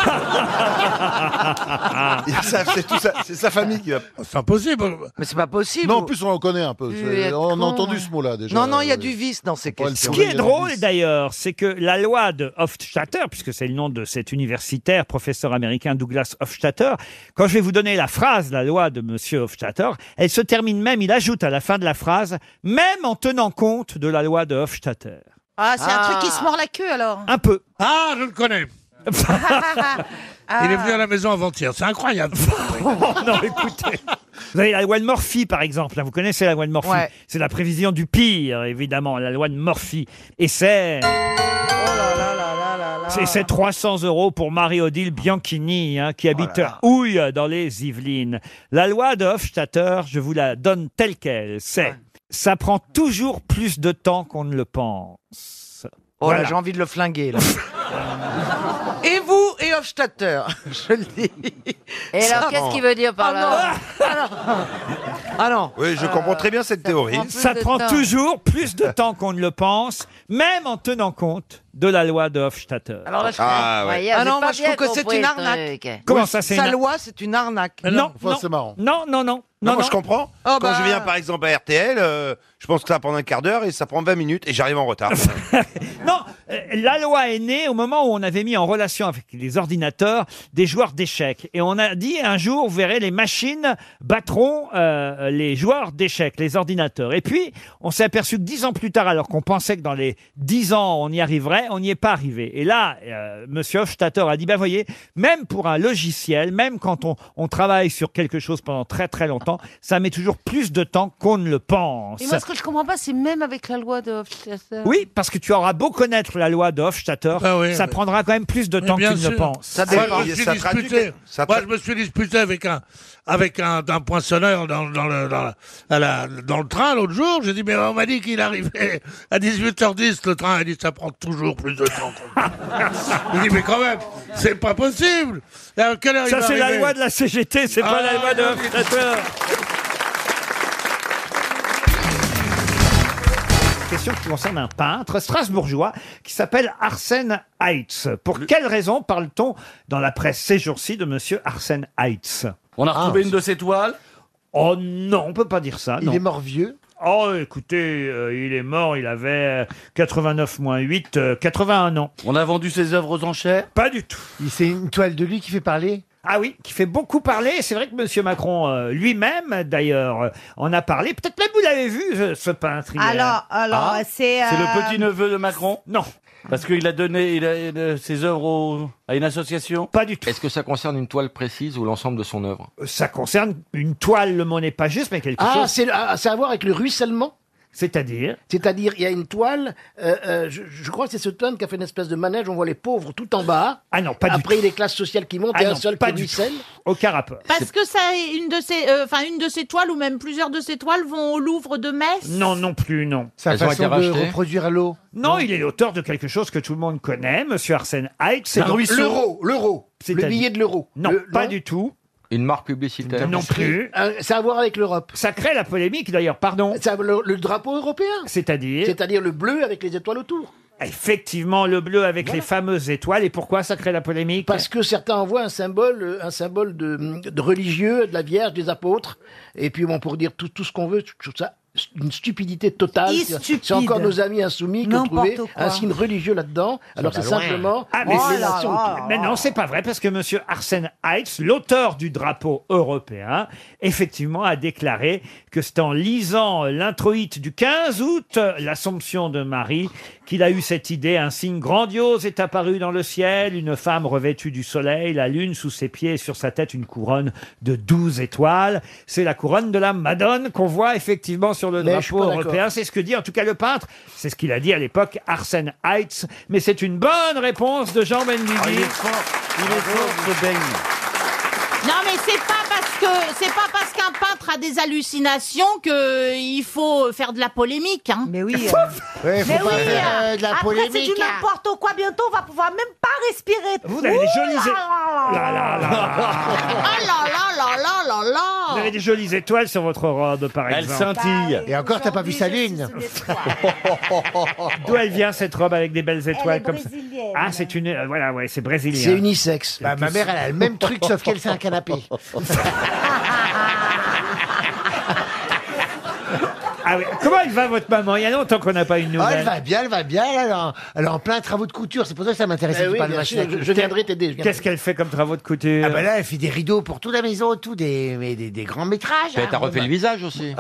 euh, C'est sa famille qui va. C'est impossible.
Mais c'est pas possible.
Non, en plus, on en connaît un peu.
Tu
C'est-
es
On a
con,
entendu
ouais.
ce mot-là déjà.
Non, non, il y a
Oui.
du vice dans ces
Paul
questions.
Perrin.
Ce qui est
Regarde
drôle
Ulysse.
d'ailleurs, c'est que la loi de Hofstadter, puisque c'est le nom de cet universitaire, professeur américain Douglas Hofstadter, quand je vais vous donner la phrase, la loi de monsieur Hofstadter, elle se termine même, il ajoute à la fin de la phrase, même en tenant compte de la loi de Hofstadter.
Ah, c'est
Ah.
un truc qui se mord la queue alors.
Un peu.
Ah, je le connais. Il est venu à la maison avant-hier, c'est incroyable.
Ah. non, écoutez. Vous avez la loi de Morphy, par exemple. hein, Vous connaissez la loi de Morphy.
Ouais.
C'est la prévision du pire, évidemment, la loi de Morphy. Et
Oh
c'est... C'est c'est 300 euros pour Marie-Odile Bianchini, hein, qui
Oh
habite Houille, dans les Yvelines. La loi de Hofstadter, je vous la donne telle qu'elle. C'est ça prend toujours plus de temps qu'on ne le pense.
Oh là,
Voilà.
j'ai envie de le flinguer, là. et vous, et Hofstadter, je le dis.
Et alors, qu'est-ce qu'il veut dire par là
Ah non
Oui, je comprends très bien cette théorie.
Ça prend toujours plus de temps qu'on ne le pense, même en tenant compte de la loi de Hofstadter.
Alors là, je
Ah,
comprends.
ouais.
Ah non,
j'ai
moi
pas
je trouve
bien
que c'est
compris
une
le
arnaque.
truc.
Comment ça, c'est
Sa
une- Euh,
loi, c'est une arnaque.
Non, non, non, non, non.
Non, moi je comprends.
Ah
Quand
bah.
je viens par exemple à RTL, euh, je pense que ça prend un quart d'heure et ça prend 20 minutes et j'arrive en retard.
Non, euh, la loi est née au moment où on avait mis en relation avec les ordinateurs des joueurs d'échecs. Et on a dit un jour, vous verrez, les machines battront euh, les joueurs d'échecs, les ordinateurs. Et puis, on s'est aperçu que dix ans plus tard, alors qu'on pensait que dans les dix ans, on y arriverait, on n'y est pas arrivé. Et là, euh, Monsieur Hofstadter a dit, bah voyez, même pour un logiciel, même quand on, on travaille sur quelque chose pendant très très longtemps, ça met toujours plus de temps qu'on ne le pense.
Et moi, ce que je comprends pas, c'est même avec la loi de Hofstadter.
Oui, parce que tu auras beau connaître la loi de Hofstadter, ça prendra quand même plus de temps
Bah Mais bien
qu'il ne
sûr.
pense.
Moi, je me suis disputé, moi, je me suis disputé avec un, avec un, un poinçonneur dans, dans le, dans, la- à la- dans le train l'autre jour. J'ai dit, mais on m'a dit qu'il arrivait à 18h10 le train. Il dit, ça prend toujours plus de temps. Je dit, mais quand même, c'est pas possible. Et à quelle heure il
Ça,
va
c'est la
arriver
loi de la CGT, c'est pas
Ah,
la loi de
non,
Hofstadter. Question qui concerne un peintre strasbourgeois qui s'appelle Arsène Heitz. Pour quelle raison parle-t-on dans la presse ces jours-ci de monsieur Arsène Ah. Heitz
On a retrouvé une de
ses toiles Oh non, on peut pas dire ça.
Il est mort
vieux Oh, écoutez, euh, il est mort, il avait euh, 89 moins 8, euh, 81 ans. On a vendu ses œuvres aux enchères Pas du tout.
C'est une toile de lui qui fait parler
Ah oui, qui fait beaucoup parler. C'est vrai que M. Macron euh, lui-même, d'ailleurs, euh, en a parlé. Peut-être même vous l'avez vu, euh, ce peintre. hier.
Alors- alors, Ah,
c'est.
C'est le
euh,
petit-neveu de Macron
Non.
Parce qu'il a donné il a- il a- ses œuvres au- à une association
Pas du tout.
Est-ce que ça concerne une toile précise ou l'ensemble de son œuvre
Ça concerne une toile, le mot n'est pas juste, mais quelque
Ah,
chose.
c'est le- ah, c'est à voir avec le ruissellement
C'est-à-dire
C'est-à-dire, il y a une toile, euh, euh, je, je crois que c'est ce tonne qui a fait une espèce de manège, on voit les pauvres tout en bas.
Ah non, pas
Après,
du
il y a les classes sociales qui montent
Ah
et
non,
un seul
pas
qui
du
ruisselle.
Aucun rapport.
Parce que ça, une de ces, euh, enfin une de ces toiles ou même plusieurs de ces toiles vont au Louvre de Metz.
Non, non plus, non.
Sa Elles ont façon été de rachetées
reproduire à l'eau non, il est l'auteur de quelque chose que tout le monde connaît, Monsieur Arsène Hayek. c'est
Un
donc-
ruisseau. L'euro, l'euro,
C'est
le
à
billet
dire-
de l'euro.
Non,
Le-
pas
non
du tout.
Une marque publicitaire
Non plus.
Ça a à voir avec l'Europe.
Ça crée la polémique d'ailleurs, pardon.
le, le drapeau européen.
C'est-à-dire
C'est-à-dire le bleu avec les étoiles autour.
Effectivement, le bleu avec les fameuses étoiles. Et pourquoi ça crée la polémique
Parce que certains envoient un symbole, euh, un symbole de, de religieux, de la Vierge, des apôtres, et puis bon, pour dire tout, tout ce qu'on veut, je trouve ça une stupidité totale.
Et
C'est-
stupide.
C'est encore nos amis insoumis qui ont
N'importe
trouvé
quoi.
un signe religieux là-dedans, alors
Ça
c'est
va loin.
simplement Oh
Ah, mais,
les
c'est-
nations autour.
Mais non, c'est pas vrai, parce que Monsieur Arsène Heitz, l'auteur du drapeau européen, effectivement a déclaré que c'est en lisant euh, l'introïte du 15 août, euh, l'Assomption de Marie, qu'il a eu cette idée. Un signe grandiose est apparu dans le ciel, une femme revêtue du soleil, la lune sous ses pieds et sur sa tête une couronne de 12 étoiles. C'est la couronne de la Madone qu'on voit effectivement sur le
Mais je suis
drapeau
pas d'accord.
européen. hein, C'est ce que dit en tout cas le peintre. C'est ce qu'il a dit à l'époque, Arsène Heitz. Mais c'est une bonne réponse de Jean Benguigui.
Ah,
Non, mais c'est pas parce que c'est pas parce qu'un peintre a des hallucinations que il faut faire de la polémique. Hein. Mais oui.
Ouais,
Mais oui,
euh,
euh,
de la
après c'est du
polémique, hein.
n'importe quoi. Bientôt on va pouvoir même pas respirer.
Vous avez des jolies é-
Ah.
Oh
Là, là, là.
là
Oh
là là là là là.
Vous avez des jolies étoiles sur votre robe, par
Elle
exemple.
scintille.
Et encore, t'as pas vu sa lune. D'où elle vient cette robe avec des belles étoiles comme ça Ah, c'est une. euh, voilà, ouais, c'est brésilien.
C'est unisexe.
Bah, ma mère, elle a le même truc, sauf qu'elle, c'est un
canapé.
Ah oui. Comment elle va, votre maman Il y a longtemps qu'on n'a pas une
Ah,
nouvelle.
elle va bien, elle va bien. Elle est en, elle est en plein travaux de couture. C'est pour ça que ça m'intéresse Bah oui, pas le bien machin. sûr, je- je viendrai
t'aider.
Qu'est-ce qu'elle fait comme travaux de couture
Ah bah là, elle fait des rideaux pour toute la maison, tout des, mais des, des grands métrages.
Mais t'as refait le visage
aussi.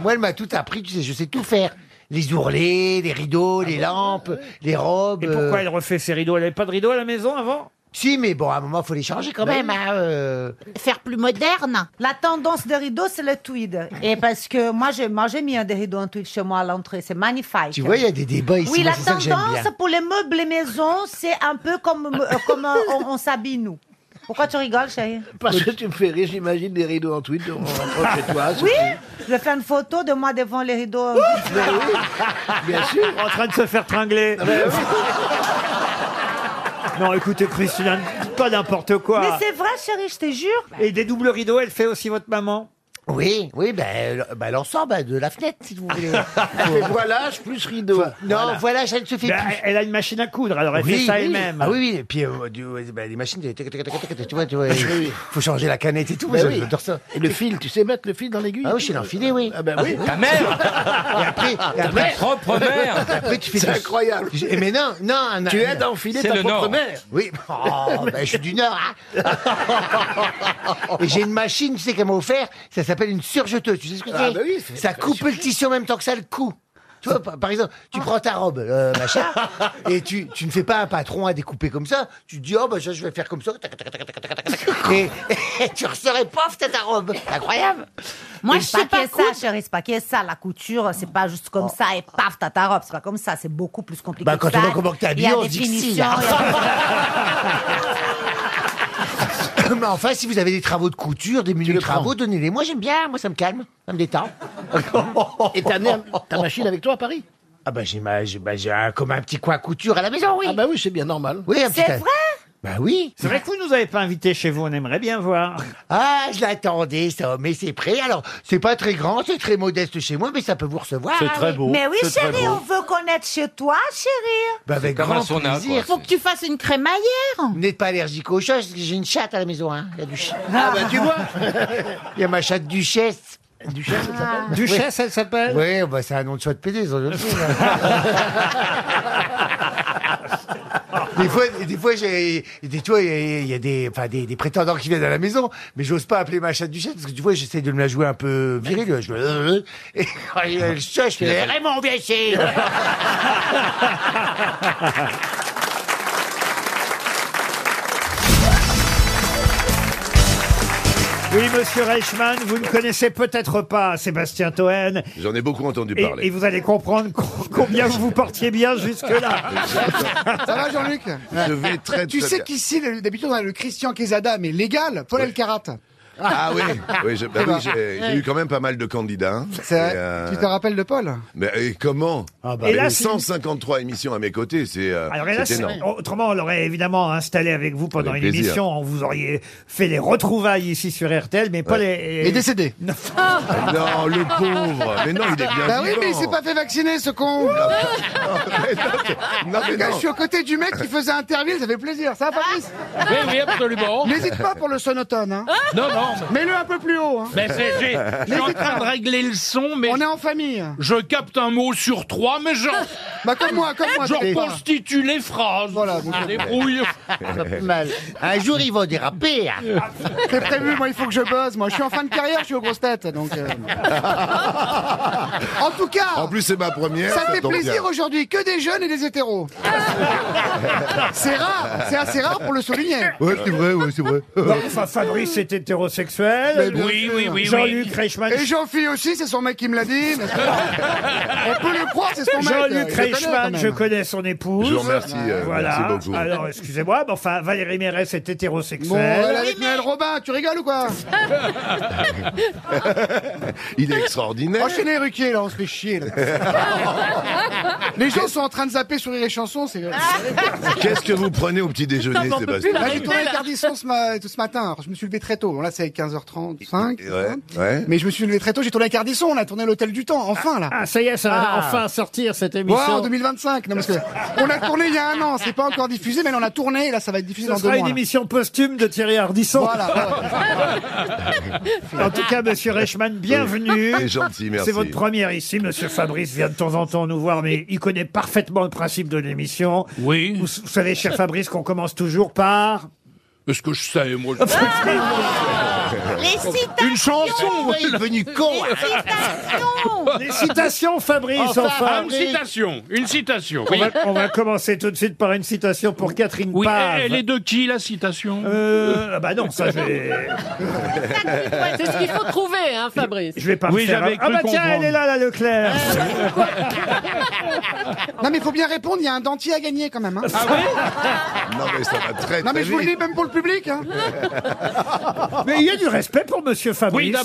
Moi, elle m'a tout appris. Tu sais, je sais tout faire. Les ourlets, les rideaux, les lampes, les robes.
Et pourquoi
euh,
elle refait ses rideaux Elle n'avait pas de rideaux à la maison avant
Si, mais bon, à un moment, faut les changer quand
Bah
même.
oui.
hein, euh.
Faire plus moderne.
La tendance des rideaux, c'est le tweed. Et parce que moi, j'ai, moi, j'ai mis un des rideaux en tweed chez moi à l'entrée. C'est magnifique.
Tu vois, il y a des débats ici.
Oui,
moi,
la
c'est ça que j'aime bien.
tendance pour les meubles et maisons, c'est un peu comme, euh, comme euh, on, on s'habille, nous. Pourquoi tu rigoles, chérie
Parce que tu me fais rire, j'imagine des rideaux en tweed, on rentre chez toi.
Oui, je fais une photo de moi devant les rideaux.
bien sûr. Ah ben
En train de se faire tringler. Non, écoutez, Christina, ne dites pas n'importe quoi.
Mais c'est vrai, chérie, je te jure.
Et des doubles rideaux, elle fait aussi votre maman
Oui, oui, ben, le- ben, l'ensemble hein, de la fenêtre, si vous voulez.
Mais voilà,
je plus rideau. Non, voilà, ça ne suffit
Mais
plus.
Ben, Elle a une machine à coudre, alors elle
Oui,
fait ça
oui.
elle-même.
Ah oui, oui, et puis euh, du- euh, ben, les machines, tu vois, tu vois, faut changer la canette et tout,
Ben
mais
oui.
j'adore ça.
Et le fil, tu sais mettre le fil dans l'aiguille
Ah oui, je sais l'enfiler, oui.
Ah ben oui.
Ta mère Et après, et
Ta
après-
mère. Propre mère.
Après, tu fais
C'est
des-
incroyable.
Eh, Mais non, non. un-
Tu
un-
aides à enfiler C'est ta le propre Nord. mère.
Oui. Oh, ben, je suis du Nord. hein. Et j'ai une machine, tu sais qu'elle m'a offert. Ça s'appelle une surjeteuse. Tu sais ce que bah c'est
Ah, ben oui, c'est-
Ça coupe le tissu en même temps que ça le coupe. Tu vois, par par exemple, tu prends ta robe, euh, machin, et tu, tu ne fais pas un patron à découper comme ça. Tu te dis, oh, bah, ça, je vais faire comme ça. Tac, tac, tac, tac, tac, tac. Et, et tu ressors et pof, t'as ta robe. C'est Incroyable.
Moi,
Et
je sais pas ça, chérie, c'est pas que ça. La couture, c'est pas juste comme ça et paf, t'as ta robe. C'est pas comme ça, c'est beaucoup plus compliqué.
Oh. Bah, quand
que ça.
on voit comment que t'es
Il y a
habillé, on
des
se dit que si, hein.
finitions,
là.
il y a-
Mais enfin, si vous avez des travaux de couture, des menus de travaux, donnez-les. Moi, j'aime bien. Moi, ça me calme. Ça me détend. Et t'as ta machine avec toi à Paris Ah,
ben,
bah, j'ai ma- j'ai- bah, j'ai un- comme un petit coin couture à la maison, oui. Ah, bah oui, c'est bien normal. Oui, un petit
C'est vrai
Bah oui.
C'est vrai que vous nous avez pas invités chez vous, on aimerait bien voir.
Ah, je l'attendais, ça, mais c'est prêt. Alors, c'est pas très grand, c'est très modeste chez moi, mais ça peut vous recevoir.
Ah oui. Mais oui, chérie, on veut connaître chez toi, chérie.
Bah, avec
C'est comme
grand
un sauna,
plaisir.
quoi.
que tu fasses une crémaillère. Vous n'êtes pas allergique aux chats, parce que j'ai une chatte à la maison, hein. Il y a du chien.
Ah,
ben,
bah, tu vois.
Il y a ma chatte Duchesse. Duchesse, elle s'appelle
Duchesse,
elle s'appelle Ah. Oui, bah, c'est un nom de chat de PD, ils ont le fond, là. Des fois, des fois, j'ai, des, tu vois, il y a- il y a des, enfin, des, des prétendants qui viennent à la maison, mais j'ose pas appeler ma chatte Duchesse, parce que tu vois, j'essaie de me la jouer un peu virile, je le- et quand elle se je fais, Raymond, viens ici.
Oui, monsieur Reichmann, vous ne connaissez peut-être pas Sébastien Toen.
J'en ai beaucoup entendu
Et,
parler.
et vous allez comprendre co- combien vous vous portiez bien jusque-là.
Ça va, Jean-Luc
Je vais très,
Tu
très
sais
bien.
qu'ici, le- d'habitude, on a le Christian Quesada, mais légal, Paul Elkarat.
Ah oui, oui, je- bah
Ça
oui,
va.
j'ai j'ai eu quand même pas mal de candidats. hein.
C'est vrai.
Et, euh,
Tu te rappelles de Paul
mais et comment
bah
Mais
Et là, c'est-
153 émissions à mes côtés, c'est euh,
Alors hélas,
c'est énorme.
autrement, on l'aurait évidemment installé avec vous pendant
Avec
une
plaisir.
émission. On vous auriez fait les retrouvailles ici sur RTL, mais pas les...
Il est décédé.
Non, le pauvre. Mais non, il est bien
Bah oui,
vivant.
mais il s'est pas fait vacciner, ce con Ah,
Non, mais
Je suis aux côtés du mec qui faisait Interville, ça fait plaisir, ça, Fabrice
Ah. Oui, oui, absolument. Ah.
N'hésite pas pour le sonotone. Hein.
Non, non.
Mets-le un peu plus haut. Hein.
Mais c'est- j'ai-
N'hésite
je suis en
pas.
train de
régler le son, mais. On est en famille.
Je capte un mot sur trois, mais je...
Bah, comme moi, comme moi,
Je
t'inquiète pas.
reconstitue les phrases. Voilà. Débrouille.
Un jour, ils vont déraper. hein.
C'est prévu, moi, il faut que je bosse. Moi, je suis en fin de carrière, je suis aux grosses têtes. Donc, euh. En tout cas,
En plus, c'est ma première.
ça fait
tombe
plaisir
bien.
aujourd'hui. Que des jeunes et des hétéros. C'est rare, c'est assez rare pour le souligner.
Ouais, c'est vrai, ouais, c'est vrai.
Non, enfin, Fabrice est hétérosexuel.
Mais bien sûr.
Jean-Luc Reichmann.
Et Jean-Phil aussi, c'est son mec qui me l'a dit. n'est-ce pas On peut le croire, c'est son mec.
Jean-Luc
Je le connais, quand
Reichmann,
même.
je connais son épouse.
Je vous remercie, euh,
voilà.
merci beaucoup.
Alors, excusez-moi, mais enfin, Valérie Mérès est
Bon, elle est
hétérosexuelle.
avec Noël Robin, tu rigoles ou quoi
euh, Il est extraordinaire.
Enchaînez Ruquier, là, on se fait chier. là. Les gens sont en train de zapper sur les chansons, c'est...
Qu'est-ce que vous prenez au petit déjeuner,
Là,
Sébastien
j'ai tourné le Cardisson ce, ma- tout ce matin. Alors, je me suis levé très tôt. Bon, là, c'est 15h30, 5.
Ouais, ouais.
Mais je me suis levé très tôt. J'ai tourné le Cardisson. On a tourné l'Hôtel du Temps. Enfin, là.
Ah, ça y est, ça va
Ah.
enfin sortir cette
Ouais, en
émission.
2025. Non, parce que on a tourné il y a un an. C'est pas encore diffusé, mais là, on a tourné. Et là, ça va être diffusé
Ce
dans deux
sera
mois.
une
là.
émission posthume de Thierry Ardisson.
Voilà.
En tout cas, monsieur Reichmann, bienvenue.
C'est gentil, merci.
C'est votre première ici. Monsieur Fabrice vient de temps en temps nous voir, mais il connaît parfaitement le principe de l'émission. Oui. Vous, vous savez, cher Fabrice, qu'on commence toujours par. Ah,
Est-ce que je sais, moi
Ah.
Les citations
Une chanson
Il est devenu con.
Les citations, Fabrice,
Enfin,
enfin.
une citation, une citation.
On, va, on va commencer tout de suite par une citation pour Catherine
Oui, eh,
Pave.
elle est de qui la citation
Euh, ah bah non, ça je vais.
C'est ce qu'il faut trouver, hein, Fabrice.
Je vais pas
Oui,
refaire
j'avais
un-
cru
Ah bah tiens,
comprendre.
elle est là, la Leclerc.
Non, mais il faut bien répondre. Il y a un dentier à gagner, quand même. hein.
Ah
Non, mais ça va très,
Non, mais
très
je vous le dis,
vite.
même pour le public. hein.
Mais il y a du respect pour Monsieur Fabrice.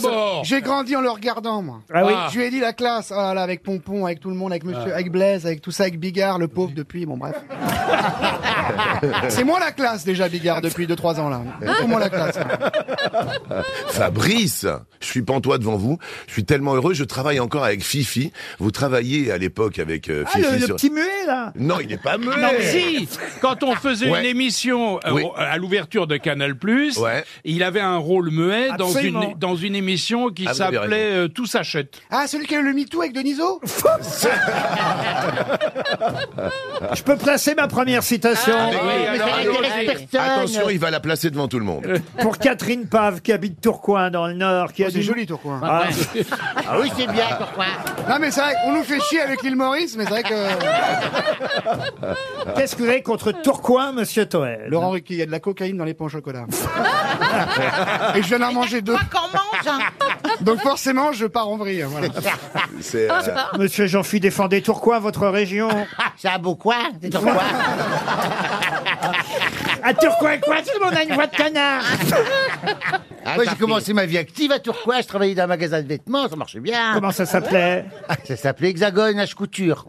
J'ai grandi en le regardant, moi.
Ah oui.
Je lui ai dit la classe, ah là, avec Pompon, avec tout le monde, avec Monsieur,
Ah.
avec Blaise, avec tout ça, avec Bigard, le pauvre depuis, bon bref. C'est moi la classe déjà, Bigard, depuis 2-3 ans là. C'est moi la classe.
Fabrice, je suis pantois devant vous. Je suis tellement heureux. Je travaille encore avec Fifi. Vous travailliez à l'époque avec euh,
Ah,
Fifi.
le, le
sur-
petit muet, là
Non, il n'est pas muet.
Ah, Non, mais si Quand on faisait
Ouais.
une émission euh,
Oui.
à l'ouverture de Canal+,
Ouais.
il avait un rôle muet dans
Absolument.
une, dans une émission qui
Ah, vous avez
s'appelait euh, Tout s'achète.
Ah, celui qui a eu le MeToo avec Deniso
Ah
Je peux placer ma première citation
Ah,
Ah,
Attention, il va la placer devant tout le monde.
Pour Catherine Pave, qui habite Tourcoing, dans le Nord. qui a
Oh, c'est
dit-
joli, Tourcoing.
Ah.
Ah oui, c'est bien, Non, mais c'est vrai, on nous fait chier avec l'île Maurice, mais c'est vrai que.
Qu'est-ce que vous avez contre Tourcoing, monsieur Toel
Laurent Ruquier, il y a de la cocaïne dans les pains au chocolat. Et je viens d'en manger deux. Donc forcément, je pars en vrille. Voilà.
Oh,
C'est,
euh,
Monsieur Jean-Philippe, défendez Tourcoing, votre région.
C'est un beau coin, c'est ton coin.
À Tourcoing, quoi Tout le monde a une voix de canard
Moi, Ah, j'ai commencé ma vie active à Tourcoing. Je travaillais dans un magasin de vêtements, ça marchait bien.
Comment ça s'appelait
Ah, Ça s'appelait Hexagone H Couture.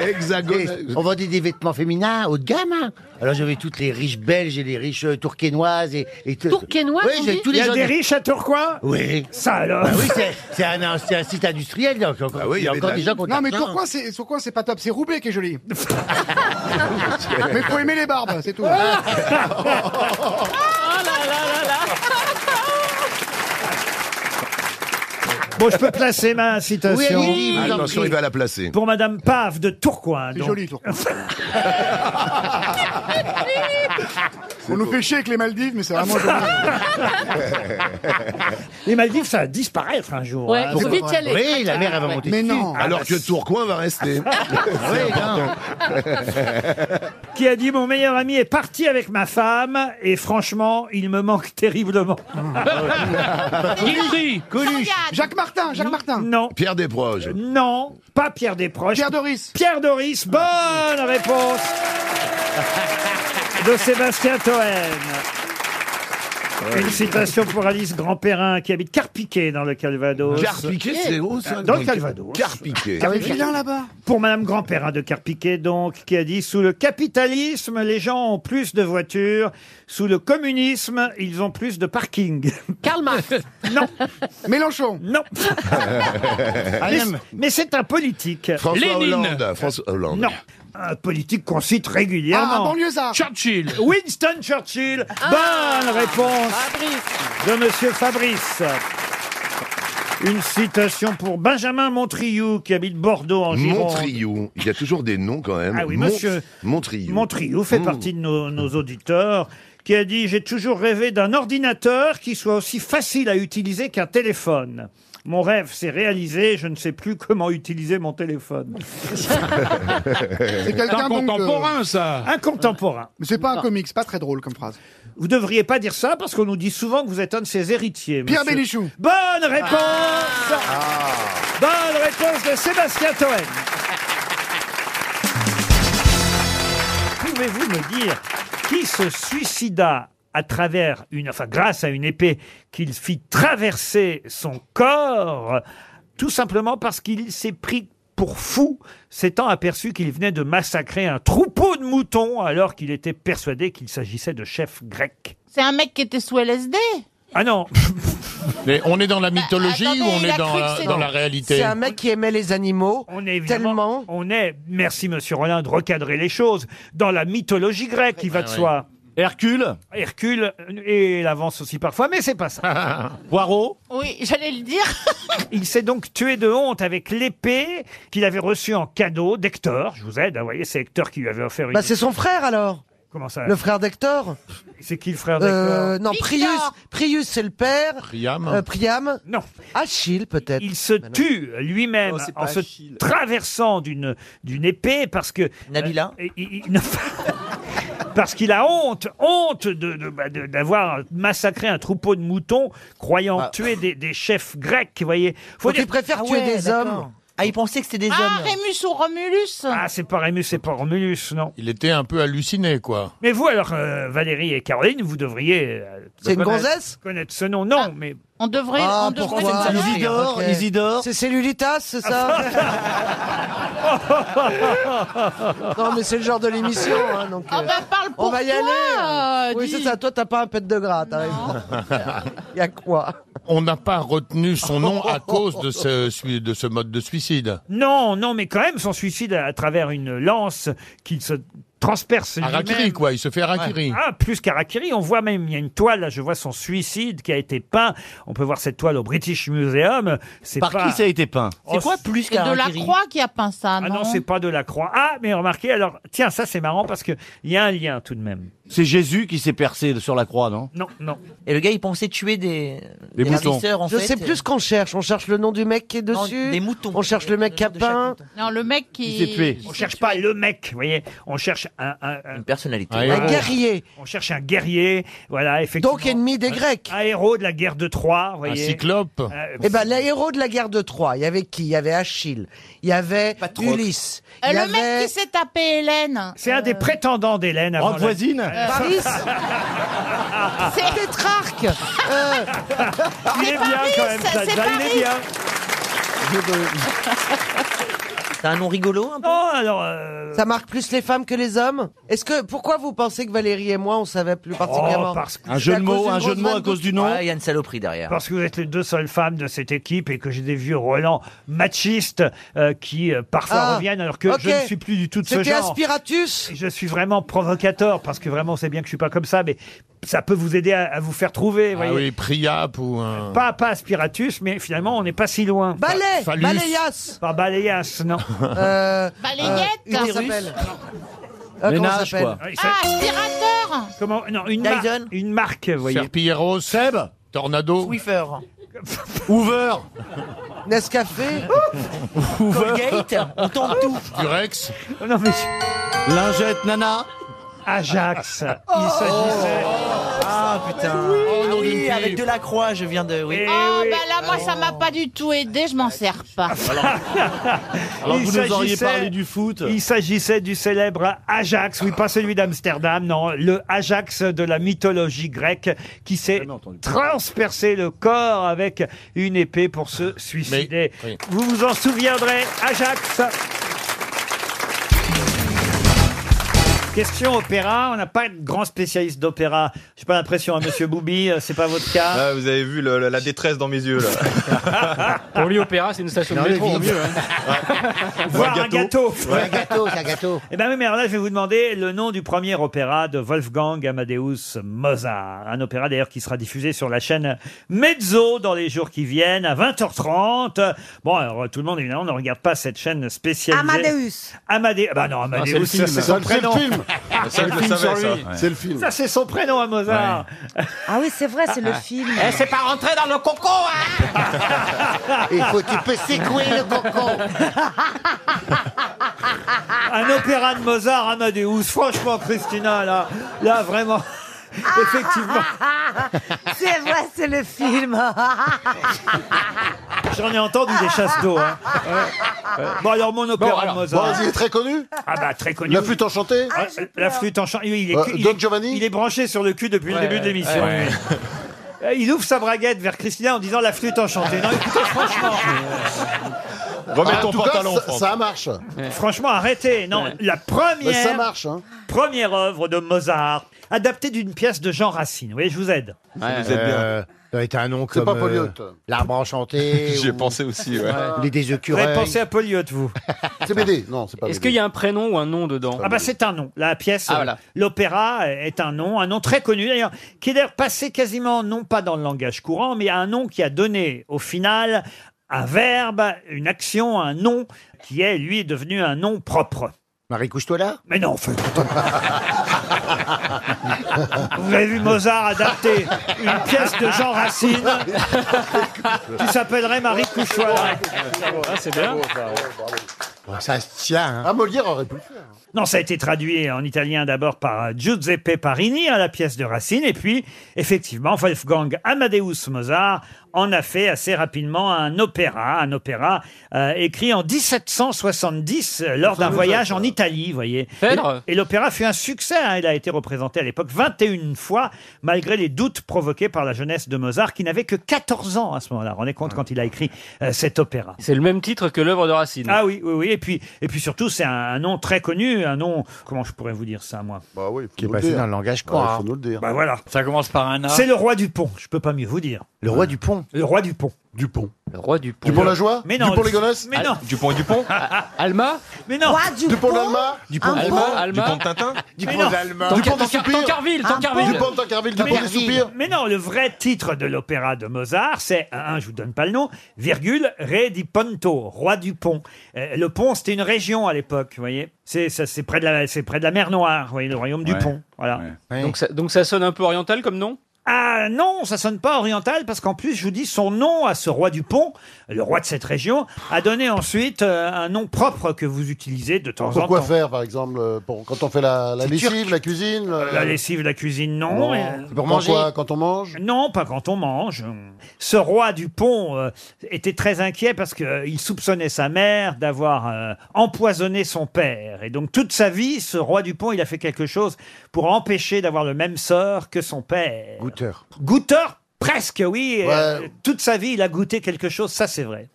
Hexagone. on vendait des vêtements féminins haut de gamme. hein. Alors j'avais toutes les riches belges et les riches euh, tourquenoises et, et tout-
Tourquenoises,
Oui,
on
j'avais
dit
tous les
Il y a
gens
des riches à Tourcoing
Oui.
Ça alors.
Bah oui, c'est- c'est un, un- c'est un site industriel. Il y a encore, Ah il y a encore des gens qui ont de
Non, mais
l'argent.
Tourcoing, c'est Tourcoing, c'est pas top, c'est Roubaix qui est joli. mais faut aimer les barbes, c'est tout.
Bon, je peux placer ma citation.
Oui, allez-y, vous en Attention, prie. il va la placer.
Pour Madame Pave de Tourcoing. donc.
On nous fait chier avec les Maldives, mais c'est vraiment joli.
Les Maldives, ça va disparaître un jour.
Ouais,
hein.
faut vite y aller.
Oui, la mer, elle va
Ouais.
monter
Mais
dessus.
non.
Alors que Tourcoing va rester. C'est important.
hein. Qui a dit Mon meilleur ami est parti avec ma femme et franchement, il me manque terriblement.
Guilty
Coluche
Jacques Martin, Jacques Martin.
Non.
Pierre Desproges.
Non, pas Pierre Desproges.
Pierre Doris.
Pierre Doris, bonne réponse de Sébastien Toen. Une citation pour Alice Grandperrin qui habite Carpiquet dans le Calvados.
Carpiquet, c'est où ça
Dans le Calvados.
Carpiquet.
Ah oui,
C'est vilain là-bas.
Pour Madame Grandperrin de Carpiquet, donc, qui a dit Sous le capitalisme, les gens ont plus de voitures. Sous le communisme, ils ont plus de parking.
Karl Marx.
Non.
Mélenchon.
Non. mais mais c'est un politique.
François Hollande. François Hollande.
Non. Un politique qu'on cite régulièrement.
Ah, un banlieusard.
Churchill.
Winston Churchill.
Ah.
Bonne réponse de Monsieur Fabrice. Une citation pour Benjamin Montriou qui habite Bordeaux en Gironde.
Montriou. Il y a toujours des noms quand même.
Ah oui,
Mont-
monsieur.
Montriou.
Montriou fait
Mm.
partie de nos, nos auditeurs qui a dit j'ai toujours rêvé d'un ordinateur qui soit aussi facile à utiliser qu'un téléphone. Mon rêve s'est réalisé, je ne sais plus comment utiliser mon téléphone.
C'est quelqu'un donc
euh,
de-
ça.
Un contemporain.
Mais c'est pas un comique, c'est pas très drôle comme phrase.
Vous devriez pas dire ça parce qu'on nous dit souvent que vous êtes un de ses héritiers.
Pierre
monsieur.
Bénichou.
Bonne réponse. Bonne réponse de Sébastien Toen. Pouvez-vous me dire qui se suicida à travers une, enfin grâce à une épée qu'il fit traverser son corps, tout simplement parce qu'il s'est pris pour fou, s'étant aperçu qu'il venait de massacrer un troupeau de moutons alors qu'il était persuadé qu'il s'agissait de chefs grecs.
C'est un mec qui était sous LSD.
Ah non
Mais on est dans la mythologie
Bah,
attendez,
ou on
il
est
a
dans
cru que
la,
c'était-
dans la réalité
C'est un mec qui aimait les animaux.
On est évidemment, on est, merci Monsieur Rollin de recadrer les choses, dans la mythologie grecque, il va de
Ouais,
soi. Hercule Hercule, et l'avance aussi parfois, mais c'est pas ça. Poirot
Oui, j'allais le dire.
Il s'est donc tué de honte avec l'épée qu'il avait reçue en cadeau d'Hector. Je vous aide, hein, vous voyez, c'est Hector qui lui avait offert une
Bah, c'est son frère alors.
Comment ça
Le frère d'Hector
C'est qui le frère
Euh,
d'Hector
Non, Prius. Prius, c'est le père.
Priam.
Euh, Priam.
Non.
Achille, peut-être.
Il se tue lui-même
Non, c'est pas
en se
Achille.
traversant d'une d'une épée parce que euh, Nabila parce qu'il a honte honte de- de- bah, de- d'avoir massacré un troupeau de moutons croyant tuer des, des chefs grecs vous voyez faut
Ah
Donc il préfère tuer des hommes.
Ah, il pensait que c'était des
Ah, Rémus ou Romulus
Ah, c'est pas Rémus, c'est pas Romulus, non.
Il était un peu halluciné, quoi.
Mais vous, alors, euh, Valérie et Caroline, vous devriez. euh,
C'est une
connaître-
gonzesse
Connaître ce nom, non, mais.
On devrait.
Ah,
on devrait
pourquoi
le savoir.
Ok. C'est cellulitas, c'est ça Non, mais c'est le genre de l'émission. Hein, donc,
Ah bah, parle
on va y
pour toi,
aller.
euh,
oui,
dis.
c'est ça. Toi, t'as pas un pet de gras. t'arrives. Il y a quoi
On n'a pas retenu son nom à cause de ce, sui- de ce mode de suicide.
Non, non, mais quand même, son suicide à travers une lance qui se transperce.
Harakiri,
lui-même.
quoi, il se fait harakiri.
Ouais. Ah, plus qu'Harakiri, on voit même, il y a une toile, là, je vois son suicide qui a été peint. On peut voir cette toile au British Museum. C'est
Par
pas-
qui ça a été peint
Oh,
C'est de la croix qui a peint ça, non
Ah non, c'est pas de la croix. Ah, mais remarquez, alors, tiens, ça c'est marrant parce qu'il y a un lien tout de même.
C'est Jésus qui s'est percé sur la croix, non
Non, non.
Et le gars, il pensait tuer des,
Des moutons.
ravisseurs, en
Je
fait.
sais plus ce qu'on cherche. On cherche le nom du mec qui est
Non,
dessus.
des moutons.
On cherche le mec qui a peint.
Non, le mec qui.
On cherche pas le mec, vous voyez. On cherche un, une
personnalité.
Un héros. guerrier.
On cherche un guerrier, voilà, effectivement.
Donc ennemi des Grecs.
Un héros de la guerre de Troie, vous voyez.
cyclope.
Euh,
Eh ben, les héros de la guerre de Troie, il y avait qui Il y avait Achille, il y avait Ulysse,
Euh,
il y
le
avait...
mec qui Euh, s'est tapé Hélène.
C'est un des prétendants d'Hélène. avant
Grande
la-
voisine.
Euh,
Paris
C'est-
Pétrarque euh,
Il est bien quand même, Zaza, il est bien.
T'as un nom rigolo un peu
Oh, alors. euh,
Ça marque plus les femmes que les hommes Est-ce que pourquoi vous pensez que Valérie et moi on savait plus particulièrement
Oh, parce que-
C'est à cause d'une grosse vanne
nom
Ah,
Il y a une saloperie derrière.
Parce que vous êtes les deux seules femmes de cette équipe et que j'ai des vieux Roland machistes euh, qui euh, parfois
Ah,
reviennent alors que
ok.
je ne suis plus du tout de ce
C'était
genre.
Aspiratus
Et Je suis vraiment provocateur parce que vraiment, c'est bien que je suis pas comme ça, mais ça peut vous aider à, à vous faire trouver.
Ah
voyez.
oui, Priap ou un...
Pas, pas Aspiratus, mais finalement, on n'est pas si loin.
Balai
Phallus.
Balayas
Pas Balayas, non.
euh,
Balayette
hein.
euh, comment ça
Utérus.
s'appelle Euh, comment ça
Ménage,
s'appelle
quoi.
Ouais, ça-
Ah, aspirateur
comment, non une, mar-
Dyson.
une marque, vous voyez.
Serpillero, Seb, Tornado,
Swiffer.
Hoover,
Nescafé
Colgate. On tente tout.
Durex,
Non, mais
Lingette, Nana.
Ajax.
Oh,
Il
Oh.
s'agissait.
Ah putain.
Oh, non, d'une
oui,
pipe.
avec de la croix, je viens de. Oui. Ah,
Eh
Oh,
oui.
bah là, moi, ça m'a pas du tout aidé, je m'en sers pas.
Alors
Il
vous nous auriez
s'agissait-
parlé du foot.
Il s'agissait du célèbre Ajax, oui, pas celui d'Amsterdam, non, le Ajax de la mythologie grecque qui s'est transpercé le corps avec une épée pour se suicider.
Mais- oui.
Vous vous en souviendrez, Ajax. Question opéra, on n'a pas de grand spécialiste d'opéra. J'ai pas l'impression, à Monsieur Boubi, euh, c'est pas votre cas.
Ah, vous avez vu le- le- la détresse dans mes yeux là.
Pour lui, Opéra, c'est une station de métro, au mieux. hein.
Voir un gâteau.
Un gâteau, c'est un gâteau.
Eh ben oui, mais alors là, je vais vous demander le nom du premier opéra de Wolfgang Amadeus Mozart. Un opéra d'ailleurs qui sera diffusé sur la chaîne Mezzo dans les jours qui viennent à 20h30. Bon, alors tout le monde, évidemment, ne regarde pas cette chaîne spécialisée.
Amadeus.
Amadeus. Ah Bah non,
c'est le
Amadeus,
film.
ça, c'est son
C'est le
prénom.
film.
Ça, je le savais ça.
C'est le film.
Ça, c'est son prénom à Mozart.
Ah oui, c'est vrai, c'est le film.
Eh, c'est pas rentré dans le coco, hein
Il faut, tu peux secouer le coco.
Un opéra de Mozart, Amadeus. Franchement, Christina, là, là, vraiment. Effectivement,
C'est vrai, c'est le film.
j'en ai entendu des chasses d'eau. hein. euh, Bon, alors mon opéra
alors,
de Mozart.
bon,
Il est très connu
Ah bah très connu.
La flûte enchantée
Ah, euh, la flûte en chant. Il est,
Euh,
il est-
Don Giovanni
il est branché sur le cul depuis le
Ouais,
début de
ouais,
l'émission.
ouais.
Euh, Il ouvre sa braguette vers Christina en disant la flûte enchantée. Non, écoutez, franchement,
Remets
Ah,
ton
en tout cas,
pantalon,
ça-
Franck.
Ça marche.
franchement, arrêtez. Non, la
Mais
première,
Ça marche. hein.
première œuvre de Mozart, adaptée d'une pièce de Jean Racine. Vous voyez, je vous aide.
Vous êtes bien.
un nom
C'est
Euh, comme
pas
euh,
poliote.
L'arbre enchanté.
J'y ai pensé aussi, ouais.
ou Les des
Vous avez
écureuils.
pensé à Poliote, vous
C'est BD. Non, c'est pas
Est-ce qu'il
BD.
y a un prénom ou un nom dedans
Ah bah c'est un nom. La pièce,
Ah, voilà.
euh, l'opéra est un nom, un nom très connu d'ailleurs, qui est d'ailleurs passé quasiment non pas dans le langage courant, mais un nom qui a donné au final un verbe, une action, un nom qui est lui devenu un nom propre.
Marie, couche-toi là.
Mais non, enfin, vous avez vu Mozart adapter une pièce de Jean Racine qui s'appellerait Marie Couchoir.
Ah, c'est bien.
ça se tient. Ah, Molière aurait pu le faire. Non, ça a été traduit en italien d'abord par euh, Giuseppe Parini à la pièce de Racine. Et puis, effectivement, Wolfgang Amadeus Mozart en a fait assez rapidement un opéra, un opéra euh, écrit en 1770 euh, lors
Ça
d'un
nous
voyage
va,
en Italie, vous voyez.
Phèdre
Et, et l'opéra fut un succès. hein. Il a été représenté à l'époque 21 fois, malgré les doutes provoqués par la jeunesse de Mozart, qui n'avait que 14 ans à ce moment-là. Rendez compte quand il a écrit euh, cet opéra.
C'est le même titre que l'œuvre de Racine.
Ah oui, oui, oui. Et puis, et puis surtout, c'est un, un nom très connu, un nom. Comment je pourrais vous dire ça, moi Bah oui.
Qui est nous le passé dire. dans le langage courant. Ouais, faut nous le dire.
Bah voilà.
Ça commence par un A.
Ah.
C'est le roi du pont. Je peux pas mieux vous dire.
Le roi du pont.
Le roi du pont.
Du pont.
Le roi du pont.
Dupont la joie
Mais non.
Dupont
le-
les Gonesse
Mais
Ah,
non.
Dupont du pont.
Alma
Mais non. Roi du
Dupont
pont
d'Alma
Un pont
Dupont de Tintin
Mais non.
Dupont des Soupirs Dupont de Tancarville Dupont
Mais-
des Soupirs
Mais non, le vrai titre de l'opéra de Mozart, c'est, un, un, je vous donne pas le nom, virgule, Re di Ponto, roi du pont. Euh, le pont, c'était une région à l'époque, vous voyez. C'est, ça- c'est près de la, c'est près de la mer Noire, vous voyez, le royaume du
Ouais.
pont. Voilà.
Donc, ça, donc ça sonne un peu oriental comme nom
Ah non, ça sonne pas oriental parce qu'en plus, je vous dis, son nom à ce roi du pont, le roi de cette région, a donné ensuite euh, un nom propre que vous utilisez de temps en
Pour quoi
temps.
faire, par exemple euh, pour, Quand on fait la, la
C'est
lessive,
turc.
la cuisine euh,
La lessive, la cuisine, non.
Non.
mais-
C'est pour Quand manger. quoi,
quand on mange Non, pas quand on mange. Ce roi du pont euh, était très inquiet parce qu'il soupçonnait sa mère d'avoir euh, empoisonné son père. Et donc toute sa vie, ce roi du pont, il a fait quelque chose pour empêcher d'avoir le même sort que son père. Goûteur. Goûteur, presque, oui. Et, euh, toute sa vie, il a goûté quelque chose, ça c'est vrai.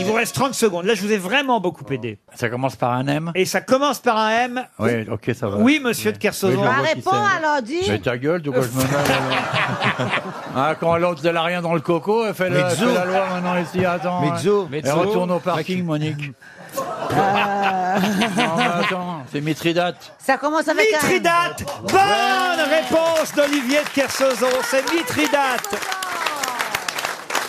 Il vous reste 30 secondes. Là, je vous ai vraiment beaucoup aidé.
Ça commence par un M
Et ça commence par un M.
Oui, ok, ça va.
Oui, monsieur de Kersauzon.
Oui, je vois qui
Bah, Réponds
c'est.
alors, dis.
Mais ta gueule, de quoi je me mêle alors Ah, Quand l'autre de la rien dans le coco, elle fait, le- elle
Mezzo.
fait la loi maintenant ici, attends.
Mezzo.
hein. Elle
Mezzo.
retourne au parking, Monique. Non, mais Oh, attends, c'est Mitridate.
Ça commence avec
Mitridate Bonne réponse d'Olivier de Kersauzon, c'est Mitridate.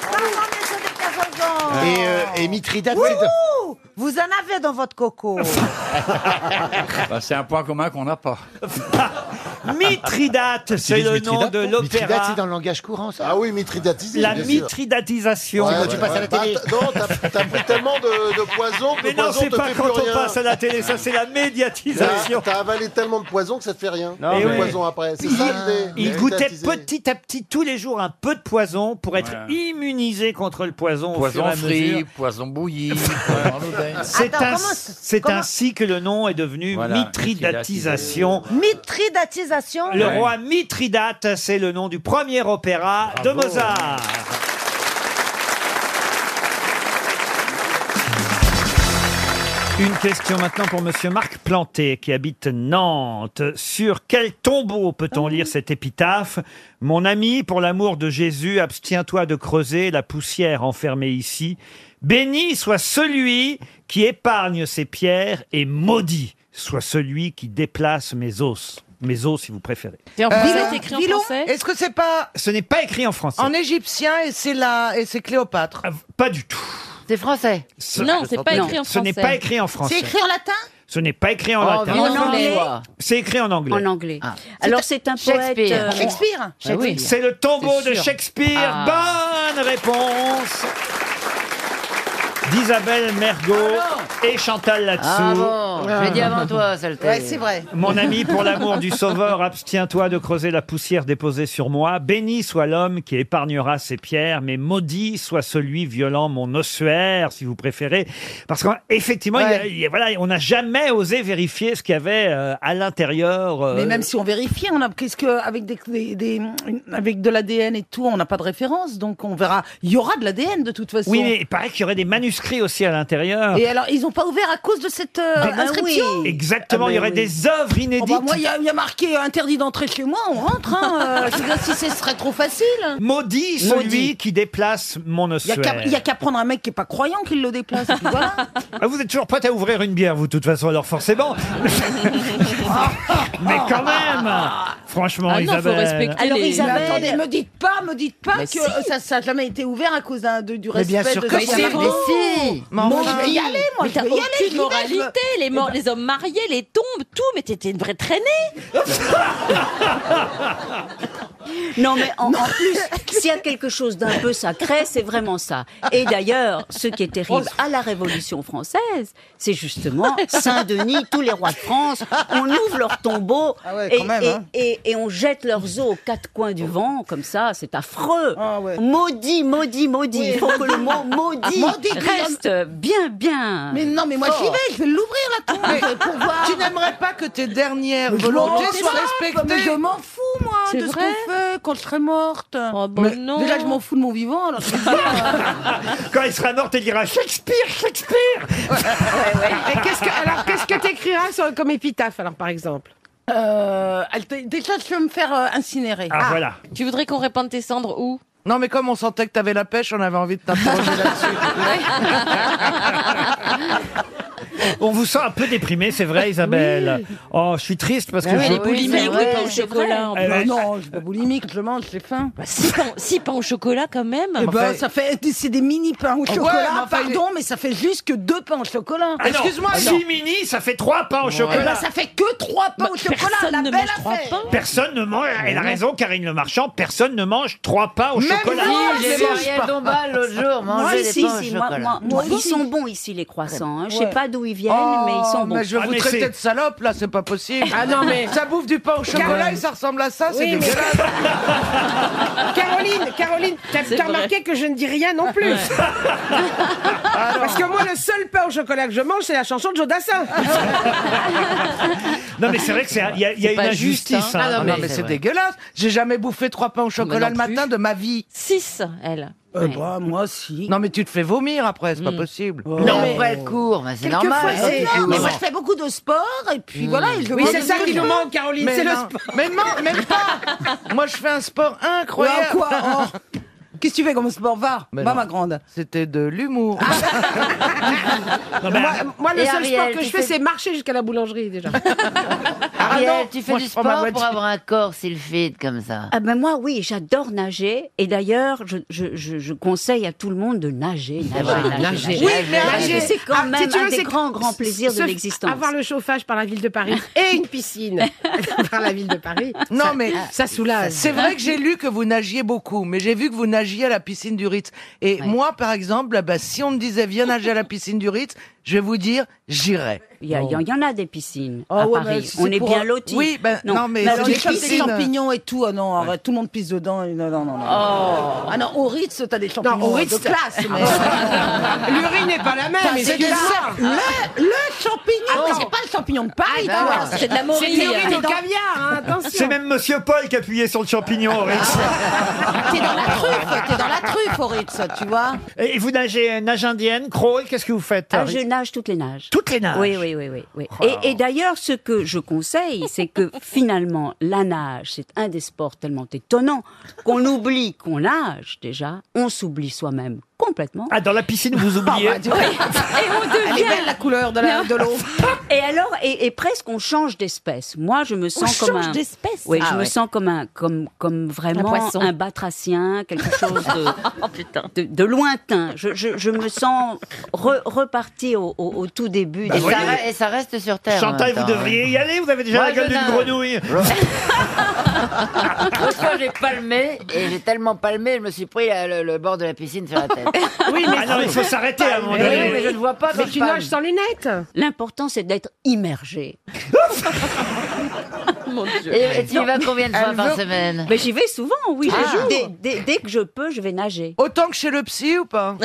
Ah, un.
Et, euh, et Mithridate,
Wouhou Vous en avez dans votre coco.
Bah, c'est un point commun qu'on n'a pas. Ah,
Mithridate, c'est le nom de
Mithridate,
l'opéra.
c'est dans le langage courant, ça Ah oui, Mithridatisé.
La mitridatisation.
C'est quand tu passes à la télé.
Non, t'as t'as pris tellement de, Bah, euh, de poison que
Mais
le
non,
poison
c'est
te
pas
fait
quand
plus
on
rien.
passe à la télé, ça c'est la médiatisation.
T'as avalé tellement de poison que ça te fait rien.
Non,
le
mais-
poison après. C'est ça l'idée.
Il goûtait
Mithridatisé.
petit à petit tous les jours un peu de poison pour être immunisé contre le poison. au fur et à mesure.
poison bouilli.
C'est
Attends,
un-
comment-
c'est
comment-
ainsi que le nom est devenu
Voilà,
mitridatisation.
Mitridatisation.
Le roi Mithridate, c'est le nom du premier opéra de
Bravo.
Mozart. Une question maintenant pour Monsieur Marc Planté, qui habite Nantes. Sur quel tombeau peut-on lire cette épitaphe Mon ami, pour l'amour de Jésus, abstiens-toi de creuser la poussière enfermée ici. Béni soit celui qui épargne ces pierres et maudit soit celui qui déplace mes os. Mes os, si vous préférez.
C'est écrit en français
Euh, Est-ce que c'est pas
Ce n'est pas écrit en français.
en égyptien et c'est là et c'est Cléopâtre
Ah, Pas du tout.
C'est français.
Ce-
non, c'est pas écrit en
Ce
français.
n'est pas écrit en français.
C'est écrit en
latin
Ce n'est pas écrit en
Oh,
latin.
mais en En anglais. anglais.
C'est écrit en anglais. Ah.
En anglais. Alors c'est un poète.
Shakespeare.
euh,
Shakespeare Ah oui.
C'est le tombeau
C'est
de
sûr.
Shakespeare.
Ah.
Bonne réponse d'Isabelle Mergot et Chantal Latsou.
Ah bon, je l'ai dit avant toi, saleté.
Ouais, c'est vrai.
Mon ami, pour l'amour du Sauveur, abstiens-toi de creuser la poussière déposée sur moi. Béni soit l'homme qui épargnera ses pierres, mais maudit soit celui violant mon ossuaire, si vous préférez. Parce qu'effectivement, il y a- il y a- voilà, on n'a jamais osé vérifier ce qu'il y avait euh, à l'intérieur. euh,
Mais même si on vérifiait, on a qu'est-ce que avec des, des- des- avec de l'ADN et tout, on n'a pas de référence, donc on verra. Il y aura de l'ADN de toute façon.
Oui, mais il paraît qu'il y aurait des manuscrits aussi à l'intérieur.
Et alors, ils n'ont pas ouvert à cause de cette euh,
Des-
inscription
Exactement, il y aurait des œuvres
Oh
inédites.
bah moi, il y, a il y a marqué euh, interdit d'entrer chez moi, on rentre. Hein. Euh, je veux dire, si ce serait trop facile.
Maudit celui qui déplace mon
Il y a
ossuaire.
qu'à- il y a qu'à prendre un mec qui est pas croyant qu'il le déplace. et puis voilà.
Ah, vous êtes toujours prête à ouvrir une bière, vous, de toute façon, alors forcément. Mais
Oh.
quand même Franchement,
Ah non, faut
Isabelle.
respecter Alors Isabelle,
Mais
attendez, me dites pas, me dites pas
Mais
que
si.
euh, ça, ça a jamais été ouvert à cause d'un- de- du
Mais
respect.
bien sûr
de
que
de-
si. Mais si. Mais
Moi,
enfin,
je vais y aller, moi,
mais
je
t'as
vais y
aucune Eh
aller.
ben.
j'y vais, je
moralité,
me-
les, morts, les hommes mariés, les tombes, tout, mais t'étais une vraie traînée
Non, mais en, en plus, s'il y a quelque chose d'un peu sacré, c'est vraiment ça. Et d'ailleurs, ce qui est
Oh
terrible à la Révolution française, c'est justement Saint-Denis, tous les rois de France, on ouvre leurs tombeaux
ouais, quand
et,
même, hein.
et- et- et on jette leurs os aux quatre coins du vent, comme ça, c'est affreux.
Ah
Maudit, maudit, maudit. Il faut que le mot maudit,
Ah, Maudit,
reste bien, bien.
Mais non, mais moi,
Oh.
j'y vais, je vais l'ouvrir, la tombe, pour voir.
Tu n'aimerais pas que tes dernières
Mais je
volontés
m'en
soient
tape,
respectées
mais je m'en fous, moi,
C'est
de ce
vrai
qu'on fait quand je serai morte.
Oh, bah
Mais Déjà, je m'en fous de mon vivant, alors.
Quand il sera mort, il dira Shakespeare, Shakespeare
Et qu'est-ce que, alors, qu'est-ce que t'écriras sur- comme épitaphe, alors, par exemple
Euh, elle t'a- déjà, je vais me faire euh, incinérer.
Ah, voilà. Tu voudrais qu'on répande tes cendres où
Non, mais comme on sentait que t'avais la pêche, on avait envie de t'interroger
On vous sent un peu déprimé, c'est vrai, Isabelle. Oh, je suis triste
Ah
parce que
Mais
je.
Bah oui, c'est vrai, c'est vrai.
Eh
Bah
ben,
non, je suis pas boulimique, je mange, j'ai faim.
Bah, six, pains, six pains au chocolat, quand même.
Eh ben, ça fait, c'est des mini pains au
Ouais,
chocolat.
mais enfin,
pardon, mais ça fait juste que deux pains au chocolat.
Ah non,
Excuse-moi.
six mini, ça fait trois pains au
Ah
Eh ben,
bah,
chocolat.
ça fait que trois pains au chocolat. la belle affaire.
Personne ne mange. Elle a raison, Karine Le Marchand. Personne ne mange trois pains Ah, au chocolat.
moi,
j'ai vu Ariel Dombal l'autre jour manger
Moi,
des
ici,
pains au
si, moi-
chocolat.
moi- moi,
Moi
ils
aussi.
sont bons ici, les croissants. hein. Je
Ouais.
sais pas d'où ils viennent,
Oh,
Ah, mais ils sont bons.
Mais je vais vous traiter de salope, là, c'est pas possible.
Ah non, mais-
Ça bouffe du pain au chocolat et ça ressemble à ça, c'est
Oui, mais-
dégueulasse.
Caroline, Caroline, t'as
C'est
t'as
vrai.
remarqué que je ne dis rien non plus. Parce que moi, le seul pain au chocolat que je mange, c'est la chanson de Joe Dassin.
Non, mais c'est vrai que c'est. Il y a, il y a
C'est
une
pas juste,
injustice.
hein.
hein.
Ah non, mais, c'est dégueulasse. J'ai jamais bouffé trois pains au chocolat le matin de ma vie.
Six, elle.
Euh, bah, moi, si. Non, mais tu te fais vomir après, c'est pas possible.
Non, mais après, elle court,
bah,
mais Ah, c'est normal.
c'est-
Non, mais
Non.
moi, je fais
beaucoup de sport, et puis
voilà, et je Oui, vois c'est des ça qui trucs. nous manque, Caroline, c'est le sport.
Mais non, même pas. Moi, je fais un sport incroyable.
Ouais, quoi
Oh. Qu'est-ce que tu fais comme sport Va,
Mais
va
non.
ma grande. C'était de l'humour.
Moi, moi, le
Et
seul
Ariel,
sport que
tu
je fais,
fais-
c'est marcher jusqu'à la boulangerie, déjà.
Ariel,
Ah non,
tu fais
moi,
du
je prends ma
sport pour
voiture.
avoir un corps sylphide comme ça.
Ah ben moi oui, j'adore nager et d'ailleurs je, je, je, je conseille à tout le monde de nager,
Ah,
nager,
bah,
voilà,
nager,
nager.
nager.
Oui, mais
Parce que
nager-
c'est quand
Ah, si
même
tu veux,
un des
c'est-
grands grands plaisirs
Se-
de l'existence.
Avoir le chauffage par la ville de Paris et une piscine par la ville de Paris.
Non,
ça-
mais
ça soulage.
C'est vrai que j'ai lu que vous nagiez beaucoup, mais j'ai vu que vous nagiez à la piscine du Ritz. Et moi, par exemple, ah bah, si on me disait viens nager à la piscine du Ritz, je vais vous dire j'irai.
Il y, a- il y en- il y en a des piscines
Oh
à
ouais, mais
Paris.
c'est
On est
pour-
bien lotis.
Oui,
bah,
ben, non, mais
dans
alors,
les
les piscines-
piscines-
champignons et tout. Ah non, arrête, tout le monde pisse dedans. et Non, non, non. non. Ah non, au Ritz, t'as des champignons.
Oh.
euh,
au Ritz,
de
classe, mais- L'urine n'est pas la même, mais c'est
du
du
ça.
lard.
Le, le champignon.
Attends.
c'est pas le champignon de Paris. toi.
Ah, bah, c'est de la morille. C'est de l'urine au caviar, hein, attention.
C'est même Monsieur Paul qui appuyait sur le champignon, Horace.
Ah, T'es dans la truffe, t'es dans la truffe, Horitz, tu vois.
Et vous nagez euh, nage indienne, crawl, qu'est-ce que vous faites
Ah,
Harry
je nage toutes les nages.
Toutes les nages
Oui, oui, oui, oui. oui.
Oh.
Et, et d'ailleurs, ce que je conseille, c'est que finalement, la nage, c'est un des sports tellement étonnants qu'on oublie qu'on nage déjà, on s'oublie soi-même complètement.
Ah, dans la piscine, vous oubliez.
Et on devient...
Elle est belle, la couleur de la- de l'eau.
et alors, et, et presque on change d'espèce. Moi, je me sens
On
comme un.
change d'espèce
Oui,
Ah
je me
ouais.
sens comme un, comme, comme vraiment
Un poisson.
un, batracien, quelque chose de,
Oh,
de, de lointain. Je, je, je me sens re- reparti au, au- au tout début.
Bah,
et,
des-
ça, re- et ça reste sur terre. en
hein,
Chantal,
même
vous
temps.
devriez
y aller, vous avez déjà
Moi,
la gueule
je
d'une
nage.
grenouille.
Une fois, j'ai palmé, et j'ai tellement palmé, je me suis pris la- le, le bord de la piscine sur la tête.
Oui, mais- Ah non, il faut
s'arrêter à un moment
Mais oui,
donné.
mais je ne vois pas quand
Mais
je
tu
palme.
nages sans
lunettes
L'important, c'est d'être immergé. Mon Dieu.
Et- et tu y vas combien de fois par semaine
Mais j'y vais souvent, oui.
Tous les
Ah.
jours
Dès, dès- dès que je peux, je vais nager.
Autant que chez le psy ou pas